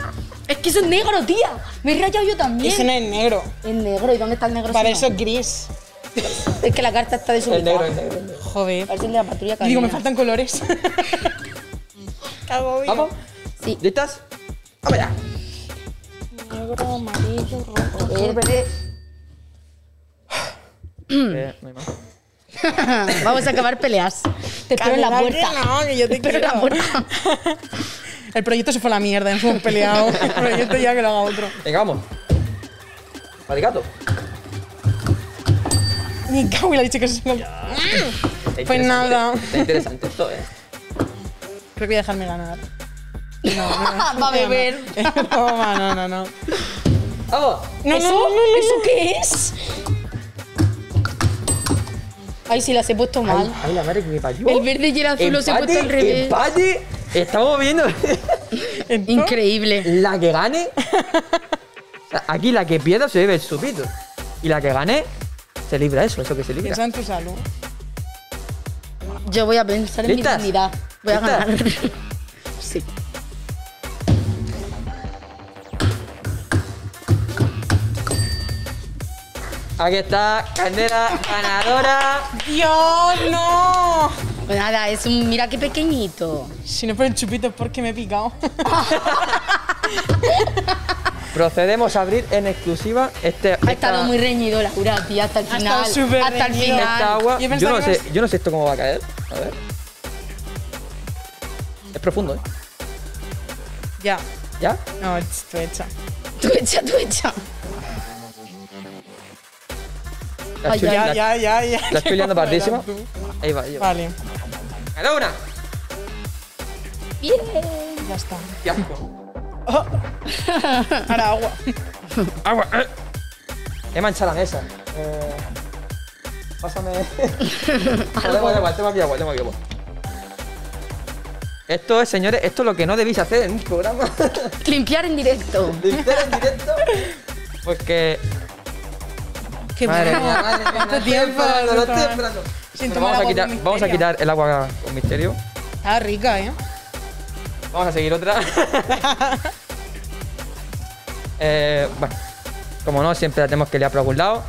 Speaker 5: Es que eso es negro, tía. Me he rayado yo también.
Speaker 4: Ese no es negro.
Speaker 5: Es negro. ¿Y dónde está el negro?
Speaker 4: Vale,
Speaker 5: si
Speaker 4: eso
Speaker 5: no?
Speaker 4: es gris.
Speaker 5: Es que la carta está desubicada.
Speaker 1: El negro, el negro. el negro.
Speaker 4: Joder.
Speaker 5: Parece el de la patrulla
Speaker 4: Y digo, me
Speaker 5: canina.
Speaker 4: faltan colores. Cago bien.
Speaker 1: ¿Vamos?
Speaker 5: Sí.
Speaker 1: ¿Listas? Vamos allá.
Speaker 4: Negro, amarillo, rojo.
Speaker 5: Verde.
Speaker 1: Eh, no hay más.
Speaker 5: Vamos a acabar peleas. Te espero en la
Speaker 4: Candelaria,
Speaker 5: puerta.
Speaker 4: No, que yo te
Speaker 5: Pero
Speaker 4: quiero.
Speaker 5: la puerta.
Speaker 4: El proyecto se fue a la mierda, nos hemos peleado. El proyecto ya que lo haga otro.
Speaker 1: Venga, vamos. Maricato.
Speaker 4: Ni cago y le ha dicho que eso es
Speaker 1: Está
Speaker 4: Pues
Speaker 1: interesante,
Speaker 4: nada.
Speaker 1: Está interesante esto, ¿eh?
Speaker 4: Creo que voy a dejarme ganar. No, no, no.
Speaker 5: Va a beber.
Speaker 4: No, no, no, no.
Speaker 1: ¡Vamos!
Speaker 4: No,
Speaker 5: ¿Eso?
Speaker 4: no, no, no,
Speaker 5: ¿Eso qué es? Ay, sí, las he puesto mal.
Speaker 1: Ay, ay, la madre que me parió.
Speaker 5: El verde y el azul los he
Speaker 1: Empate,
Speaker 5: puesto al revés.
Speaker 1: ¡Empate! Estamos viendo.
Speaker 5: Increíble.
Speaker 1: La que gane. O sea, Aquí la que pierda se bebe el supito. Y la que gane se libra eso, eso que se libra.
Speaker 4: Piensa en tu salud.
Speaker 5: Yo voy a pensar en mi
Speaker 1: ¿Listas?
Speaker 5: dignidad. Voy a
Speaker 1: ¿Listas?
Speaker 5: ganar. Sí.
Speaker 1: Aquí está, Candela ganadora.
Speaker 4: ¡Dios, no!
Speaker 5: Pues nada, es un. Mira qué pequeñito.
Speaker 4: Si no es por el chupito es porque me he picado.
Speaker 1: Procedemos a abrir en exclusiva este.
Speaker 5: Ha estado muy reñido Laura, tía, hasta el
Speaker 4: Ha
Speaker 5: final.
Speaker 4: estado súper
Speaker 5: hasta el
Speaker 4: reñido.
Speaker 1: Esta
Speaker 5: final.
Speaker 1: agua.
Speaker 4: Yo
Speaker 1: Yo,
Speaker 4: pensaba
Speaker 1: no
Speaker 4: que
Speaker 1: sé, yo no sé esto cómo va a caer. A ver. Es profundo, ¿eh?
Speaker 4: ya.
Speaker 1: ¿Ya?
Speaker 4: No, estoy hecha.
Speaker 5: Tú echa, tú echa.
Speaker 1: La
Speaker 5: Ay,
Speaker 1: estoy-
Speaker 4: Ya,
Speaker 1: la-
Speaker 4: ya, ya, ya.
Speaker 1: La estoy liando pardísima.
Speaker 4: Tú.
Speaker 1: Ahí va, yo.
Speaker 4: Vale,
Speaker 1: ¡Ganó una!
Speaker 5: Bien.
Speaker 4: ya está.
Speaker 1: ¡Qué asco!
Speaker 4: Ahora agua.
Speaker 1: ¡Agua! eh. He manchado la mesa. Eh, pásame. tengo, tengo, tengo aquí agua, tengo aquí agua. Esto es, señores, esto es lo que no debéis hacer en un programa.
Speaker 5: Limpiar en directo.
Speaker 1: de entero en directo. Porque.
Speaker 4: Qué
Speaker 1: Madre
Speaker 4: bueno.
Speaker 1: mía, madre mía,
Speaker 4: ¿Cuánto
Speaker 1: lo estoy
Speaker 4: tiempo?
Speaker 1: esperando, lo estoy
Speaker 4: Sin
Speaker 1: esperando.
Speaker 4: tomar
Speaker 1: Bueno, vamos,
Speaker 4: agua
Speaker 1: a
Speaker 4: con
Speaker 1: quitar, vamos a
Speaker 4: misterio.
Speaker 1: quitar el agua con misterio.
Speaker 4: Está rica, ¿eh?
Speaker 1: Vamos a seguir otra. Eh, bueno, como no, siempre la tenemos que liar por algún lado.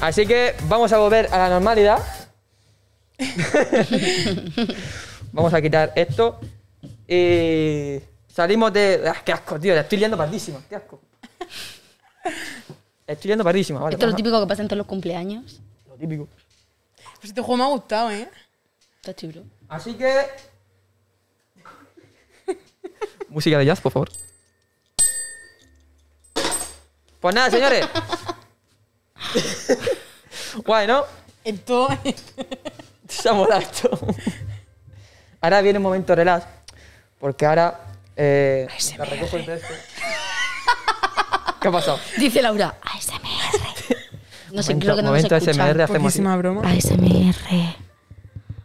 Speaker 1: Así que vamos a volver a la normalidad. vamos a quitar esto. Y salimos de. ah, ¡Qué asco, tío! La estoy liando pardísima. ¡Qué asco! La Estoy liando pardísima, vale.
Speaker 5: Esto es lo
Speaker 1: vamos
Speaker 5: típico que pasa en todos los cumpleaños.
Speaker 1: a- lo típico.
Speaker 4: Pues este juego me ha gustado, ¿eh?
Speaker 5: Está chulo.
Speaker 1: Así que. Música de jazz, por favor. Pues nada, señores. Guay, ¿no?
Speaker 4: Esto.
Speaker 1: Se ha molado esto. Ahora viene un momento relax. Porque ahora. Eh, la recojo el texto. ¿Qué ha pasado?
Speaker 5: Dice Laura, ASMR. No sé,
Speaker 1: Momento-
Speaker 5: creo que no me
Speaker 1: momento
Speaker 5: escucha.
Speaker 1: ASMR. hacemos así.
Speaker 4: Poquísima broma.
Speaker 6: ASMR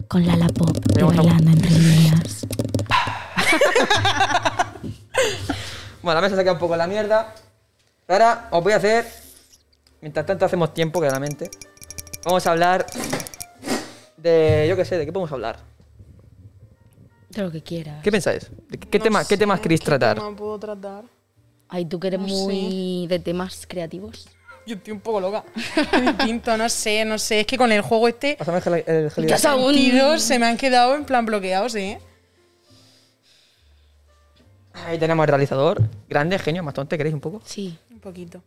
Speaker 6: con Lala Pop y
Speaker 1: Tenemos agua.
Speaker 6: bailando entre líneas.
Speaker 1: Bueno, la mesa se ha quedado un poco en la mierda. Ahora os voy a hacer. Mientras tanto hacemos tiempo, claramente. Vamos a hablar de. Yo qué sé, ¿de qué podemos hablar?
Speaker 5: De lo que quieras.
Speaker 1: ¿Qué pensáis? ¿De ¿Qué, qué
Speaker 4: No
Speaker 1: tema, ¿qué
Speaker 4: sé,
Speaker 1: temas queréis tratar?
Speaker 4: ¿Qué tema puedo tratar?
Speaker 5: Ay, tú que eres
Speaker 4: No
Speaker 5: muy de temas creativos.
Speaker 4: Yo estoy un poco loca. Distinto, no sé, no sé. Es que con el juego este.
Speaker 1: Pásame el gel- el gel
Speaker 5: Ya
Speaker 1: hidratante.
Speaker 5: sabes. Aún-
Speaker 4: Sentidos se me han quedado en plan bloqueados, ¿eh?
Speaker 1: Ahí tenemos el realizador. Grande, genio, mastón, ¿te queréis un poco?
Speaker 5: Sí.
Speaker 4: Un poquito.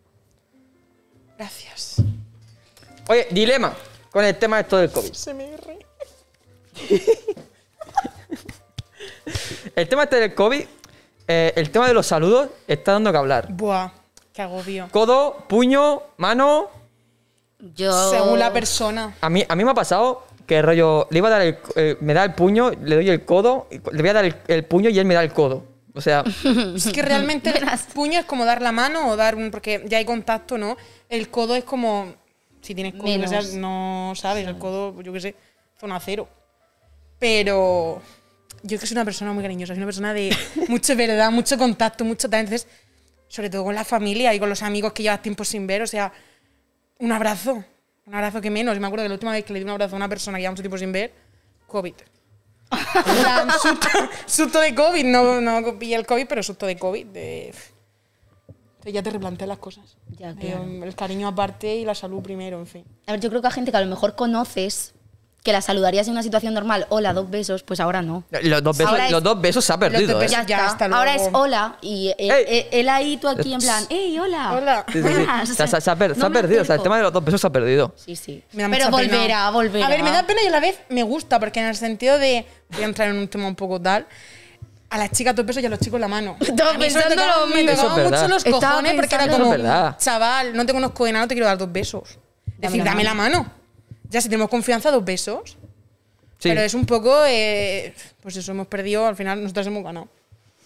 Speaker 4: Gracias.
Speaker 1: Oye, dilema con el tema de esto del COVID.
Speaker 4: Se me ríe.
Speaker 1: El tema este del COVID, eh, el tema de los saludos está dando que hablar.
Speaker 4: Buah, qué agobio.
Speaker 1: Codo, puño, mano.
Speaker 7: Yo.
Speaker 4: Según la persona.
Speaker 1: A mí, a mí me ha pasado que rollo, le iba a dar el, eh, me da el puño, le doy el codo, y cu- le voy a dar el, el puño y él me da el codo. O sea,
Speaker 4: Es que realmente el puño es como dar la mano o dar un. Porque ya hay contacto, ¿no? El codo es como. Si tienes codo,
Speaker 5: Menos.
Speaker 4: o sea, no sabes. El codo, yo qué sé, zona cero. Pero. Yo es que soy una persona muy cariñosa, soy una persona de mucho verdad, mucho contacto, mucho tal. Entonces, sobre todo con la familia y con los amigos que llevas tiempo sin ver, o sea, un abrazo. Un abrazo que menos. Me acuerdo que la última vez que le di un abrazo a una persona que llevaba mucho tiempo sin ver, COVID. O sea, un susto, susto de COVID, no, no pillé el COVID, pero susto de COVID. de- Entonces ya te replanteas las cosas.
Speaker 5: Ya,
Speaker 4: Eh,
Speaker 5: claro.
Speaker 4: El cariño aparte y la salud primero, en fin.
Speaker 5: A ver, yo creo que a gente que a lo mejor conoces, que la saludarías en una situación normal, hola, dos besos, pues ahora no.
Speaker 1: los dos besos,
Speaker 5: Ahora es-
Speaker 1: los dos besos se ha
Speaker 4: dos
Speaker 1: perdido. ¿eh?
Speaker 4: besos- Ya, hasta luego.
Speaker 5: ahora es hola y eh,
Speaker 1: Ey.
Speaker 5: eh, él ahí, tú aquí en plan, ¡Ey, hola!
Speaker 4: Hola.
Speaker 1: Sí, sí, sí.
Speaker 4: Ah,
Speaker 1: O sea, se, se ha per- se
Speaker 5: No
Speaker 1: ha
Speaker 5: me
Speaker 1: perdido. O sea, el
Speaker 5: acerco.
Speaker 1: tema de los dos besos se ha perdido.
Speaker 5: Sí, sí.
Speaker 4: Me da
Speaker 5: Pero
Speaker 4: mucha pena.
Speaker 5: volverá, volverá.
Speaker 4: A ver, me da pena y a la vez me gusta, porque en el sentido de. Voy a entrar en un tema un poco tal. A las chicas dos besos y a los chicos la mano.
Speaker 5: Estaba
Speaker 4: A mí eso me
Speaker 5: pensando
Speaker 4: tocaba-
Speaker 5: lo
Speaker 4: me
Speaker 5: mismo.
Speaker 1: Eso es
Speaker 4: tocaba mucho
Speaker 1: verdad.
Speaker 4: los
Speaker 5: Estaba
Speaker 4: cojones porque era
Speaker 5: pensando-
Speaker 1: Eso
Speaker 4: como,
Speaker 1: es verdad.
Speaker 4: chaval, no te conozco de nada, no te quiero dar dos besos. Es decir, dame la mano. Ya, si tenemos confianza, dos besos.
Speaker 1: Sí.
Speaker 4: Pero es un poco. eh, pues eso, hemos perdido, al final nosotros hemos ganado.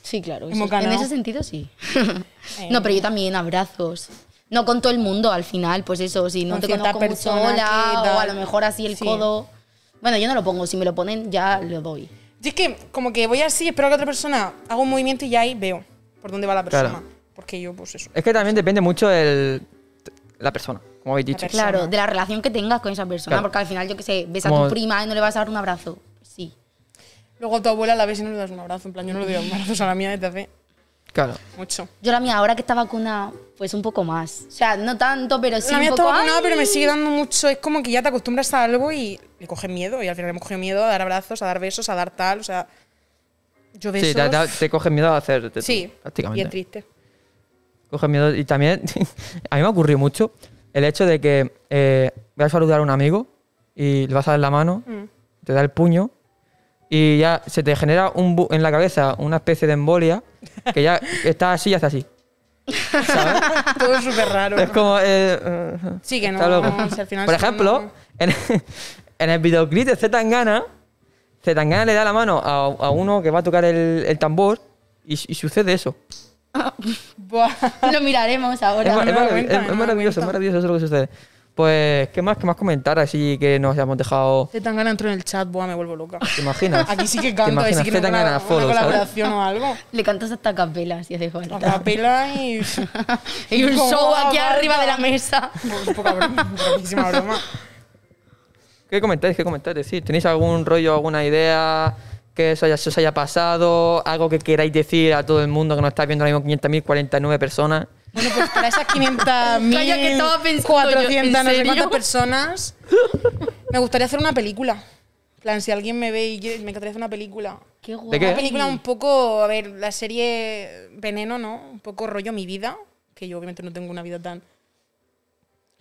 Speaker 5: Sí, claro.
Speaker 4: Hemos
Speaker 5: eso- en
Speaker 4: ganado.
Speaker 5: ese sentido, sí. no,
Speaker 4: Eh.
Speaker 5: pero yo también, abrazos. No con todo el mundo al final, pues eso, si no
Speaker 4: Con
Speaker 5: te
Speaker 4: cierta
Speaker 5: conozco
Speaker 4: persona
Speaker 5: mucho, hola,
Speaker 4: que
Speaker 5: o a
Speaker 4: tal.
Speaker 5: lo mejor así el
Speaker 4: Sí.
Speaker 5: codo. Bueno, yo no lo pongo, si me lo ponen ya lo doy.
Speaker 4: Yo es que como que voy así, espero que otra persona haga un movimiento y ya ahí veo por dónde va la persona.
Speaker 1: Claro.
Speaker 4: Porque yo, pues eso.
Speaker 1: Es que también depende mucho el, la persona, como habéis dicho.
Speaker 4: La persona.
Speaker 5: Claro, de la relación que tengas con esa persona,
Speaker 1: Claro.
Speaker 5: porque al final, yo que sé, ves a
Speaker 1: Como-
Speaker 5: tu prima y no le vas a dar un abrazo. Sí.
Speaker 4: Luego a tu abuela la ves y no le das un abrazo. En plan, yo no le doy abrazos a la mía desde hace
Speaker 1: Claro.
Speaker 4: mucho.
Speaker 5: Yo la mía, ahora que está vacunada, pues un poco más. O sea, no tanto, pero sí
Speaker 4: la
Speaker 5: un
Speaker 4: mía está
Speaker 5: poco
Speaker 4: vacunada,
Speaker 5: "Ay".
Speaker 4: pero me sigue dando mucho. Es como que ya te acostumbras a algo y le coges miedo. Y al final hemos cogido miedo a dar abrazos, a dar besos, a dar tal. O sea, yo besos.
Speaker 1: Sí, te, te, te coges miedo a hacer. de-
Speaker 4: sí, y es
Speaker 1: prácticamente.
Speaker 4: triste.
Speaker 1: Coges miedo. Y también, a mí me ha ocurrido mucho el hecho de que eh, voy a saludar a un amigo y le vas a dar la mano,
Speaker 4: Mm.
Speaker 1: te da el puño y ya se te genera un bu- en la cabeza una especie de embolia que ya está así y hace así.
Speaker 4: Todo es súper raro.
Speaker 1: Es como. eh, eh,
Speaker 4: Sí, que no,
Speaker 1: hasta luego.
Speaker 4: si al final
Speaker 1: Por
Speaker 4: es que
Speaker 1: ejemplo,
Speaker 4: no.
Speaker 1: en, en el videoclip de Zetangana, Zetangana le da la mano a, a uno que va a tocar el, el tambor y, y sucede eso.
Speaker 4: Buah.
Speaker 5: Lo miraremos ahora.
Speaker 1: Es, ma-
Speaker 4: no me
Speaker 1: es
Speaker 4: doy
Speaker 1: marav-
Speaker 4: cuenta,
Speaker 1: es-
Speaker 4: no
Speaker 1: es
Speaker 4: me doy
Speaker 1: maravilloso, es
Speaker 4: cuenta.
Speaker 1: maravilloso eso lo que sucede. Pues, ¿qué más, qué más comentar así que nos hayamos dejado?
Speaker 4: Zetangana entró en el chat, buah, me vuelvo loca.
Speaker 1: ¿Te imaginas?
Speaker 4: Aquí sí que
Speaker 1: ¿Te
Speaker 4: canto, ahí sí
Speaker 1: imaginas
Speaker 4: que no
Speaker 1: Zetangana
Speaker 4: una,
Speaker 1: follow,
Speaker 4: una
Speaker 1: ¿sabes?
Speaker 4: colaboración o algo.
Speaker 5: Le cantas hasta a capela, si hace
Speaker 4: A
Speaker 5: falta.
Speaker 4: capela y.
Speaker 5: Y un
Speaker 4: como
Speaker 5: show
Speaker 4: la
Speaker 5: aquí
Speaker 4: banda.
Speaker 5: arriba de la mesa.
Speaker 4: Un poco broma, poquísima broma.
Speaker 1: ¿Qué comentáis? ¿Qué comentáis? Sí, ¿Tenéis algún rollo, alguna idea que eso haya- se os haya pasado? ¿Algo que queráis decir a todo el mundo que nos está viendo ahora mismo 500.049 personas?
Speaker 4: Bueno, pues para esas 500
Speaker 5: Calla, que estaba pensando yo,
Speaker 4: 400,
Speaker 5: ¿en
Speaker 4: no sé cuántas
Speaker 5: serio?
Speaker 4: personas, me gustaría hacer una película. En plan, si alguien me ve y quiere, me encantaría hacer una película.
Speaker 5: Qué
Speaker 1: ¿De
Speaker 5: guay.
Speaker 1: qué?
Speaker 4: Una película un poco, a ver, la serie Veneno, ¿no? Un poco rollo mi vida, que yo obviamente no tengo una vida tan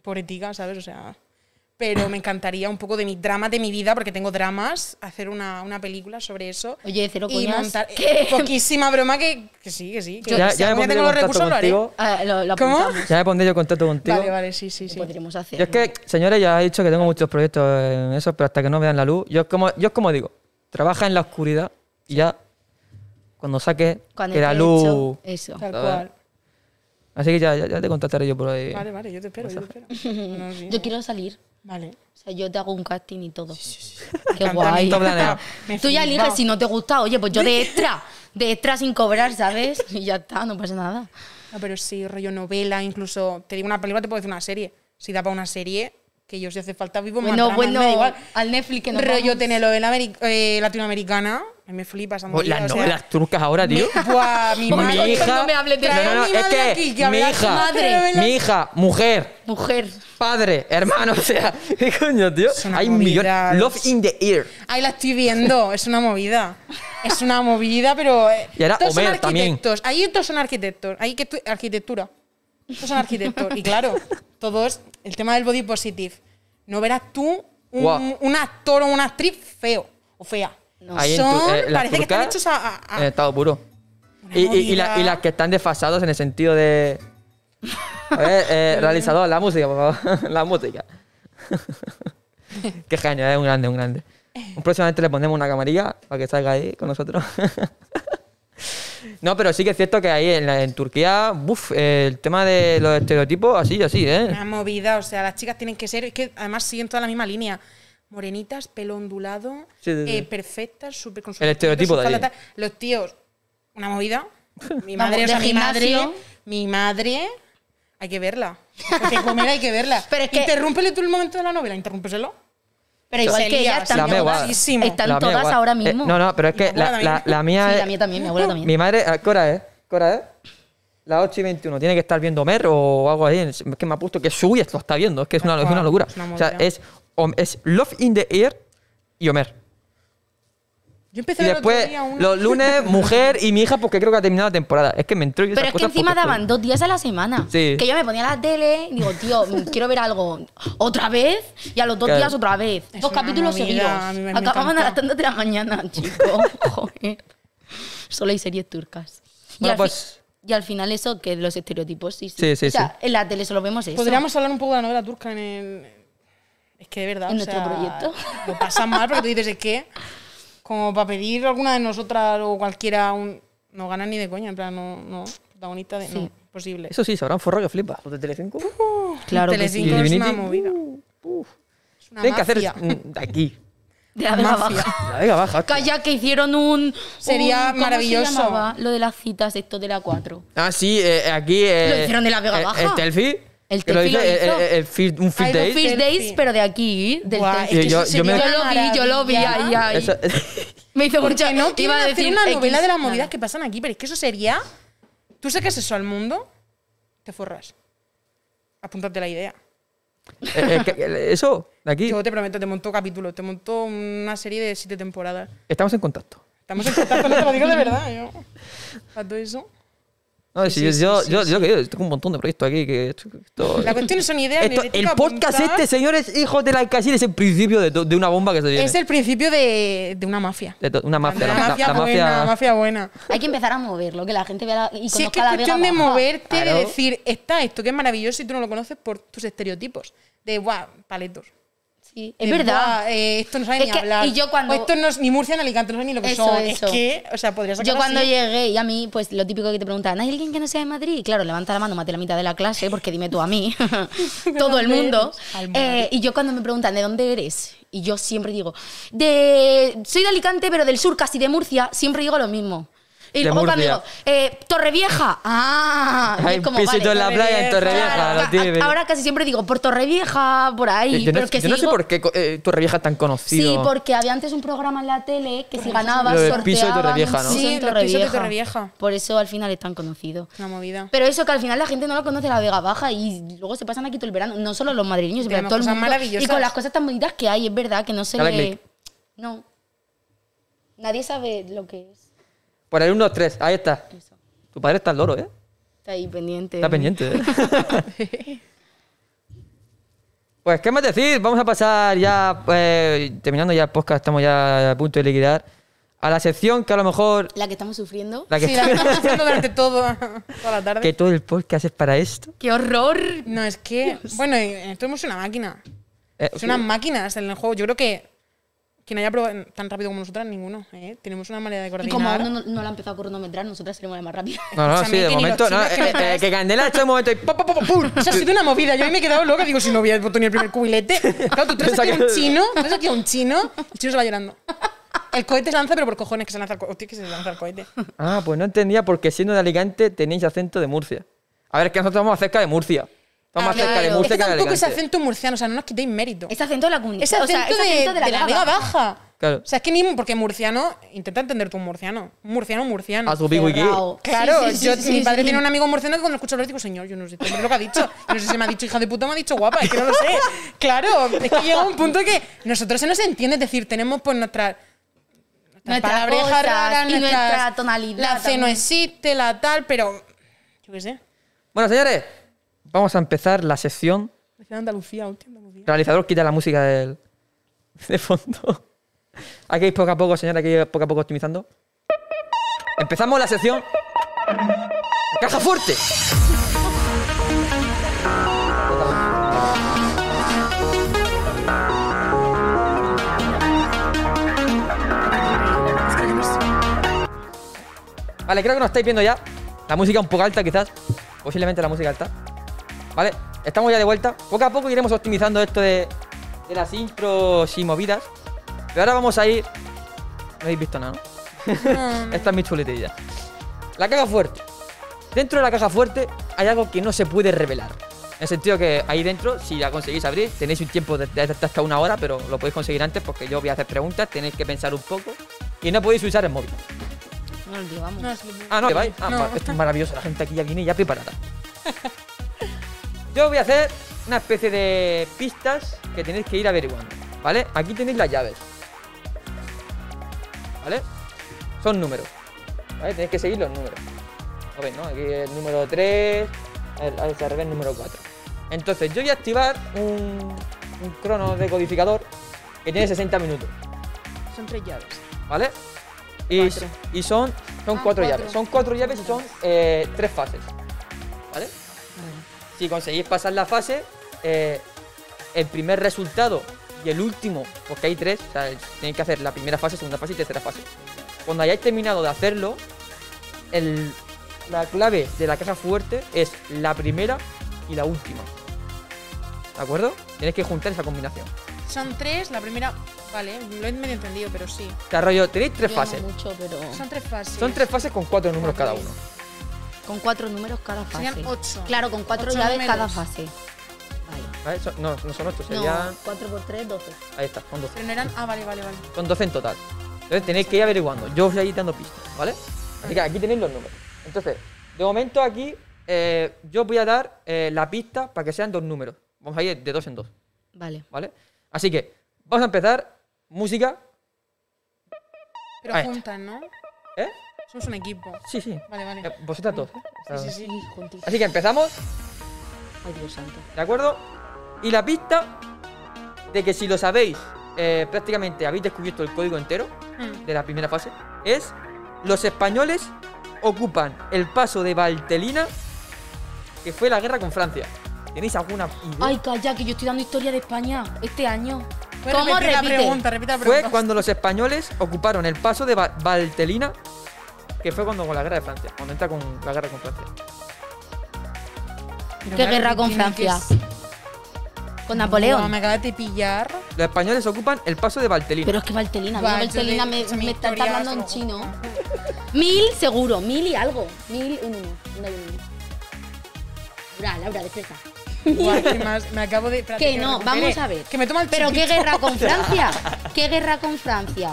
Speaker 4: pobretica, ¿sabes? O sea, pero me encantaría un poco de mis dramas de mi vida, porque tengo dramas, hacer una, una película sobre eso.
Speaker 5: Oye, cero
Speaker 4: y
Speaker 5: coñas.
Speaker 4: montar
Speaker 5: ¿Qué?
Speaker 4: poquísima broma que, que sí, que sí. Que
Speaker 1: ya,
Speaker 4: si
Speaker 1: ya me
Speaker 4: algún
Speaker 1: pondré
Speaker 4: día tengo
Speaker 1: yo
Speaker 4: los
Speaker 1: en contacto
Speaker 4: recursos, lo haré.
Speaker 1: contigo.
Speaker 5: Ah, lo, lo
Speaker 4: ¿Cómo?
Speaker 5: apuntamos.
Speaker 1: Ya me pondré yo en contacto contigo.
Speaker 4: Vale, vale, sí, sí, sí.
Speaker 5: Podremos hacer.
Speaker 1: Yo es que, señores, ya he dicho que tengo muchos proyectos en eso, pero hasta que no vean la luz. Yo es como, yo es como digo, trabaja en la oscuridad y ya cuando saques
Speaker 5: Cuando
Speaker 1: que la
Speaker 5: esté
Speaker 1: luz.
Speaker 5: hecho, eh. eso.
Speaker 4: Tal
Speaker 1: A ver.
Speaker 4: cual.
Speaker 1: Así que ya, ya, ya te contactaré yo por ahí.
Speaker 4: Vale, vale, yo te espero, yo te espero. No, sí.
Speaker 5: Yo quiero salir.
Speaker 4: Vale.
Speaker 5: O sea, yo te hago un casting y todo.
Speaker 1: Me
Speaker 5: Qué
Speaker 1: encanta,
Speaker 5: guay.
Speaker 1: todo planeado.
Speaker 4: Me
Speaker 5: Tú ya
Speaker 4: flipa.
Speaker 5: eliges si no te gusta. Oye, pues yo de extra. De extra sin cobrar, ¿sabes? Y ya está, no pasa nada.
Speaker 4: No, pero sí, rollo novela, incluso. Te digo una película, te puedo decir una serie. Si da para una serie, que yo si hace falta vivo,
Speaker 5: Bueno,
Speaker 4: más dramas, me da
Speaker 5: bueno,
Speaker 4: igual.
Speaker 5: al Netflix que nos
Speaker 4: rollo
Speaker 5: vamos.
Speaker 4: telenovela ameri- eh, latinoamericana, A mí me flipa esa
Speaker 1: Oh,
Speaker 4: movida.
Speaker 1: Las
Speaker 4: o sea,
Speaker 1: novelas turcas ahora, tío.
Speaker 4: me- Buah,
Speaker 1: Mi
Speaker 4: mi madre.
Speaker 1: hija-
Speaker 5: no me hables de-
Speaker 1: No, no, no,
Speaker 4: Trae a mi
Speaker 1: es
Speaker 4: madre
Speaker 1: que
Speaker 4: aquí,
Speaker 1: mi
Speaker 4: hablar
Speaker 1: hija,
Speaker 4: con madre.
Speaker 1: mi hija, mujer,
Speaker 5: Mujer.
Speaker 1: padre, hermano, o sea, ¿qué coño, tío?
Speaker 4: Es una
Speaker 1: Hay un millón.
Speaker 4: movida.
Speaker 1: Love in the ear.
Speaker 4: Ahí la estoy viendo, es una movida. Es una movida, pero. eh,
Speaker 1: Y ahora
Speaker 4: todos son
Speaker 1: Homer también.
Speaker 4: arquitectos. Ahí todos son arquitectos. Ahí que tu- arquitectura. Todos son arquitectos. Y claro, todos. El tema del body positive. No verás tú un,
Speaker 1: Guau.
Speaker 4: un actor o una actriz feo o fea.
Speaker 1: Ahí en tu-
Speaker 4: son.
Speaker 1: eh, las
Speaker 4: parece que están
Speaker 1: turcas,
Speaker 4: hechos a. a- a-
Speaker 1: En estado puro.
Speaker 4: Una
Speaker 1: Y, y- y la-
Speaker 4: movida.
Speaker 1: y las que están desfasados en el sentido de. A ver, eh, realizador, la música, por favor. la música. Qué genio, es un grande, un grande. Un Próximamente le ponemos una camarilla para que salga ahí con nosotros. No, pero sí que es cierto que ahí en, la- en Turquía, buf, eh, el tema de los estereotipos, así, así, ¿eh?
Speaker 4: Una movida, o sea, las chicas tienen que ser, es que además siguen toda la misma línea. Morenitas, pelo ondulado,
Speaker 1: Sí, sí, sí.
Speaker 4: eh, perfectas, súper con su
Speaker 1: El
Speaker 4: vestido,
Speaker 1: estereotipo
Speaker 4: su
Speaker 1: de
Speaker 4: falda,
Speaker 1: allí.
Speaker 4: tal. Los tíos, una movida. Mi
Speaker 5: Vamos,
Speaker 4: madre, o
Speaker 5: de
Speaker 4: sea, mi madre,
Speaker 5: gimnasio.
Speaker 4: mi madre, hay que verla. Porque comer hay que verla.
Speaker 5: Pero es que-
Speaker 4: Interrúmpele tú el momento de la novela, interrúmpeselo.
Speaker 5: Pero igual
Speaker 4: Se
Speaker 5: que
Speaker 4: lía,
Speaker 5: ella,
Speaker 4: se
Speaker 5: están
Speaker 1: lía
Speaker 5: todas,
Speaker 4: muchísimo.
Speaker 5: están
Speaker 1: La mía
Speaker 5: todas
Speaker 1: igual.
Speaker 5: ahora
Speaker 1: Eh,
Speaker 5: mismo.
Speaker 1: no, no, pero es
Speaker 4: Mi
Speaker 1: que
Speaker 4: abuela
Speaker 1: la, la-
Speaker 4: también.
Speaker 1: la mía
Speaker 5: Sí,
Speaker 1: es-
Speaker 5: la mía también, mi abuela también.
Speaker 1: Mi madre, ah, ¿eh? ¿a ¿qué hora es? ¿Qué hora es? Las 8 y 21. Tiene que estar viendo Homer o algo así. Es que me ha puesto que su y lo está viendo. Es que es una, es una locura.
Speaker 4: Es una
Speaker 1: o sea,
Speaker 4: movida.
Speaker 1: es, Hom- es Love in the Air y Homer.
Speaker 4: Yo empecé
Speaker 1: Y
Speaker 4: a ver otro
Speaker 1: después,
Speaker 4: día una-
Speaker 1: los lunes, mujer y mi hija, porque creo que ha terminado la temporada. Es que me entró y esas
Speaker 5: Pero es que
Speaker 1: cosas
Speaker 5: encima
Speaker 1: porque- pues
Speaker 5: daban dos días a la semana.
Speaker 1: Sí.
Speaker 5: Que yo me ponía la tele y digo, tío, mm, quiero ver algo otra vez y a los dos
Speaker 1: Claro.
Speaker 5: días otra vez.
Speaker 4: Es
Speaker 5: dos
Speaker 4: una
Speaker 5: capítulos
Speaker 4: movida, a mí me- me
Speaker 5: seguidos. Acababan a las
Speaker 4: encanta.
Speaker 5: tantas de la mañana, chicos. Joder. Solo hay series turcas. Y,
Speaker 1: Bueno,
Speaker 5: al fi-
Speaker 1: pues-
Speaker 5: y al final eso, que los estereotipos, sí, sí.
Speaker 1: Sí, sí,
Speaker 5: o sea, en la tele solo vemos eso.
Speaker 4: Podríamos hablar un poco de la novela turca en el. Es que de verdad.
Speaker 5: ¿En
Speaker 4: o sea,
Speaker 5: nuestro proyecto?
Speaker 4: Lo pasan mal porque tú dices, es que. Como para pedir alguna de nosotras o cualquiera un. No ganan ni de coña, en plan, no. no protagonista de. No, posible.
Speaker 1: Eso sí, se habrán forrado que flipa. Los de Telecinco.
Speaker 5: Claro que sí.
Speaker 4: Telecinco es una
Speaker 1: Divinity.
Speaker 4: movida.
Speaker 1: Uf.
Speaker 4: Es una
Speaker 1: Tienen que hacer
Speaker 4: mafia.
Speaker 1: mm, de aquí.
Speaker 5: De la Vega
Speaker 4: Mafia.
Speaker 5: Baja.
Speaker 1: La Vega Baja.
Speaker 5: Calla, que hicieron un...
Speaker 4: Sería
Speaker 5: un- ¿cómo se
Speaker 4: maravilloso.
Speaker 5: llamaba? lo de las citas, esto de la 4.
Speaker 1: Ah, sí, eh, aquí. eh,
Speaker 5: Lo hicieron de la Vega
Speaker 1: eh,
Speaker 5: Baja.
Speaker 1: El Telfi.
Speaker 5: El
Speaker 1: que lo
Speaker 5: Telfi lo
Speaker 1: hizo,
Speaker 5: hizo.
Speaker 1: el- el- el Field- un Field
Speaker 4: Ay, los
Speaker 1: Day.
Speaker 5: First
Speaker 4: Selfie.
Speaker 5: Days, pero de aquí, del
Speaker 4: Buah,
Speaker 5: Telfi.
Speaker 4: es que
Speaker 1: Sí,
Speaker 4: eso
Speaker 1: yo- yo
Speaker 4: sería
Speaker 1: me-
Speaker 5: Yo
Speaker 4: una
Speaker 5: lo vi, yo lo vi
Speaker 4: maravilla.
Speaker 5: ahí, ahí.
Speaker 1: Eso-
Speaker 5: Me hizo mucha
Speaker 4: Porque no
Speaker 5: iba
Speaker 4: quieren
Speaker 5: a decir
Speaker 4: hacer una
Speaker 5: X,
Speaker 4: novela de las
Speaker 5: nada.
Speaker 4: movidas que pasan aquí, pero es que eso sería. Tú sacas eso al mundo, te forras. Apúntate la idea.
Speaker 1: Eh, eh, que- que- eso, de aquí.
Speaker 4: Yo te prometo, te montó capítulos, te montó una serie de siete temporadas.
Speaker 1: Estamos en contacto.
Speaker 4: Estamos en contacto, no te lo digo de verdad. Yo. Para todo eso.
Speaker 1: No,
Speaker 4: Sí,
Speaker 1: si
Speaker 4: sí,
Speaker 1: yo,
Speaker 4: sí,
Speaker 1: yo, yo, que yo tengo un montón de proyectos aquí. Que esto, esto-
Speaker 4: La cuestión son ideas.
Speaker 1: esto-
Speaker 4: necesito
Speaker 1: el podcast
Speaker 4: apuntar.
Speaker 1: este, señores, hijos de la alcacil, es el principio de, to- de una bomba que se viene.
Speaker 4: es el principio de, de una mafia.
Speaker 1: De to- una mafia.
Speaker 4: Una
Speaker 1: la- la-
Speaker 4: mafia
Speaker 1: la
Speaker 4: buena,
Speaker 1: mafia-
Speaker 4: mafia buena.
Speaker 5: Hay que empezar a moverlo, que la gente vea la, y conozca
Speaker 4: Si es que es
Speaker 5: la
Speaker 4: cuestión de
Speaker 5: Vega Baja.
Speaker 4: moverte,
Speaker 1: Claro.
Speaker 4: de decir, está esto que es maravilloso y tú no lo conoces por tus estereotipos. De, guau, paletos.
Speaker 5: Sí, es
Speaker 4: De,
Speaker 5: verdad.
Speaker 4: "Buah, eh, esto no sabe
Speaker 5: Es
Speaker 4: ni
Speaker 5: que-
Speaker 4: hablar.
Speaker 5: y yo cuando-
Speaker 4: O esto no es ni Murcia ni Alicante, no sé ni lo que
Speaker 5: Eso,
Speaker 4: son.
Speaker 5: eso.
Speaker 4: Es que, o sea, podrías
Speaker 5: Yo cuando llegué y a mí, pues lo típico que te preguntan, ¿hay alguien que no sea de Madrid? Y claro, levanta la mano, mate la mitad de la clase, porque dime tú a mí, todo el mundo.
Speaker 4: Al
Speaker 5: Eh, y yo cuando me preguntan, ¿de dónde eres? Y yo siempre digo, de soy de Alicante, pero del sur, casi de Murcia, siempre digo lo mismo.
Speaker 1: De
Speaker 5: Y luego cuando
Speaker 1: Murcia.
Speaker 5: digo, eh, Torrevieja, ah, y
Speaker 1: Hay
Speaker 5: es
Speaker 1: un
Speaker 5: como,
Speaker 1: pisito
Speaker 5: vale.
Speaker 1: en la playa en Torrevieja,
Speaker 5: Claro,
Speaker 1: lo
Speaker 5: ca-
Speaker 1: típico. Eh,
Speaker 5: ahora casi siempre digo por Torrevieja, por ahí.
Speaker 1: yo no,
Speaker 5: pero que
Speaker 1: yo no
Speaker 5: si
Speaker 1: sé
Speaker 5: digo-
Speaker 1: por qué co- eh, Torrevieja es tan conocido.
Speaker 5: Sí, porque había antes un programa en la tele que si ganabas
Speaker 1: Lo del
Speaker 5: sorteaban
Speaker 1: piso de
Speaker 5: un
Speaker 1: Torrevieja, ¿no?
Speaker 5: piso
Speaker 4: Sí,
Speaker 5: en
Speaker 4: los pisos de Torrevieja.
Speaker 5: Por eso al final es tan conocido.
Speaker 4: Una movida.
Speaker 5: Pero eso que al final la gente no lo conoce la Vega Baja y luego se pasan aquí todo el verano, no solo los madrileños, pero
Speaker 4: Tenemos
Speaker 5: todo el
Speaker 4: cosas
Speaker 5: mundo.
Speaker 4: maravillosas.
Speaker 5: Y con las cosas tan bonitas que hay, es verdad que no se
Speaker 1: Dale
Speaker 5: le
Speaker 1: click.
Speaker 5: No. Nadie sabe lo que es.
Speaker 1: Por el 1, 2, 3, ahí está.
Speaker 5: Eso.
Speaker 1: Tu padre está al loro, ¿eh?
Speaker 5: Está ahí pendiente.
Speaker 1: Está pendiente, ¿eh? Pues, ¿qué más decir? Vamos a pasar ya, eh, terminando ya el podcast, estamos ya a punto de liquidar, a la sección que a lo mejor...
Speaker 5: La que estamos sufriendo.
Speaker 1: La que,
Speaker 4: Sí, la estamos haciendo durante todo, toda la tarde.
Speaker 1: que todo el podcast es para esto.
Speaker 5: ¡Qué horror!
Speaker 4: No, es que. Bueno, en esto hemos una máquina.
Speaker 1: Eh,
Speaker 4: Son unas máquinas en el juego. Yo creo que quien haya probado tan rápido como nosotras, ninguno. ¿eh? Tenemos una manera de
Speaker 5: Y como
Speaker 4: coordinar.
Speaker 5: aún no, no, la ha empezado a cronometrar, nosotras seremos la más rápida.
Speaker 1: No, no,
Speaker 4: Escúchame,
Speaker 1: sí, de
Speaker 4: que ni los
Speaker 1: momento. No,
Speaker 4: chinos que
Speaker 1: eh,
Speaker 4: me
Speaker 1: eh,
Speaker 4: traes.
Speaker 1: que Candela ha hecho un momento y ¡pum, pum, pum, pum, pum!
Speaker 4: Eso ha sido una movida. Yo ahí me he quedado loca. Digo, si no hubiera tenido el primer cubilete. Claro, tú traes aquí a un chino. Traes aquí a un chino. El chino se va llorando. El cohete se lanza, pero por cojones que se lanza el cohete. que se lanza el cohete.
Speaker 1: Ah, pues no entendía porque siendo de Alicante tenéis acento de Murcia. A ver, es que nosotros estamos más cerca de Murcia. Estamos más
Speaker 5: Ah,
Speaker 1: cerca de
Speaker 5: claro.
Speaker 4: Es
Speaker 1: Murcia
Speaker 4: que
Speaker 1: que de
Speaker 4: tampoco
Speaker 1: Alicante.
Speaker 4: es acento murciano. O sea, no nos quitéis mérito.
Speaker 5: Es acento de la comunidad.
Speaker 4: Es acento,
Speaker 5: o sea, es acento
Speaker 4: de, de la, Vega Baja.
Speaker 1: Claro.
Speaker 4: O sea, es que ni porque murciano, intenta entender tú un murciano. Un murciano, un murciano.
Speaker 1: A tu big wiki.
Speaker 8: Cerrao.
Speaker 4: Claro,
Speaker 8: Sí, sí, sí,
Speaker 4: yo,
Speaker 8: sí,
Speaker 4: mi
Speaker 8: sí,
Speaker 4: padre
Speaker 8: sí.
Speaker 4: tiene un amigo murciano que cuando lo escucho hablar digo, señor, yo no sé qué es lo que ha dicho. Yo no sé si me ha dicho hija de puta o me ha dicho guapa, es que no lo sé. Claro, es que llega un punto que nosotros se nos entiende, es decir, tenemos pues nuestra.
Speaker 5: Nuestras cosas y nuestra tonalidad
Speaker 4: La C no
Speaker 5: también.
Speaker 4: existe, la tal, pero. Yo qué sé.
Speaker 1: Bueno, señores, vamos a empezar la sección.
Speaker 4: Decía Andalucía, hostia, Andalucía.
Speaker 1: Realizador, quita la música del, de fondo. Hay que ir poco a poco, señora, hay que ir poco a poco optimizando. Empezamos la sección. ¡Caja fuerte! Vale, creo que nos estáis viendo ya. La música un poco alta, quizás. Posiblemente la música alta. Vale, estamos ya de vuelta. Poco a poco iremos optimizando esto de, de las intros y movidas. Pero ahora vamos a ir. No habéis visto nada, ¿no? Esta es mi chuletilla. La caja fuerte. Dentro de la caja fuerte hay algo que no se puede revelar. En el sentido que ahí dentro, si la conseguís abrir, tenéis un tiempo de, de hasta una hora, pero lo podéis conseguir antes porque yo voy a hacer preguntas, tenéis que pensar un poco y no podéis usar el móvil.
Speaker 5: No lo llevamos.
Speaker 4: No, es lo-
Speaker 1: Ah, no, que vais. Ah,
Speaker 4: No.
Speaker 1: ma- esto es maravilloso. La gente aquí ya viene ya preparada. Yo voy a hacer una especie de pistas que tenéis que ir averiguando. ¿Vale? Aquí tenéis las llaves. ¿Vale? Son números. ¿Vale? Tenéis que seguir los números. Lo veis, ¿no? Aquí el número 3, el, al revés, el número 4. Entonces, yo voy a activar un, un crono decodificador que tiene 60 minutos.
Speaker 4: Son tres llaves.
Speaker 1: ¿Vale? Y, y son, son cuatro llaves. Son cuatro llaves y son eh, tres fases. ¿Vale? Si conseguís pasar la fase, eh, el primer resultado y el último, porque hay tres, o sea, tenéis que hacer la primera fase, segunda fase y tercera fase. Cuando hayáis terminado de hacerlo, el- la clave de la caja fuerte es la primera y la última. ¿De acuerdo? Tenéis que juntar esa combinación.
Speaker 4: Son tres, la primera. Vale, lo he medio entendido, pero sí.
Speaker 1: Te arroyo, tenéis tres
Speaker 5: Yo
Speaker 1: fases.
Speaker 5: No mucho, pero
Speaker 4: Son tres fases.
Speaker 1: Son tres fases con cuatro números cada uno.
Speaker 5: con cuatro números cada fase.
Speaker 4: Serían ocho.
Speaker 5: Claro, con cuatro
Speaker 4: Ocho
Speaker 5: llaves
Speaker 4: números.
Speaker 5: cada fase.
Speaker 1: ¿Vale? Son- Ah, no, no son ocho,
Speaker 5: No,
Speaker 1: serían.
Speaker 5: cuatro por tres, doce.
Speaker 1: Ahí está, son 12.
Speaker 4: Pero no eran. Ah, vale, vale, vale.
Speaker 1: Son 12 en total. Entonces tenéis que ir averiguando. Yo os voy a ir dando pistas, ¿vale? Así que aquí tenéis los números. Entonces, de momento aquí, eh, yo os voy a dar eh, la pista para que sean dos números. Vamos a ir de dos en dos,
Speaker 5: Vale.
Speaker 1: ¿vale? Así que, vamos a empezar. Música.
Speaker 4: Pero
Speaker 1: Ahí está.
Speaker 4: juntas, ¿no?
Speaker 1: ¿Eh?
Speaker 4: Somos un equipo.
Speaker 1: Sí, sí.
Speaker 4: Vale, vale.
Speaker 1: Eh, vosotras dos. ¿eh?
Speaker 4: Sí, sí, sí.
Speaker 1: Así que empezamos.
Speaker 5: Ay, Dios santo.
Speaker 1: ¿De acuerdo? Y la pista de que si lo sabéis, eh, prácticamente habéis descubierto el código entero
Speaker 4: Mm.
Speaker 1: de la primera fase, es los españoles ocupan el paso de Valtelina, que fue la guerra con Francia. ¿Tenéis alguna idea?
Speaker 5: Ay, calla, que yo estoy dando historia de España este año.
Speaker 4: Puedes repetir la pregunta, repita la
Speaker 1: fue
Speaker 4: pregunta.
Speaker 1: cuando los españoles ocuparon el paso de Va- Valtelina, que fue cuando con la guerra de Francia, cuando entra con la guerra con Francia.
Speaker 4: Pero
Speaker 5: ¿Qué
Speaker 4: claro,
Speaker 5: guerra con
Speaker 4: tiene que
Speaker 5: Francia?
Speaker 4: ser-
Speaker 5: Con
Speaker 4: Buah,
Speaker 5: Napoleón.
Speaker 4: me acabas de pillar.
Speaker 1: Los españoles ocupan el paso de Valtelina.
Speaker 5: Pero es que Valtelina,
Speaker 4: Buah,
Speaker 5: mira,
Speaker 4: yo
Speaker 5: Valtelina
Speaker 4: le-
Speaker 5: me,
Speaker 4: son
Speaker 5: me está
Speaker 4: historias,
Speaker 5: hablando en
Speaker 4: ojo.
Speaker 5: chino. Mil seguro, mil y algo. Mil, un uno. No hay un uno. Laura, Laura, destreza.
Speaker 4: Buah, ¿qué más? Me acabo de. espérate,
Speaker 5: Que
Speaker 4: me
Speaker 5: no,
Speaker 4: recupere.
Speaker 5: vamos a ver.
Speaker 4: Que me toma el
Speaker 5: Pero qué
Speaker 4: chiquito.
Speaker 5: guerra con Francia. ¿Qué guerra con Francia?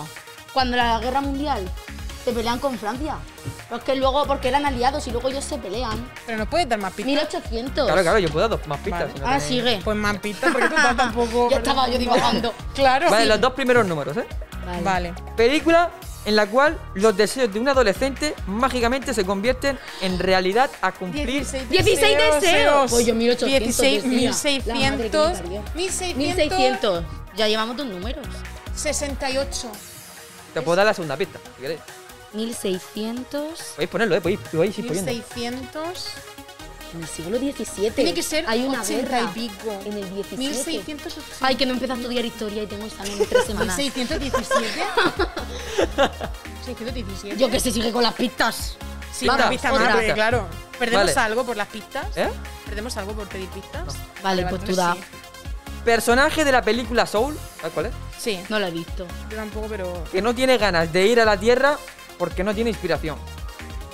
Speaker 5: Cuando la guerra mundial se pelean con Francia. Pero es que luego, porque eran aliados y luego ellos se pelean.
Speaker 4: Pero no puedes dar más pistas.
Speaker 5: 1800.
Speaker 1: Claro, claro, yo puedo dar dos más pistas.
Speaker 4: Vale.
Speaker 1: si no
Speaker 5: Ah,
Speaker 1: tenéis-
Speaker 5: sigue.
Speaker 4: Pues más pistas, porque tú vas tampoco.
Speaker 5: Ya estaba yo divagando.
Speaker 4: Claro.
Speaker 1: Vale, los dos primeros números, ¿eh?
Speaker 4: Vale.
Speaker 1: Película en la cual los deseos de un adolescente mágicamente se convierten en realidad a cumplir.
Speaker 5: 16 deseos. Pues Oye, 1800
Speaker 4: 16,
Speaker 5: decía.
Speaker 4: 1600.
Speaker 5: La madre que me parió.
Speaker 4: 1600.
Speaker 5: 1600. Ya llevamos dos números.
Speaker 4: 68.
Speaker 1: Te puedo dar la segunda pista, si queréis.
Speaker 5: 1600.
Speaker 1: Podéis ponerlo, ¿eh? Podéis, podéis ir poniendo.
Speaker 4: 1600.
Speaker 5: En el siglo XVII.
Speaker 4: Tiene que ser
Speaker 5: Hay una
Speaker 4: 80
Speaker 5: guerra
Speaker 4: y pico.
Speaker 5: En el 17.
Speaker 4: 1680.
Speaker 5: Ay, que no empezado a estudiar historia y tengo examen en tres semanas.
Speaker 4: 1617. 617.
Speaker 5: Yo que sé, sigue con las pistas.
Speaker 4: sí,
Speaker 1: Vamos,
Speaker 4: una pista
Speaker 1: otra.
Speaker 4: más, porque claro. ¿Perdemos
Speaker 1: Vale.
Speaker 4: algo por las pistas?
Speaker 1: ¿Eh?
Speaker 4: ¿Perdemos algo por pedir pistas?
Speaker 5: Vale, pues tú
Speaker 4: entonces
Speaker 5: da.
Speaker 1: Personaje de la película Soul, ¿sabes cuál es?
Speaker 4: Sí. Sí,
Speaker 5: No lo he visto.
Speaker 4: yo tampoco, pero.
Speaker 1: Que no tiene ganas de ir a la Tierra porque no tiene inspiración.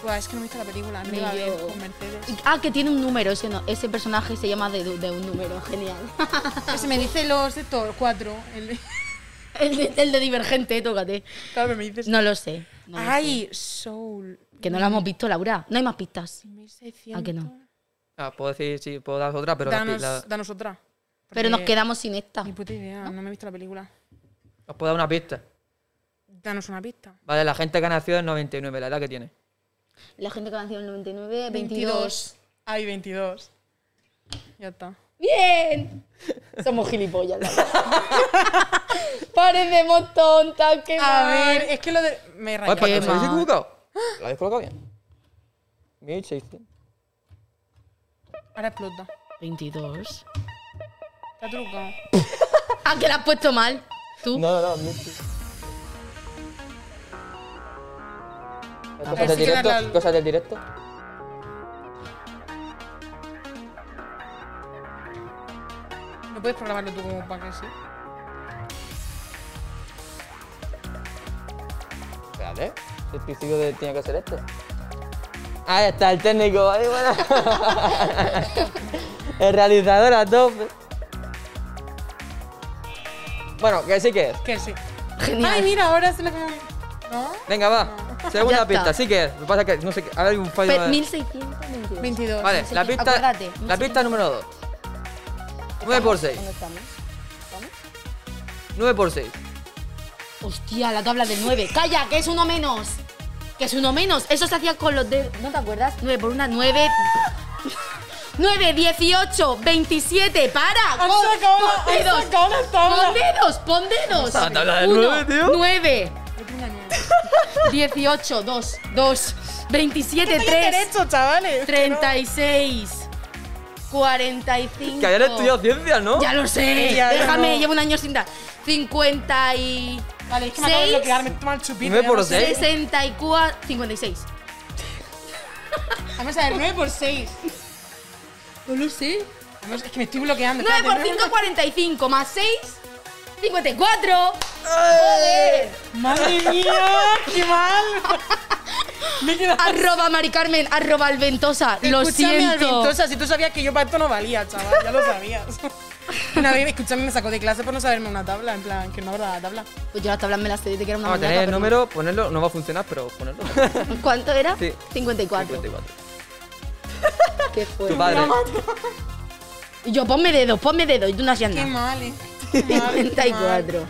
Speaker 4: Buah, es que no he visto la película, no
Speaker 5: Ni
Speaker 4: iba a ver
Speaker 5: yo.
Speaker 4: con Mercedes.
Speaker 5: Y- Ah, que tiene un número, ese, no- ese personaje se llama de, de un número, genial.
Speaker 4: Se me dice los de todos, cuatro. El-
Speaker 5: El de, el de Divergente, tócate.
Speaker 4: Claro, pero me dices.
Speaker 5: No lo sé. no lo
Speaker 4: Ay, Soul.
Speaker 5: sé. Que no lo hemos visto, Laura. No hay más pistas.
Speaker 4: 1600.
Speaker 5: ¿A que no?
Speaker 1: Ah, puedo decir, sí, puedo dar otra, pero la-
Speaker 4: danos,
Speaker 1: la-
Speaker 4: danos otra.
Speaker 5: Pero nos
Speaker 4: Porque
Speaker 5: quedamos sin esta.
Speaker 4: Ni puta idea, ¿No? me he visto la película.
Speaker 1: os puedo dar una pista.
Speaker 4: Danos una pista.
Speaker 1: Vale, la gente que ha nacido en 99, la edad que tiene.
Speaker 5: La gente que nació en el 99, 22.
Speaker 4: Ay, 22. Ya está.
Speaker 5: ¡Bien! Somos gilipollas, la verdad. Parecemos tontas, qué
Speaker 4: A
Speaker 5: mal.
Speaker 4: ver, es que pues lo de. Me he
Speaker 1: Oye,
Speaker 4: rayado.
Speaker 1: ¿para qué
Speaker 5: qué
Speaker 1: se habéis
Speaker 5: mal.
Speaker 1: equivocado? ¿La habéis colocado bien? 1600.
Speaker 4: Ahora explota.
Speaker 5: 22.
Speaker 4: Está trucado.
Speaker 5: Ah, que la has puesto mal. Tú.
Speaker 1: No, no, no, 1600. ¿Cosas del
Speaker 4: sí que la-
Speaker 1: directo?
Speaker 4: la-
Speaker 1: ¿Cosas del directo?
Speaker 4: No puedes programarlo tú como para que sí.
Speaker 1: Espérate. El principio de, tiene que ser este. Ahí está el técnico. Ahí, bueno. el realizador a tope. Bueno, que sí que es.
Speaker 4: Que sí.
Speaker 5: Genial.
Speaker 4: Ay, mira, ahora se lo como. ¿No?
Speaker 1: Venga, va.
Speaker 5: Ah. Ya
Speaker 1: Segunda
Speaker 5: está.
Speaker 1: pista, sí que es. Lo que pasa es que no sé qué. A ver, un fallo.
Speaker 5: Pe-
Speaker 1: de-
Speaker 5: 1622.
Speaker 4: 22.
Speaker 1: Vale, la
Speaker 5: qué-
Speaker 1: pista.
Speaker 5: acuérdate,
Speaker 1: La
Speaker 5: no sé
Speaker 1: pista número 2. 9 por 6.
Speaker 5: ¿Dónde estamos?
Speaker 1: 9 por 6.
Speaker 5: Hostia, la tabla del 9. ¡Calla, que es uno menos! Que es uno menos. Eso se hacía con los dedos. ¿No te acuerdas? 9 por una 9. 9, 18, 27. ¡Para!
Speaker 4: ¡Han
Speaker 5: Pon-
Speaker 4: sacado la-
Speaker 5: pon
Speaker 4: han
Speaker 5: dedos.
Speaker 4: sacado la tabla!
Speaker 5: ¡Pon dedos! ¡Pon dedos!
Speaker 1: La tabla del nueve, tío.
Speaker 5: 9, 18, 2, 2, 27, 3,
Speaker 4: derecho, chavales!
Speaker 5: 36, 45.
Speaker 1: Que habían estudiado ciencias, ¿no?
Speaker 5: Ya lo sé.
Speaker 4: Ya, ya
Speaker 5: Déjame,
Speaker 4: no.
Speaker 5: llevo un año sin dar. 50 y.
Speaker 4: Vale, es que me acabo de
Speaker 5: Seis.
Speaker 4: bloquear, me toma el chupito.
Speaker 1: Nueve
Speaker 4: ya
Speaker 1: por
Speaker 4: no sé.
Speaker 1: seis.
Speaker 5: 64. 56.
Speaker 4: ¿eh? Vamos a ver, 9 por 6.
Speaker 5: No lo sé.
Speaker 4: Vamos, es que me estoy bloqueando.
Speaker 5: 9 por
Speaker 4: espérate,
Speaker 5: 5,
Speaker 4: nueve
Speaker 5: 45. Más 6, 54.
Speaker 4: por- ¡Madre mía! ¡Qué mal! Me he quedado.
Speaker 5: Arroba Mari Carmen, arroba Alventosa. Ah, Lo
Speaker 4: Escúchame,
Speaker 5: siento.
Speaker 4: Alventosa, si tú sabías que yo para esto no valía, chaval, ya lo sabías. Una vez, escúchame, me sacó de clase por no saberme una tabla, en plan, que no habrá la tabla.
Speaker 5: Pues yo las tablas me las sé desde que era una
Speaker 1: Vamos a
Speaker 5: mañana,
Speaker 1: tener el
Speaker 5: pero no.
Speaker 1: número, ponerlo. No va a funcionar, pero ponerlo.
Speaker 5: ¿Cuánto era?
Speaker 1: Sí.
Speaker 5: 54.
Speaker 1: 54.
Speaker 5: Ah, Qué
Speaker 1: Tu
Speaker 5: fuerte.
Speaker 1: padre.
Speaker 5: Y yo, ponme dedos, ponme dedos. Y tú no hacías
Speaker 4: Qué
Speaker 5: nada.
Speaker 4: mal, eh. Qué mal, qué mal.
Speaker 5: 54.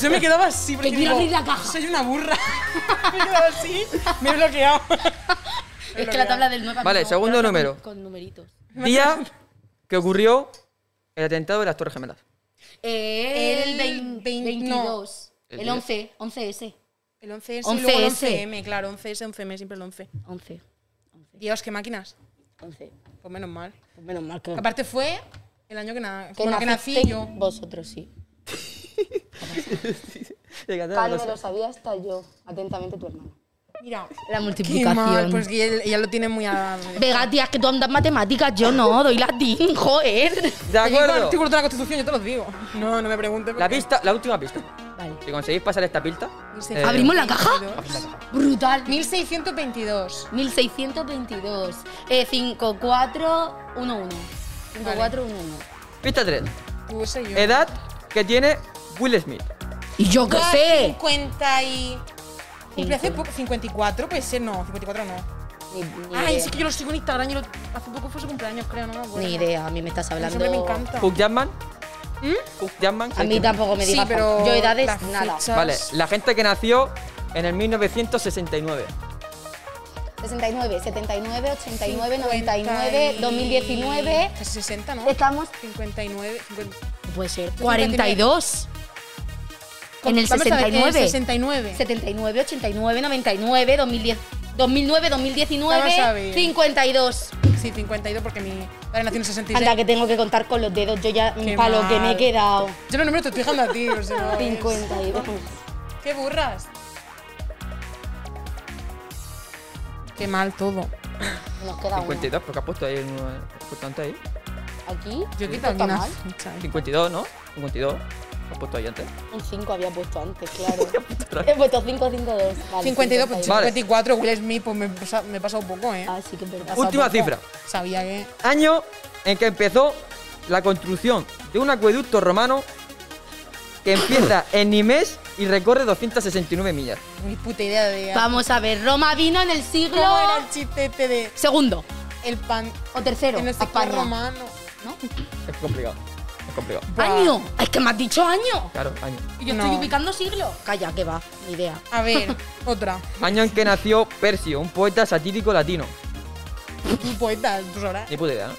Speaker 4: Yo me quedaba así porque
Speaker 5: Que quiero
Speaker 4: digo,
Speaker 5: abrir la caja.
Speaker 4: Soy una burra. me he quedado así, me he bloqueado.
Speaker 5: Es que la tabla del 9
Speaker 1: Vale, segundo número.
Speaker 5: Con numeritos.
Speaker 1: Día que ocurrió el atentado de las Torres Gemelas.
Speaker 5: El,
Speaker 4: El
Speaker 5: vein-
Speaker 4: vein-
Speaker 5: 22.
Speaker 1: no.
Speaker 5: El 11. 11S.
Speaker 4: El 11S, y
Speaker 5: 11S.
Speaker 4: luego el 11M, claro, 11S, 11M, siempre el 11.
Speaker 5: 11.
Speaker 4: Dios, qué máquinas.
Speaker 5: 11.
Speaker 4: Pues menos mal.
Speaker 5: Pues menos mal que.
Speaker 4: Aparte fue el año que, na- bueno, que nací
Speaker 5: nacisteis
Speaker 4: yo.
Speaker 5: Vosotros sí. Carmen lo
Speaker 1: Vale,
Speaker 5: sabía hasta yo. Atentamente tu hermana.
Speaker 4: Mira,
Speaker 5: La
Speaker 4: qué mal,
Speaker 5: multiplicación.
Speaker 4: pues que él- ella lo tiene muy a...
Speaker 5: Vega, tía, es que tú andas matemáticas, yo no, doy latín, joder.
Speaker 1: De
Speaker 4: Te digo el
Speaker 1: acuerdo.
Speaker 4: artículo de la Constitución, yo te los digo. No, no me preguntes.
Speaker 1: La
Speaker 4: porque-
Speaker 1: pista, la última pista.
Speaker 5: Vale.
Speaker 1: Si conseguís pasar esta pista. eh,
Speaker 5: ¿Abrimos la caja?
Speaker 4: 22.
Speaker 5: Brutal.
Speaker 4: 1622.
Speaker 5: 1622. Eh, 5411. 5411.
Speaker 1: Pista 3.
Speaker 4: Tú ese Pues yo.
Speaker 1: Edad que tiene Will Smith.
Speaker 5: ¿Y yo qué
Speaker 4: Ah,
Speaker 5: sé?
Speaker 4: 50 y... Cumple hace
Speaker 5: Cinco.
Speaker 4: poco, 54 puede ser, no, 54 no.
Speaker 5: Ni, ni
Speaker 4: Ay,
Speaker 5: idea.
Speaker 4: sí que yo lo sigo en Instagram y lo- hace poco fue su cumpleaños, creo, no me acuerdo.
Speaker 5: Ni idea, a mí me estás hablando.
Speaker 4: Siempre me encanta.
Speaker 1: Hugh Jackman. Hugh Jackman.
Speaker 5: A mí tampoco me
Speaker 4: Sí,
Speaker 5: digas.
Speaker 4: pero
Speaker 5: yo edades
Speaker 4: las
Speaker 5: nada.
Speaker 4: fechas-
Speaker 1: Vale, la gente que nació en el 1969.
Speaker 5: 69, 79, 89,
Speaker 4: 50 y-
Speaker 5: 99, 2019.
Speaker 4: Casi 60, ¿no?
Speaker 5: Estamos.
Speaker 4: 59, 50.
Speaker 5: Puede ser.
Speaker 4: 42.
Speaker 5: 42. En el
Speaker 4: Vamos a ver, en el
Speaker 5: 69.
Speaker 4: 69.
Speaker 5: 79, 89, 99, 2010, 2009,
Speaker 4: Vamos a ver.
Speaker 5: 2019, 52.
Speaker 4: Sí, 52 porque mi padre nació en el 66.
Speaker 5: Anda, que tengo que contar con los dedos. Yo ya,
Speaker 4: Qué
Speaker 5: para lo que me he
Speaker 4: mal.
Speaker 5: quedado.
Speaker 4: Yo los números te estoy dejando a ti, o sea, no, es-
Speaker 5: 52.
Speaker 4: ¡Qué burras! Qué mal todo.
Speaker 5: Nos queda uno.
Speaker 1: 52, porque has puesto ahí uno importante ahí.
Speaker 5: Aquí.
Speaker 4: Yo he
Speaker 5: ¿Esto
Speaker 4: quitado
Speaker 5: está
Speaker 4: aquí una
Speaker 5: mal?
Speaker 4: fecha, ¿eh?
Speaker 1: 52, ¿no? 52. Has puesto ahí antes.
Speaker 5: Un 5 había puesto antes, claro. he puesto 5, 5, 2. Vale,
Speaker 4: 52, pues
Speaker 5: 52.
Speaker 1: Vale.
Speaker 4: 54, Will Smith, pues me, he pasa- me he pasado un poco, ¿eh?
Speaker 5: Ah, sí que es verdad.
Speaker 1: Última
Speaker 5: Tampoco.
Speaker 1: cifra.
Speaker 4: Sabía que.
Speaker 1: Año en que empezó la construcción de un acueducto romano que empieza en Nimes y recorre 269 millas.
Speaker 4: Ni puta idea de.
Speaker 5: Vamos a ver, Roma vino en el siglo
Speaker 4: ¿Cómo era el chiste este de.
Speaker 5: segundo
Speaker 4: El pan.
Speaker 5: o tercero.
Speaker 4: el no sé qué
Speaker 5: España.
Speaker 4: romano.
Speaker 5: ¿No?
Speaker 1: Es complicado. Es complicado.
Speaker 5: Año, es que me has dicho año.
Speaker 1: Claro, año.
Speaker 5: Y Yo
Speaker 4: No.
Speaker 5: estoy ubicando siglo. Calla, que va, ni idea.
Speaker 4: A ver, otra.
Speaker 1: Año en que nació Persio, un poeta satírico latino.
Speaker 4: Un poeta, tú sabrás.
Speaker 1: Ni puta idea, ¿no?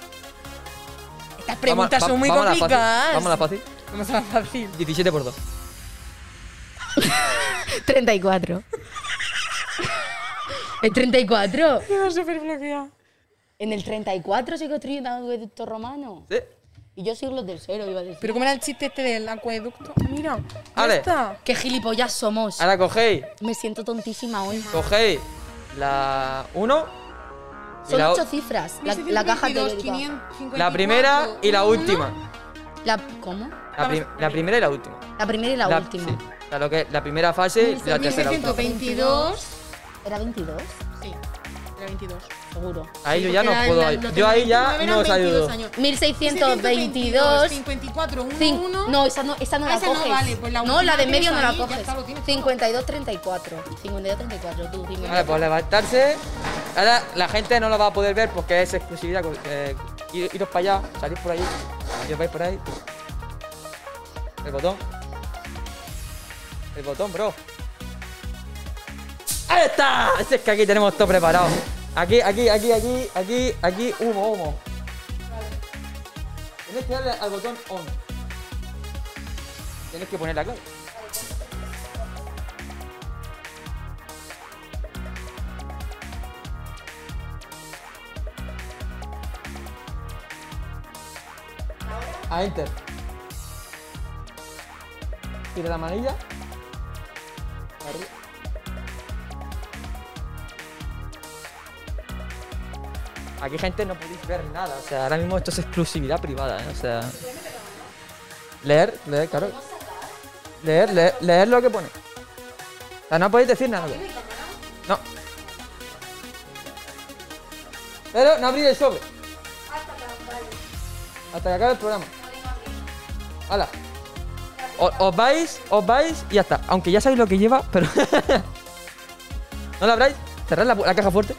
Speaker 4: Estas
Speaker 1: Vamos
Speaker 4: preguntas
Speaker 1: a- va-
Speaker 4: son muy
Speaker 1: vamos a la fácil,
Speaker 4: complicadas.
Speaker 1: Vamos a la fácil.
Speaker 4: Vamos a la fácil.
Speaker 1: 17 por 2.
Speaker 8: 34. ¿El 34?
Speaker 4: Quedo súper bloqueada.
Speaker 5: En el 34 se construyó un acueducto romano.
Speaker 1: ¿Sí?
Speaker 5: Y yo siglo tercero iba a decir.
Speaker 4: Pero ¿cómo era el chiste este del acueducto? Mira, ya
Speaker 1: Ale.
Speaker 4: está.
Speaker 5: qué gilipollas somos.
Speaker 1: Ahora cogéis,
Speaker 5: Me siento tontísima hoy.
Speaker 1: cogéis la 1 y
Speaker 5: Son
Speaker 1: la,
Speaker 5: ocho
Speaker 1: o-
Speaker 5: cifras. La, la caja
Speaker 4: 622,
Speaker 5: periódica.
Speaker 4: 554,
Speaker 1: la primera y la
Speaker 4: uno.
Speaker 1: última.
Speaker 5: La, ¿Cómo?
Speaker 1: La, prim- la primera y la última.
Speaker 5: La primera y la,
Speaker 1: La-
Speaker 5: última.
Speaker 1: sí. O sea, lo que es la primera fase y la tercera. última.
Speaker 4: 1622.
Speaker 5: ¿Era 22?
Speaker 4: Sí, era 22.
Speaker 5: Seguro.
Speaker 1: Ahí yo ya no puedo. ayudar. Yo ahí ya no os ayudo.
Speaker 5: 1622.
Speaker 4: 54, 1,
Speaker 5: Cin- No, esa no, esa no
Speaker 4: Ah,
Speaker 5: la
Speaker 4: esa no
Speaker 5: coges.
Speaker 4: vale, pues la
Speaker 5: no, la de
Speaker 4: última
Speaker 5: medio no
Speaker 4: tienes
Speaker 5: la
Speaker 4: ahí, ya
Speaker 5: coges.
Speaker 4: está, lo
Speaker 5: 52-34.
Speaker 4: tienes todo.
Speaker 5: 52-34, tú,
Speaker 1: Vale,
Speaker 5: 52.
Speaker 1: pues levantarse. Ahora la gente no lo va a poder ver porque es exclusividad. Eh, ir- iros para allá, salid por allí. Y os vais por ahí. pues, El botón. El botón, bro. ¡Ahí está! Si Es que aquí tenemos todo preparado. Aquí, aquí, aquí, aquí, aquí, aquí, humo, humo. Tenéis que darle al botón on. Tenéis que poner la clave. A enter. Tira la manilla. Arriba. Aquí, gente, no podéis ver nada. O sea, ahora mismo esto es exclusividad privada, ¿eh? O sea. Leer, leer, claro. Leer, leer, leer lo que pone. O sea, no podéis decir nada. No. Pero no abrir el sobre. Hasta que acabe el programa. Hala. O- Os vais, os vais y ya está. Aunque ya sabéis lo que lleva, pero. ¿No lo abráis? ¿Cerrad la, pu- la caja fuerte?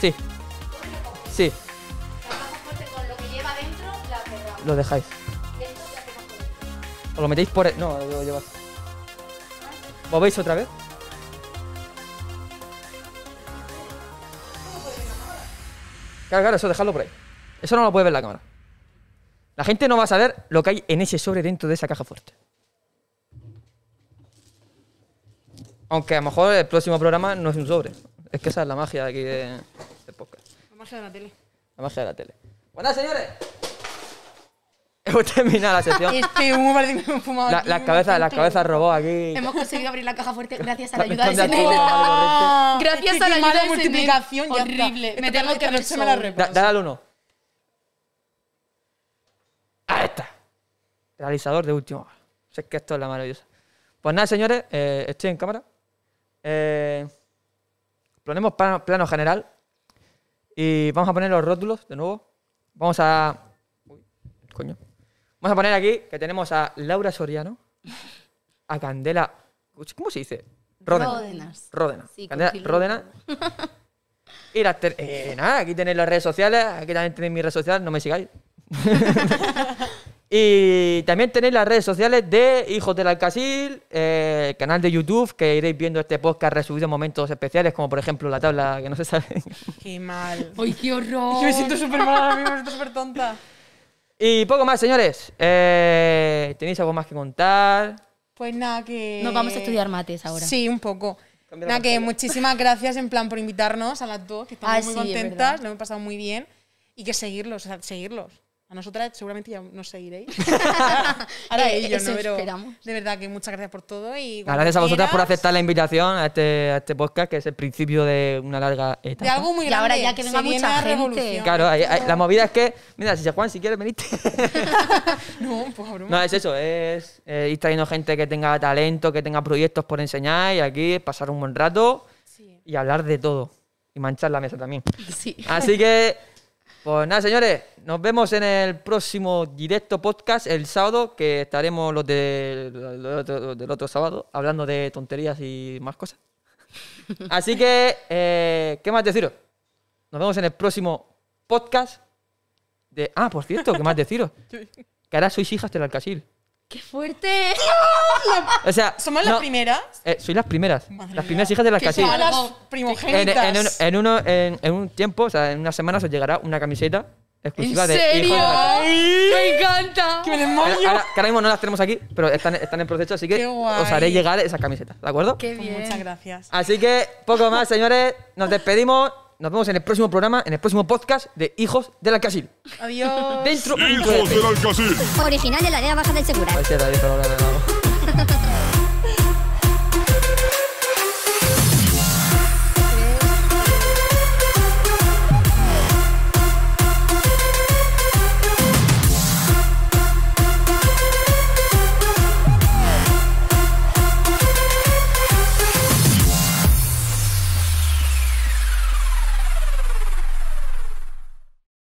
Speaker 1: Sí. Sí. Lo dejáis. Os lo metéis por. el- No, lo lleváis. ¿Movéis otra vez? Claro, claro, eso dejadlo por ahí. Eso no lo puede ver la cámara. La gente no va a saber lo que hay en ese sobre dentro de esa caja fuerte. Aunque a lo mejor el próximo programa no es un sobre. Es que esa es la magia de aquí de, de podcast.
Speaker 4: La magia de la tele.
Speaker 1: La magia de la tele. Buenas, señores. Hemos terminado la sesión.
Speaker 4: Este humo parece que me he fumado.
Speaker 1: La-
Speaker 4: aquí,
Speaker 1: las
Speaker 4: me
Speaker 1: cabezas, las
Speaker 4: siento.
Speaker 1: cabezas robó aquí.
Speaker 5: Hemos conseguido abrir la caja fuerte gracias a la
Speaker 1: Me
Speaker 5: ayuda de
Speaker 1: están de
Speaker 5: Senel.
Speaker 1: acuerdo, vale, correcto.
Speaker 4: Ah,
Speaker 5: Gracias
Speaker 4: es que
Speaker 5: a la
Speaker 4: qué
Speaker 5: ayuda
Speaker 4: mala
Speaker 5: de Senel.
Speaker 4: multiplicación, ya está.
Speaker 5: Horrible.
Speaker 4: Esta
Speaker 5: Me tengo
Speaker 4: tarde
Speaker 5: que
Speaker 4: esta
Speaker 5: ver
Speaker 4: noche me la
Speaker 5: solo.
Speaker 1: Da-
Speaker 4: repaso.
Speaker 1: dale al uno. Ahí está. Realizador de último. Sé que esto es la maravillosa. Pues nada, señores, eh, estoy en cámara. Eh, ponemos plano, plano general. Y vamos a poner los rótulos de nuevo. Vamos a. Uy, coño. Vamos a poner aquí que tenemos a Laura Soriano, a Candela. ¿Cómo se dice?
Speaker 5: Ródenas.
Speaker 1: Ródena.
Speaker 5: Sí,
Speaker 1: Candela
Speaker 5: con
Speaker 1: Ródena. Y las ter- eh, nada, aquí tenéis las redes sociales, aquí también tenéis mis redes sociales, no me sigáis. y también tenéis las redes sociales de Hijos del Alcasil, eh, el canal de YouTube, que iréis viendo este podcast resubido en momentos especiales, como por ejemplo la tabla que no se sabe.
Speaker 4: Qué mal.
Speaker 5: ¡Ay, qué
Speaker 4: Yo me
Speaker 5: horror!
Speaker 4: siento súper mal ahora mismo, me siento súper tonta.
Speaker 1: y poco más, señores. Eh, ¿Tenéis algo más que contar?
Speaker 4: Pues nada, que.
Speaker 5: Nos vamos a estudiar mates ahora.
Speaker 4: Sí, un poco.
Speaker 1: Cambia la
Speaker 4: Nada, que muchísimas gracias en plan por invitarnos a las dos, que estamos
Speaker 5: Ah,
Speaker 4: muy
Speaker 5: sí, es
Speaker 4: contentas,
Speaker 5: verdad.
Speaker 4: lo hemos pasado muy bien. Y que seguirlos, o sea, seguirlos. A nosotras seguramente ya nos seguiréis. Ahora
Speaker 5: Eh,
Speaker 4: ellos,
Speaker 5: eso
Speaker 4: ¿no? Pero
Speaker 5: esperamos.
Speaker 4: de verdad que muchas gracias por todo. y cuando
Speaker 1: Gracias a vosotras por
Speaker 4: quieras,
Speaker 1: aceptar la invitación a este, a este podcast, que es el principio de una larga etapa.
Speaker 4: De algo muy
Speaker 5: Y
Speaker 4: grande.
Speaker 5: ahora ya que
Speaker 4: se
Speaker 5: venga
Speaker 4: viene
Speaker 5: mucha
Speaker 4: la
Speaker 5: gente.
Speaker 4: revolución.
Speaker 1: Claro, ahí- ahí- la movida es que, mira, si Juan, si quieres venirte.
Speaker 4: No, pues broma.
Speaker 1: No, es eso, es eh, ir trayendo gente que tenga talento, que tenga proyectos por enseñar y aquí pasar un buen rato y hablar de todo. Y manchar la mesa también.
Speaker 5: Sí.
Speaker 1: Así que Pues nada, señores, nos vemos en el próximo directo podcast el sábado, que estaremos los, de- los de- los del otro sábado hablando de tonterías y más cosas. Así que, eh, ¿qué más deciros? Nos vemos en el próximo podcast de... Ah, por cierto, ¿qué más deciros? Que ahora sois hijas del Alcacil.
Speaker 5: ¡Qué fuerte!
Speaker 1: O sea,
Speaker 4: ¿Somos las
Speaker 1: no,
Speaker 4: primeras?
Speaker 1: eh, sois las primeras.
Speaker 4: Madre
Speaker 1: las
Speaker 4: mía.
Speaker 1: primeras hijas del
Speaker 4: Que
Speaker 1: Alcacil.
Speaker 4: somos las
Speaker 1: En,
Speaker 4: primogénitas.
Speaker 1: en un, en uno- en- en un tiempo, o sea, en unas semanas os llegará una camiseta exclusiva
Speaker 5: ¿En
Speaker 1: de Hijos
Speaker 5: serio?
Speaker 1: del Alcacil.
Speaker 5: ¡Me encanta!
Speaker 4: ¡Que me
Speaker 1: Ahora,
Speaker 4: desmayo!
Speaker 1: ahora- que ahora mismo no las tenemos aquí, pero están, están en proceso, así
Speaker 4: Qué
Speaker 1: que
Speaker 4: guay.
Speaker 1: os haré llegar esa camiseta, ¿de acuerdo?
Speaker 5: ¡Qué
Speaker 4: Pues muchas
Speaker 5: bien!
Speaker 4: gracias.
Speaker 1: Así que poco más, señores. Nos despedimos. Nos vemos en el próximo programa, en el próximo podcast de Hijos del Alcacil.
Speaker 4: Adiós.
Speaker 1: Dentro.
Speaker 2: Hijos del Alcacil.
Speaker 3: Original de la área baja del Segura.
Speaker 1: A ver si era ahí, pero ahora no.